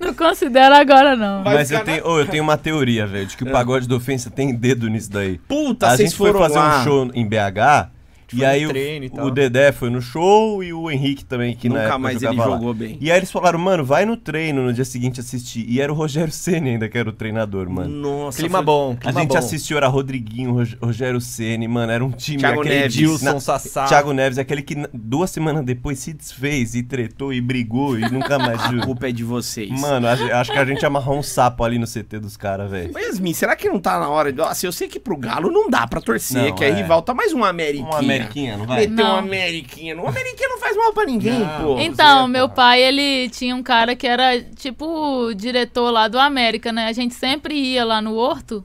S4: Não considero agora, não.
S1: Vai
S2: Mas eu
S1: ficar na- É.
S2: tenho, ô, eu tenho uma teoria, velho, de que o pagode do ofensa tem dedo nisso daí.
S1: Puta,
S2: a
S1: Tá, vocês
S2: gente foi
S1: foram
S2: fazer
S1: lá.
S2: um show em BH. E
S3: foi
S2: aí
S3: no
S2: o,
S3: treino e tal.
S2: o Dedé foi no show e o Henrique também, que na
S1: Nunca
S2: época
S1: mais ele
S2: jogava lá.
S1: jogou bem.
S2: E aí eles falaram, mano, vai no treino no dia seguinte assistir. E era o Rogério Ceni ainda que era o treinador, mano.
S1: Nossa,
S3: Clima
S1: foi-
S3: bom,
S2: A
S3: clima
S2: gente
S3: bom.
S2: assistiu, era Rodriguinho, Rog- Rogério Ceni, mano, era um time.
S1: Thiago
S2: aquele
S1: Neves.
S2: de-
S3: Wilson
S2: na-
S3: Sassá.
S2: Thiago Neves, aquele que na- duas semanas depois se desfez e tretou e brigou e nunca mais
S1: A
S2: viu.
S1: culpa é de vocês.
S2: Mano, a ge- acho que a gente amarrou um sapo ali no CT dos caras, velho.
S1: Mas, Yasmin, será que não tá na hora? de- Nossa, eu sei que pro Galo não dá pra torcer,
S2: Não,
S1: que é,
S2: é.
S1: rival. Tá mais um Ameriquinha.
S2: Uma Ameriquinha, não vai?
S1: Meteu
S4: Não.
S1: um Ameriquinha. Um Ameriquinha não faz mal pra ninguém, pô.
S4: Então, meu pai, ele tinha um cara que era tipo o diretor lá do América, né? A gente sempre ia lá no Horto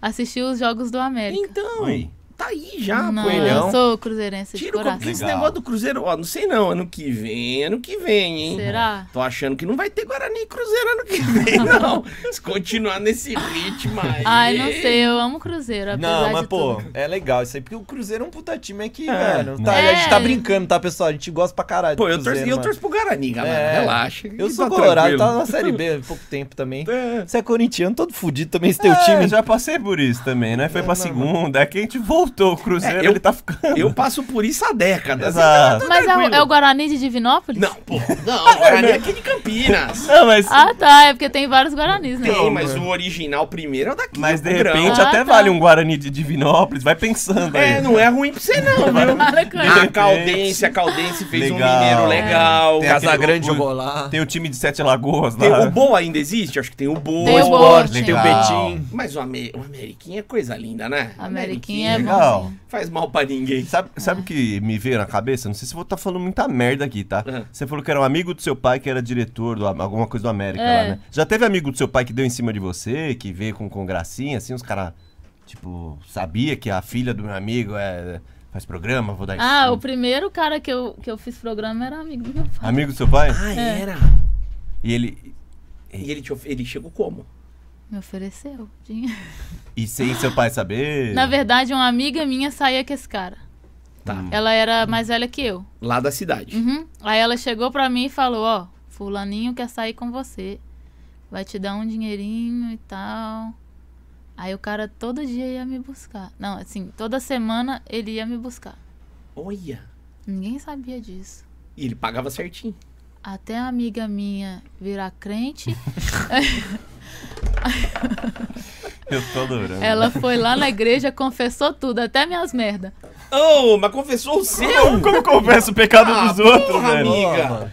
S4: assistir os jogos do América.
S1: Então,
S2: Oi.
S1: tá aí já, é
S4: não,
S1: coelhão.
S4: eu sou cruzeirense de
S1: Tira o
S4: coração.
S1: porque um esse
S2: Legal.
S1: negócio do Cruzeiro, ó, não sei não, ano que vem, ano que vem, hein?
S4: Será?
S1: Tô achando que não vai ter Guarani e Cruzeiro ano que vem, não. Se continuar nesse ritmo aí.
S4: Ai, não sei, eu amo Cruzeiro, apesar
S3: Não, mas
S4: de
S3: pô,
S4: tudo.
S3: é legal isso aí, porque o Cruzeiro é um puta time aqui, mano.
S2: não.
S3: Tá, A gente tá
S4: É.
S3: brincando, tá, pessoal? A gente gosta pra caralho. do
S1: né? Pô, eu torço,
S3: Cruzeiro,
S1: eu
S3: mano.
S1: torço pro Guarani, galera.
S3: É.
S1: Relaxa.
S3: Eu
S1: que
S3: sou
S1: tá
S3: colorado,
S1: tranquilo.
S3: tava na Série B há pouco tempo também.
S1: É.
S3: Você é corintiano, todo fudido também, esse teu
S2: É,
S3: time.
S2: já passei por isso também, né? Foi pra segunda, é que a gente voltou. O Cruzeiro,
S1: É, eu-
S2: ele tá ficando.
S1: Eu passo por isso há décadas. então
S2: Exato.
S4: Mas é o,
S1: tá tranquilo.
S4: é o Guarani de Divinópolis?
S1: Não, pô. Não, o Guarani é aqui de Campinas.
S2: Não, mas,
S4: Ah, tá, é porque tem vários Guaranis, né?
S1: Tem, mas o original primeiro é o daqui.
S2: mas de
S1: do Grão.
S2: repente
S4: Ah,
S2: até
S4: tá.
S2: vale um Guarani de Divinópolis. Vai pensando aí.
S1: É, não é ruim pra você não, viu?
S4: Para com isso.
S1: A Caldense, a Caldense fez um
S2: Legal. É.
S1: mineiro legal.
S2: Tem aquele-
S3: Casagrande
S2: o-
S3: jogou lá.
S2: Tem o time de Sete Lagoas lá.
S1: Tem- o Boa ainda existe? Acho que tem o Boa.
S4: Tem o Boa.
S3: Sport,
S4: Legal.
S3: tem o Betim.
S1: Mas o, Amer... o Ameriquinha é coisa linda, né?
S4: Ameriquinha é
S2: Legal.
S4: bom.
S1: Faz mal pra ninguém.
S2: Sabe, sabe o que me veio na cabeça? Não sei se eu vou estar falando muita merda aqui, tá?
S1: Ah.
S2: Você falou que era um amigo do seu pai que era diretor de alguma coisa do América
S4: É.
S2: lá, né? Já teve amigo do seu pai que deu em cima de você, que veio com, com gracinha, assim, os caras, tipo, sabia que a filha do meu amigo é, faz programa, vou dar em
S4: Ah,
S2: cima.
S4: o primeiro cara que eu, que eu fiz programa era amigo do meu pai.
S2: Amigo do seu pai?
S1: Ah, era.
S2: E ele.
S1: E ele, te of- ele chegou como?
S4: Me ofereceu dinheiro.
S2: E sem seu pai saber?
S4: Na verdade, uma amiga minha saía com esse cara.
S1: Tá.
S2: Hum.
S4: Ela era mais velha que eu.
S1: Lá da cidade.
S4: Uhum. Aí ela chegou pra mim e falou, ó, fulaninho quer sair com você. Vai te dar um dinheirinho e tal. Aí o cara todo dia ia me buscar. Não, assim, toda semana ele ia me buscar.
S1: Olha.
S4: Ninguém sabia disso.
S1: E ele pagava certinho.
S4: Até a amiga minha virar crente,
S2: Eu tô adorando.
S4: ela foi lá na igreja, confessou tudo, até minhas merda.
S1: Oh, mas confessou o seu?
S2: Como confessa o pecado
S1: Ah,
S2: dos outros, né,
S1: porra,
S2: velho?
S1: amigo.
S3: Ó,
S1: Amiga.
S3: mano.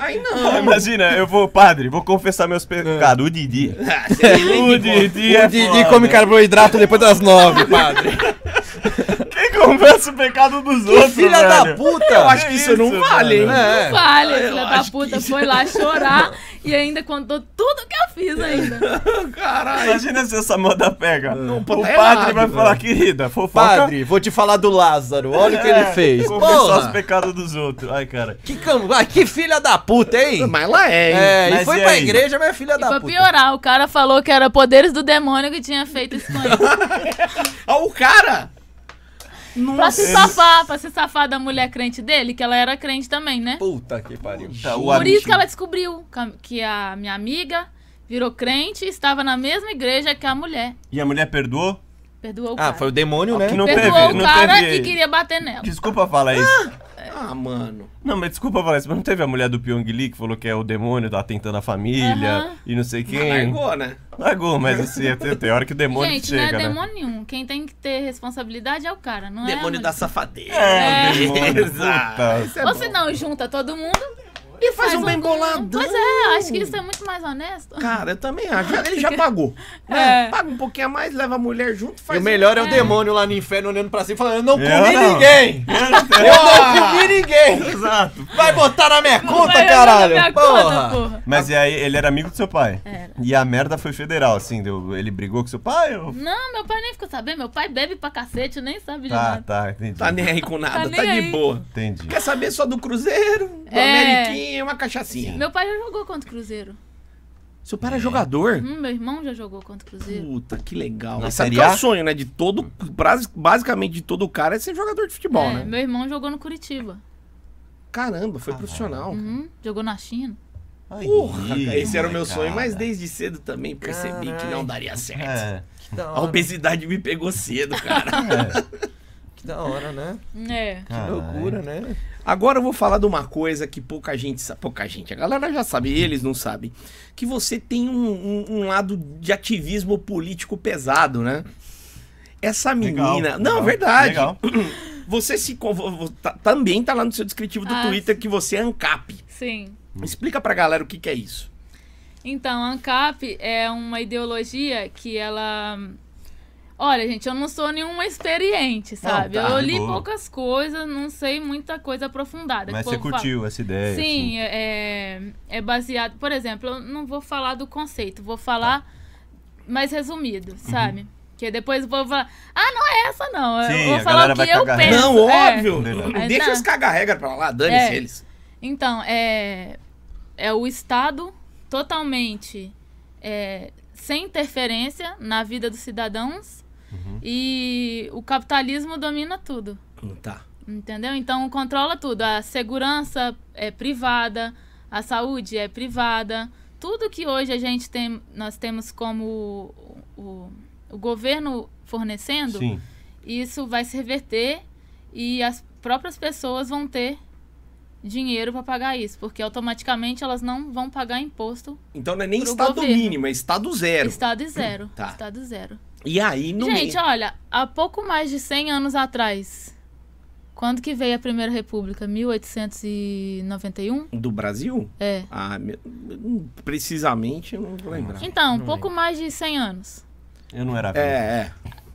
S1: Aí
S2: Ah,
S1: não.
S2: Imagina, eu vou, padre, vou confessar meus pecados. O Didi.
S1: é
S2: O Didi é
S5: o Didi
S2: foda.
S5: come carboidrato depois das nove, padre.
S2: Quem confessa o pecado dos outros,
S3: Filha da
S2: velho?
S3: puta!
S1: Eu acho que isso, não
S2: Isso,
S1: vale, hein?
S3: É.
S4: Falha,
S1: eu
S4: filha da
S1: acho
S4: puta.
S1: que-
S4: Foi lá chorar e ainda contou tudo que eu fiz ainda.
S1: Caralho.
S2: Imagina se essa moda pega. o
S1: pô, tá
S2: padre
S1: errado,
S2: vai
S1: velho.
S2: falar, querida,
S1: É.
S2: fofoca. é,
S3: Padre, vou te falar do Lázaro. Olha o que ele fez.
S2: Confessar os
S3: Porra,
S2: pecados dos outros. Ai, cara.
S3: que, cam- ah, que filha da puta, hein?
S1: Mas lá é, hein?
S3: É, e
S2: Mas
S3: foi
S2: e
S3: pra
S2: aí?
S3: igreja, mas é filha
S4: E pra
S3: da puta.
S4: piorar, o cara falou que era poderes do demônio que tinha feito isso com ele.
S2: É.
S1: Olha o cara!
S4: Pra se safar, pra se safar da mulher crente dele, que ela era crente também, né?
S3: Puta que pariu.
S2: Tá, o
S4: Por isso
S2: amigo-
S4: que ela descobriu ca- que a minha amiga virou crente e estava na mesma igreja que a mulher.
S2: E a mulher perdoou?
S4: Perdoou o cara.
S3: Ah, foi o demônio, né?
S2: Que não teve.
S4: Perdoou o
S2: não
S4: cara
S2: teve...
S4: que queria bater nela.
S2: Desculpa falar isso.
S4: É.
S1: Ah, mano.
S2: Não, mas desculpa falar isso, mas não teve a mulher do Pyong Lee que falou que é o demônio, tá tentando a família
S4: Aham.
S2: e não sei
S1: Mas
S2: quem.
S1: Largou, né?
S2: Largou, mas assim, é- tem, tem hora que o demônio
S4: Gente,
S2: chega,
S4: não é
S2: né?
S4: demônio nenhum. Quem tem que ter responsabilidade é o cara, não é? a
S1: Demônio
S4: mulher.
S1: da safadeza.
S2: É, demônio,
S1: Exato.
S2: puta.
S1: Isso é
S4: Ou se
S1: bom.
S4: não, junta todo mundo
S1: E faz um bem
S4: bolado.
S1: boladão.
S4: Pois é, acho que isso é muito mais honesto.
S1: Cara, eu também acho. Ele já pagou.
S4: É.
S1: né? Paga um pouquinho a mais, leva a mulher junto,
S3: E
S1: faz.
S3: o melhor é o demônio lá no inferno olhando pra cima e falando: Eu não
S2: Eu
S3: comi
S2: não.
S3: ninguém! Eu não comi ninguém!
S2: Exato.
S3: Vai botar na minha
S4: Não
S3: conta,
S4: vai
S3: caralho!
S4: olhar na minha
S3: Porra!
S4: conta, porra.
S2: Mas e aí, ele era amigo do seu pai?
S4: Era.
S2: E a merda foi federal, assim, deu- ele brigou com seu pai? Ou...
S4: Não, meu pai nem ficou sabendo. Meu pai bebe pra cacete, nem sabe de
S2: Tá,
S4: nada.
S2: tá, entendi.
S1: Tá nem aí com nada,
S4: Tá
S1: tá,
S4: nem
S1: de
S4: aí.
S1: boa.
S2: Entendi.
S1: Quer saber só do Cruzeiro, do
S4: É.
S1: Ameriquinha e uma cachaçinha.
S4: Meu pai já jogou contra o Cruzeiro.
S1: Seu pai era jogador?
S4: Hum, meu irmão já jogou contra o Cruzeiro.
S1: Puta, que legal.
S2: Na
S1: Esse é
S2: Série A?
S1: o sonho, né? De todo. bras- Basicamente de todo cara é ser jogador de futebol,
S4: é,
S1: né?
S4: Meu irmão jogou no Curitiba.
S1: Caramba,
S2: Ah,
S1: foi profissional.
S4: Uhum, jogou na China.
S2: Aí,
S1: Porra, cara, esse era o meu
S2: cara.
S1: sonho, mas desde cedo também percebi que não daria certo.
S2: É.
S3: Da
S1: A
S3: hora,
S1: obesidade me pegou cedo, cara.
S3: que da hora, né?
S4: É.
S3: Que
S2: Caralho.
S3: loucura, né?
S1: Agora eu vou falar de uma coisa que pouca gente sabe. Pouca gente, a galera já sabe, eles não sabem. Que você tem um, um- um lado de ativismo político pesado, né? Essa menina.
S2: Legal,
S1: não,
S2: legal,
S1: verdade.
S2: Legal.
S1: Você se. con- vo- vo- tá- também tá lá no seu descritivo do
S4: Ah,
S1: Twitter que você é ANCAP.
S4: Sim.
S2: Hum.
S1: Explica pra galera o que, que é isso.
S4: Então, a ANCAP é uma ideologia que ela. Olha, gente, eu não sou nenhuma experiente, sabe?
S2: tá,
S4: eu
S2: de
S4: li
S2: boa.
S4: poucas coisas, não sei muita coisa aprofundada.
S2: Mas
S4: que o
S2: você
S4: povo fala.
S2: curtiu essa ideia? assim?
S4: Sim, é, é baseado. Por exemplo, eu não vou falar do conceito, vou falar mais
S2: Uhum.
S4: resumido, sabe? Porque depois eu vou falar. Ah, não é essa, não.
S2: Sim,
S4: eu vou
S2: a
S4: falar
S2: galera
S4: o que
S2: vai
S4: eu
S2: cagar
S4: penso.
S2: regra.
S1: não,
S4: é.
S1: óbvio.
S2: Verdade.
S1: Deixa
S4: Não.
S1: os cagar-regra pra lá, dane-se
S4: É.
S1: eles.
S4: Então, é, é o Estado totalmente é, sem interferência na vida dos cidadãos
S2: Uhum.
S4: e o capitalismo domina tudo,
S1: Hum, Tá.
S4: entendeu? Então, controla tudo. A segurança é privada, a saúde é privada, tudo que hoje a gente tem, nós temos como o, o- o governo fornecendo,
S2: Sim.
S4: isso vai se reverter e as próprias pessoas vão ter dinheiro para pagar isso, porque automaticamente elas não vão pagar imposto
S1: Então não é nem
S4: Pro
S1: estado
S4: governo.
S1: mínimo, é estado zero.
S4: estado zero,
S1: Tá.
S4: estado zero.
S1: E aí, no
S4: Gente,
S1: meio.
S4: olha, há pouco mais de 100 anos atrás, quando que veio a Primeira República? 1891?
S1: Do Brasil?
S4: É.
S1: Ah, meu- precisamente eu não vou lembrar.
S4: Então, pouco mais de 100 anos.
S2: Eu não era vivo.
S1: É, é.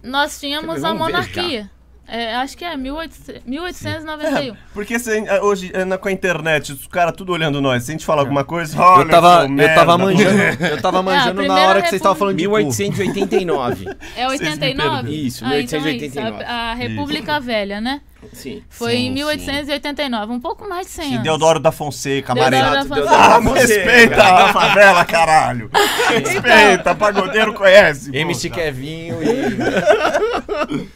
S4: Nós tínhamos a
S1: Vamos ver já.
S4: monarquia. É, acho que é 1800 1891.
S2: Porque se, eh, hoje, eh, na- com a internet, os caras tudo olhando nós. Se a
S1: É.
S2: gente falar alguma coisa, olha,
S3: Eu tava,
S2: seu
S3: eu
S2: merda.
S3: tava manjando, eu tava manjando na
S4: primeira
S3: hora que vocês estavam falando de cu.
S1: 1889.
S4: É
S2: Vocês me
S4: 89?
S1: perdoem. Isso,
S4: Ah, então é isso,
S1: 1889.
S4: a, a República Velha, né?
S1: Sim.
S4: Foi
S2: Sim,
S4: em 1889, um pouco mais de 100
S2: Sim,
S4: anos.
S2: Deodoro da Fonseca,
S4: Deodoro
S2: amarelo.
S4: da
S1: Exato, Deus
S4: Ah,
S1: abençoe
S2: Ah,
S1: você, é
S2: respeita
S1: cara. Então-
S2: a favela, caralho! Respeita, pagodeiro conhece! pô.
S3: MC Kevinho e.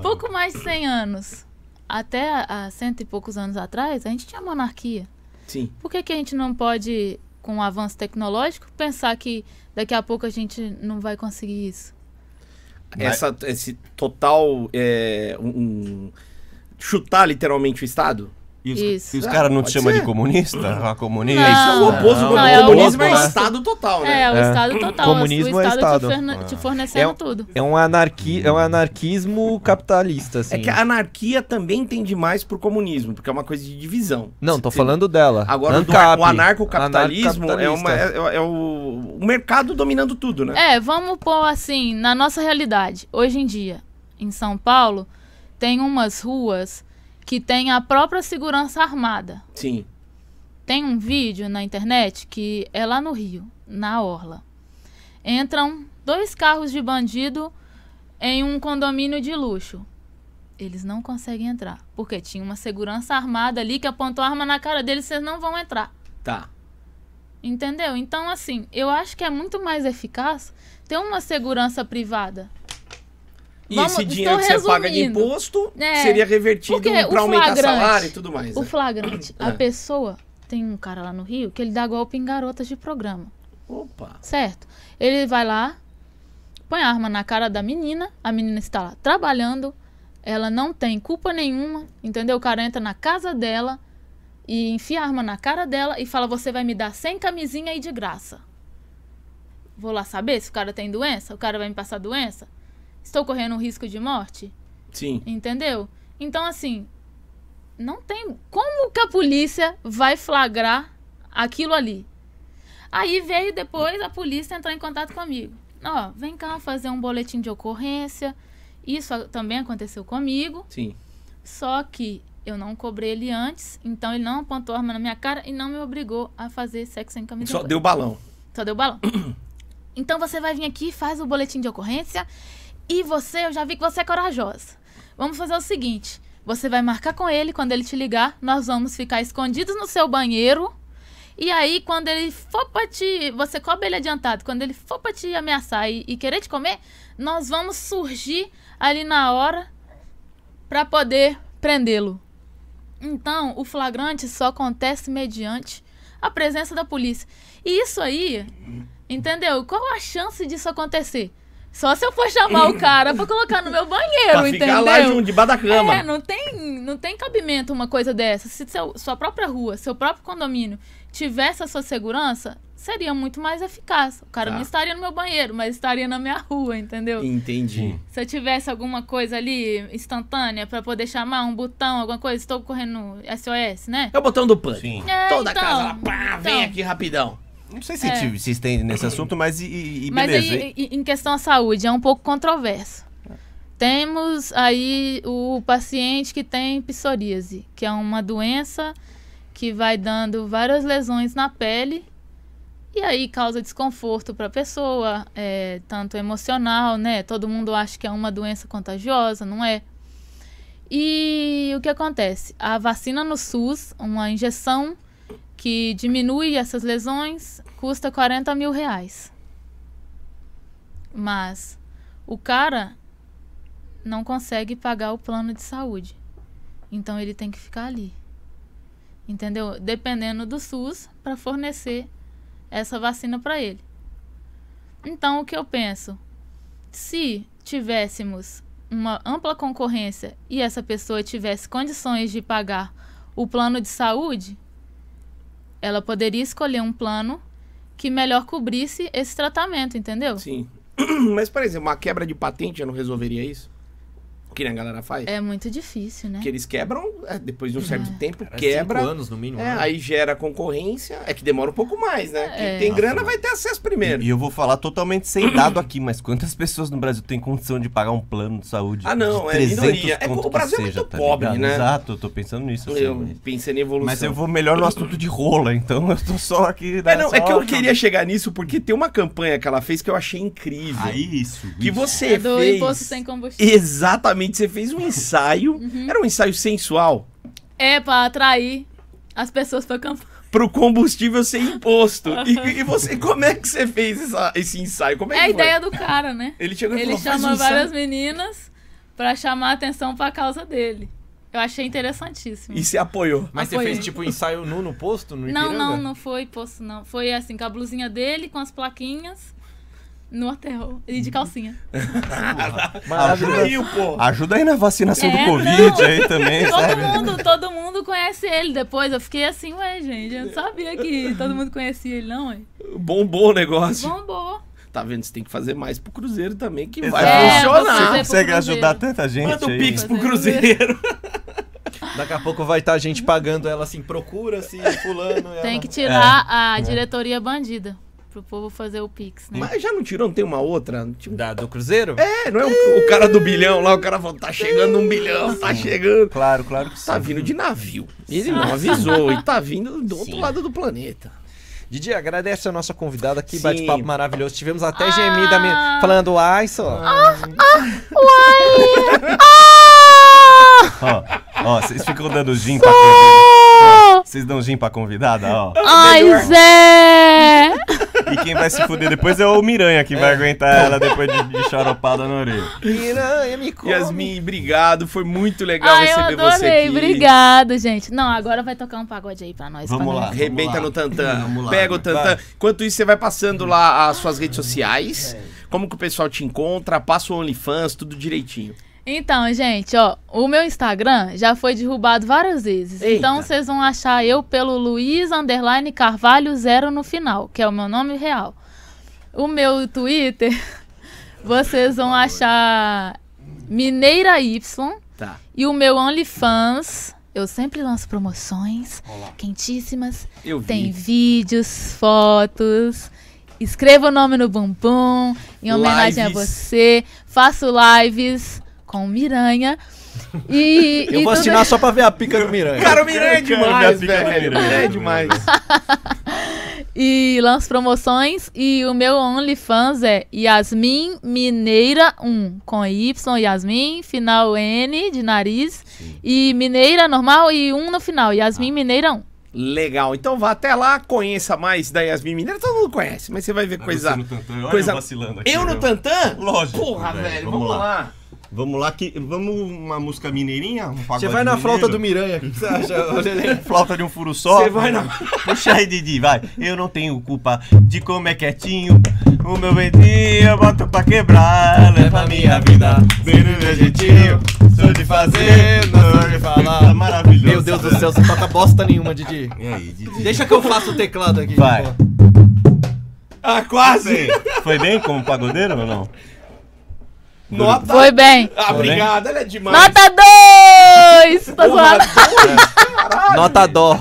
S4: Pouco mais de 100 anos. Até há cento e poucos anos atrás, a gente tinha monarquia.
S1: Sim.
S4: Por que, que a gente não pode, com o avanço tecnológico, pensar que daqui a pouco a gente não vai conseguir isso?
S2: Mas-
S1: Essa, esse total. é, um, um- chutar literalmente o Estado?
S2: E os,
S4: Isso.
S2: e os caras não te
S1: Pode
S2: chamam
S1: ser.
S2: de comunista? Ah, comunista?
S1: É o oposto do
S4: Não, é o
S1: comunismo, é
S4: oposto.
S1: Estado total, né?
S4: É, o Estado total.
S3: Comunismo
S4: o
S3: é
S4: Estado,
S3: Estado.
S4: Te, forne- te fornecendo
S3: É um-
S4: tudo.
S3: É um, anarqui... é um anarquismo capitalista, assim.
S1: É que a anarquia também tem demais pro comunismo, porque é uma coisa de divisão.
S3: Não, tô
S1: Cê-
S3: falando dela.
S1: Agora, o do-
S3: ANCAP,
S1: o anarcocapitalismo é, uma,
S3: anarcocapitalista.
S1: é, é o, o mercado dominando tudo, né?
S4: É, vamos pôr assim, na nossa realidade. Hoje em dia, em São Paulo, tem umas ruas que tem a própria segurança armada.
S1: Sim.
S4: Tem um vídeo na internet que é lá no Rio, na Orla. Entram dois carros de bandido em um condomínio de luxo. Eles não conseguem entrar, porque tinha uma segurança armada ali que apontou a arma na cara deles, vocês não vão entrar.
S1: Tá.
S4: Entendeu? Então, assim, eu acho que é muito mais eficaz ter uma segurança privada.
S1: E
S4: Vamos-
S1: esse
S4: estou
S1: dinheiro que você paga de
S4: resumindo.
S1: imposto
S4: É.
S1: seria revertido
S4: Porque o
S1: pra aumentar
S4: flagrante-
S1: salário e tudo mais.
S4: O
S1: né?
S4: flagrante,
S1: É.
S4: a pessoa. Tem um cara lá no Rio que ele dá golpe em garotas de programa.
S1: Opa.
S4: Certo? Ele vai lá, põe a arma na cara da menina, a menina está lá trabalhando, ela não tem culpa nenhuma, entendeu? O cara entra na casa dela e enfia a arma na cara dela e fala: Você vai me dar 100 camisinha aí de graça. Vou lá saber se o cara tem doença? O cara vai me passar doença? Estou correndo um risco de morte?
S1: Sim.
S4: Entendeu? Então, assim, não tem. Como que a polícia vai flagrar aquilo ali? Aí veio depois a polícia entrar em contato comigo. Ó, vem cá fazer um boletim de ocorrência. Isso a- também aconteceu comigo,
S1: Sim.
S4: só que eu não cobrei ele antes, então ele não apontou a arma na minha cara e não me obrigou a fazer sexo sem camisa.
S1: Só
S4: branca.
S1: deu balão.
S4: Só deu balão. Então você vai vir aqui, faz o boletim de ocorrência e você, eu já vi que você é corajosa. Vamos fazer o seguinte: você vai marcar com ele, quando ele te ligar, nós vamos ficar escondidos no seu banheiro. E aí, quando ele for pra te. Você cobra ele adiantado. Quando ele for pra te ameaçar e, e querer te comer, nós vamos surgir ali na hora pra poder prendê-lo. Então, o flagrante só acontece mediante a presença da polícia. E isso aí, entendeu? Qual a chance disso acontecer? Só se eu for chamar o cara pra colocar no meu banheiro,
S1: Pra ficar
S4: entendeu?
S1: lá junto, debaixo da cama.
S4: É, não tem, não tem cabimento uma coisa dessa. Se seu- sua própria rua, seu próprio condomínio tivesse a sua segurança, seria muito mais eficaz. O cara
S1: Tá.
S4: não estaria no meu banheiro, mas estaria na minha rua, entendeu?
S1: Entendi.
S4: Se eu tivesse alguma coisa ali instantânea pra poder chamar um botão, alguma coisa, estou correndo SOS, né?
S1: É o botão do pânico.
S2: Sim.
S4: É,
S1: Toda
S4: então,
S1: casa, ela, pá, vem
S4: então.
S1: aqui rapidão.
S2: Não sei se, te- se estende nesse assunto, mas e- e, e
S4: Mas
S2: beleza.
S4: aí, e- em questão à saúde, é um pouco controverso. Temos aí o paciente que tem psoríase, que é uma doença que vai dando várias lesões na pele e aí causa desconforto para a pessoa, é, tanto emocional, né? Todo mundo acha que é uma doença contagiosa, não é? E o que acontece? A vacina no SUS, uma injeção que diminui essas lesões, custa 40 mil reais. Mas o cara não consegue pagar o plano de saúde. Então ele tem que ficar ali. Entendeu? Dependendo do SUS para fornecer essa vacina para ele. Então o que eu penso? Se tivéssemos uma ampla concorrência e essa pessoa tivesse condições de pagar o plano de saúde, ela poderia escolher um plano que melhor cobrisse esse tratamento, entendeu?
S1: Sim. Mas, por exemplo, uma quebra de patente já não resolveria isso? Que nem a galera faz?
S4: É Ah. muito difícil, né?
S1: Que eles quebram, é, depois de um certo tempo,
S3: Cara,
S1: quebra.
S3: cinco anos no mínimo.
S1: É,
S3: né?
S1: aí gera concorrência. É que demora um pouco mais, né? Quem
S4: É.
S1: tem grana vai ter acesso primeiro.
S2: E eu vou falar totalmente sem dado aqui, mas quantas pessoas no Brasil têm condição de pagar um plano de saúde?
S1: Ah, não,
S2: de
S1: é
S2: 300
S1: minoria. É,
S2: conto
S1: o Brasil
S2: que
S1: é muito
S2: seja, tá
S1: pobre,
S2: ligado?
S1: né?
S2: Exato, eu tô pensando nisso. assim,
S1: Eu
S2: mas-
S1: pensei na evolução.
S2: mas eu vou melhor no assunto de rola, então eu tô só aqui... né,
S1: É, não, é
S2: só-
S1: que eu queria chegar nisso porque tem uma campanha que ela fez que eu achei incrível.
S2: Aí, Ah, isso.
S1: que
S2: isso.
S1: você
S4: É do
S1: fez.
S4: imposto sem Uhum. combustível.
S1: Exatamente, você fez um ensaio. Era um ensaio sensual
S4: É pra atrair as pessoas pra campo.
S1: pro combustível ser imposto. e, e você, como é que você fez essa- esse ensaio? Como é
S4: É
S1: que
S4: a
S1: foi?
S4: ideia do cara, né?
S1: Ele chegou e
S4: Ele
S1: falou, "Faz um
S4: chama
S1: ensaio."
S4: várias meninas pra chamar a atenção pra causa dele. Eu achei interessantíssimo.
S1: E se apoiou.
S3: Mas você
S4: Apoiei.
S3: fez tipo ensaio nu no
S1: é
S3: posto? No
S4: Não,
S3: Ipiranga?
S4: não, não foi posto, não. Foi assim, com a blusinha dele, com as plaquinhas. no hotel. E
S1: Uhum.
S4: de calcinha.
S1: Ajuda aí, pô.
S2: Ajuda aí na vacinação
S4: É,
S2: do Covid
S4: não.
S2: aí também,
S4: Todo
S1: é
S2: sabe?
S4: mundo, todo mundo conhece ele depois. Eu fiquei assim, ué, gente, eu não sabia que todo mundo conhecia ele, não, ué.
S1: Bombou o negócio.
S4: Bombou.
S1: Tá vendo? Você tem que fazer mais pro Cruzeiro também, que vai
S4: É,
S1: funcionar.
S4: você-
S2: Consegue ajudar tanta gente
S1: Manda o
S2: aí.
S1: Pix pro
S4: Fazer
S1: Cruzeiro.
S3: Daqui a pouco vai estar a gente pagando ela assim, procura-se fulano. e
S4: Tem
S3: ela-
S1: É.
S4: que tirar a diretoria bandida pro povo fazer o Pix, né?
S1: Mas já não tirou, não tem uma outra? Tipo,
S3: Da, do Cruzeiro?
S1: é, não é o, o cara do bilhão lá, o cara falou, tá chegando um bilhão, tá chegando.
S2: Claro, claro que sim.
S1: Tá vindo de navio. Ele não avisou, e tá vindo do outro lado do planeta.
S3: Didi, agradece a nossa convidada. Que
S1: Sim.
S3: bate-papo maravilhoso. Tivemos até
S4: Ah.
S3: gemida me- falando ai só.
S4: Ah!
S2: Ó, ó, vocês ficam dando gin pra convidada. Vocês dão gin pra convidada, ó.
S1: É.
S4: Ai, Zé!
S2: E quem vai se fuder depois é o Miranha que vai aguentar ela depois de, de choropada na orelha.
S3: Piranha, me come.
S1: Yasmin, obrigado, foi muito legal
S4: Ai, Ah, eu
S1: receber você
S4: adorei,
S1: aqui.
S4: obrigado, gente. Não, agora vai tocar um pagode aí pra nós.
S2: Vamos
S4: pra
S2: lá.
S4: nós.
S1: Arrebenta no
S2: Vamos lá. Vamos
S1: Tantan.
S2: lá,
S1: Pega o
S2: vai.
S1: Tantan. Enquanto isso, você vai passando lá as suas redes
S2: É.
S1: sociais. Como que o pessoal te encontra? Passa o OnlyFans, tudo direitinho.
S4: Então, gente, ó, o meu Instagram já foi derrubado várias vezes.
S1: Eita.
S4: Então vocês vão achar eu pelo Luiz Underline Carvalho Zero no final, que é o meu nome real. O meu Twitter, vocês vão achar Mineira Y.
S1: Tá.
S4: E o meu OnlyFans, eu sempre lanço promoções quentíssimas.
S1: Eu vi.
S4: Tem vídeos, fotos. Escreva o nome no bumbum, em homenagem a
S1: Lives.
S4: você. Faço lives com o Miranha. E,
S3: Eu
S4: e
S3: vou
S4: tudo-
S3: assinar só pra ver a pica do Miranha.
S1: Cara, o Miranha é
S2: Cara,
S1: demais,
S2: minha pica do
S1: velho.
S2: Miranha.
S1: É demais.
S4: e lanço promoções. E o meu OnlyFans é Yasmin Mineira 1, com Y, Yasmin, final N de nariz. E Mineira normal e 1 no final.
S3: Ah.
S4: Yasmin Mineira 1.
S1: Legal. Então vá até lá, conheça mais da Yasmin Mineira. Todo mundo conhece, mas você vai ver coisa.
S2: Você no Tantan, olha
S1: coisa-
S2: eu vacilando aqui.
S1: Eu no
S2: viu?
S1: Tantan?
S2: Lógico,
S1: Porra,
S2: velho,
S1: velho. Vamos,
S2: vamos
S1: lá.
S2: lá. Vamos lá, que, vamos uma música mineirinha? Um
S3: Você vai na flauta do Miranha. O que você acha? ô, Lelê?
S2: Flauta de um furo só.
S1: Você vai na-
S2: Puxa aí, Didi, vai. Eu não tenho culpa de como é quietinho. O meu ventinho eu boto pra quebrar. Leva minha vida, bem do meu jeitinho. Sou de fazer, não sou de falar. Maravilhoso.
S3: Meu Deus do céu, você toca bosta nenhuma, Didi.
S2: E aí, Didi?
S3: Deixa que eu faço o teclado aqui.
S2: Vai.
S3: pô.
S1: Ah, quase!
S2: Sim. Foi bem como pagodeiro ou não?
S1: Nota.
S4: Foi bem.
S1: Ah, obrigado, ela é demais.
S4: Nota 2! Tô zoando.
S3: Nota dó.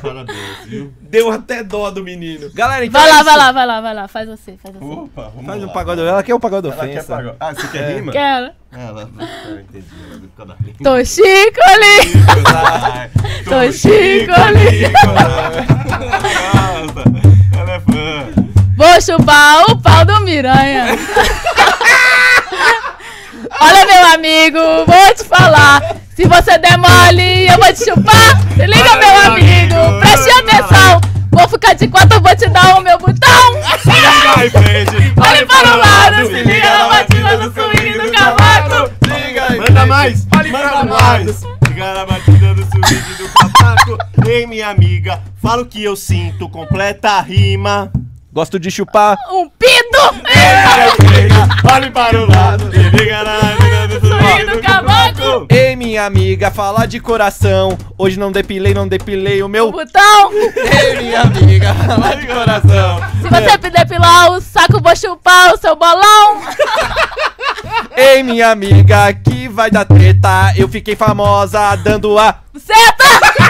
S2: Parabéns, viu?
S1: Deu até dó do menino.
S3: Galera, então.
S4: Vai
S3: é
S4: lá,
S3: isso.
S4: vai lá, vai lá, vai lá. Faz você, faz você.
S2: Opa, vamos
S3: Faz
S2: lá.
S3: um pagode. Ela quer um pagode
S2: Ela quer
S3: ofensa. É.
S2: pagode. Ah, você quer rima?
S4: Quero.
S2: Ah, lá, eu entendi. ela deu por causa da rima.
S4: Tô chico ali.
S2: Ai,
S4: Tô chico ali.
S2: Nossa, ela é fã.
S4: Vou chupar o pau do Miranha. Olha, meu amigo, vou te falar. Se você der mole, eu vou te chupar. Se liga,
S2: Olha,
S4: meu
S2: meu
S4: amigo,
S2: amigo.
S4: preste atenção. Vou ficar de quatro, eu vou te dar o meu botão.
S2: Vai, frente.
S4: Olha para o lado, se liga na batida do swing do cavaco.
S2: Liga aí, Manda mais. Manda mais. Liga na batida do subido do capaco. Ei, minha amiga, fala o que eu sinto. Completa a rima.
S3: Gosto de chupar.
S4: Um pito.
S2: Vai, frente. Olhe para o lado. Se liga na batida do
S4: Swing
S2: subido
S4: do
S2: do
S4: cavaco.
S2: capaco.
S3: Ei, minha amiga, falar de coração. Hoje não depilei, não depilei o
S4: O
S3: meu.
S4: botão.
S3: Ei, minha amiga, falar de coração.
S4: Se você me depilar o saco, vou chupar o seu bolão.
S3: Ei, minha amiga, que vai dar treta. Eu fiquei famosa dando a.
S4: Senta!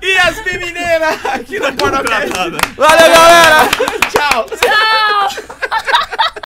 S1: E as meninas aqui no Coronel.
S2: Contratada.
S3: Valeu, galera!
S1: Tchau.
S4: Tchau!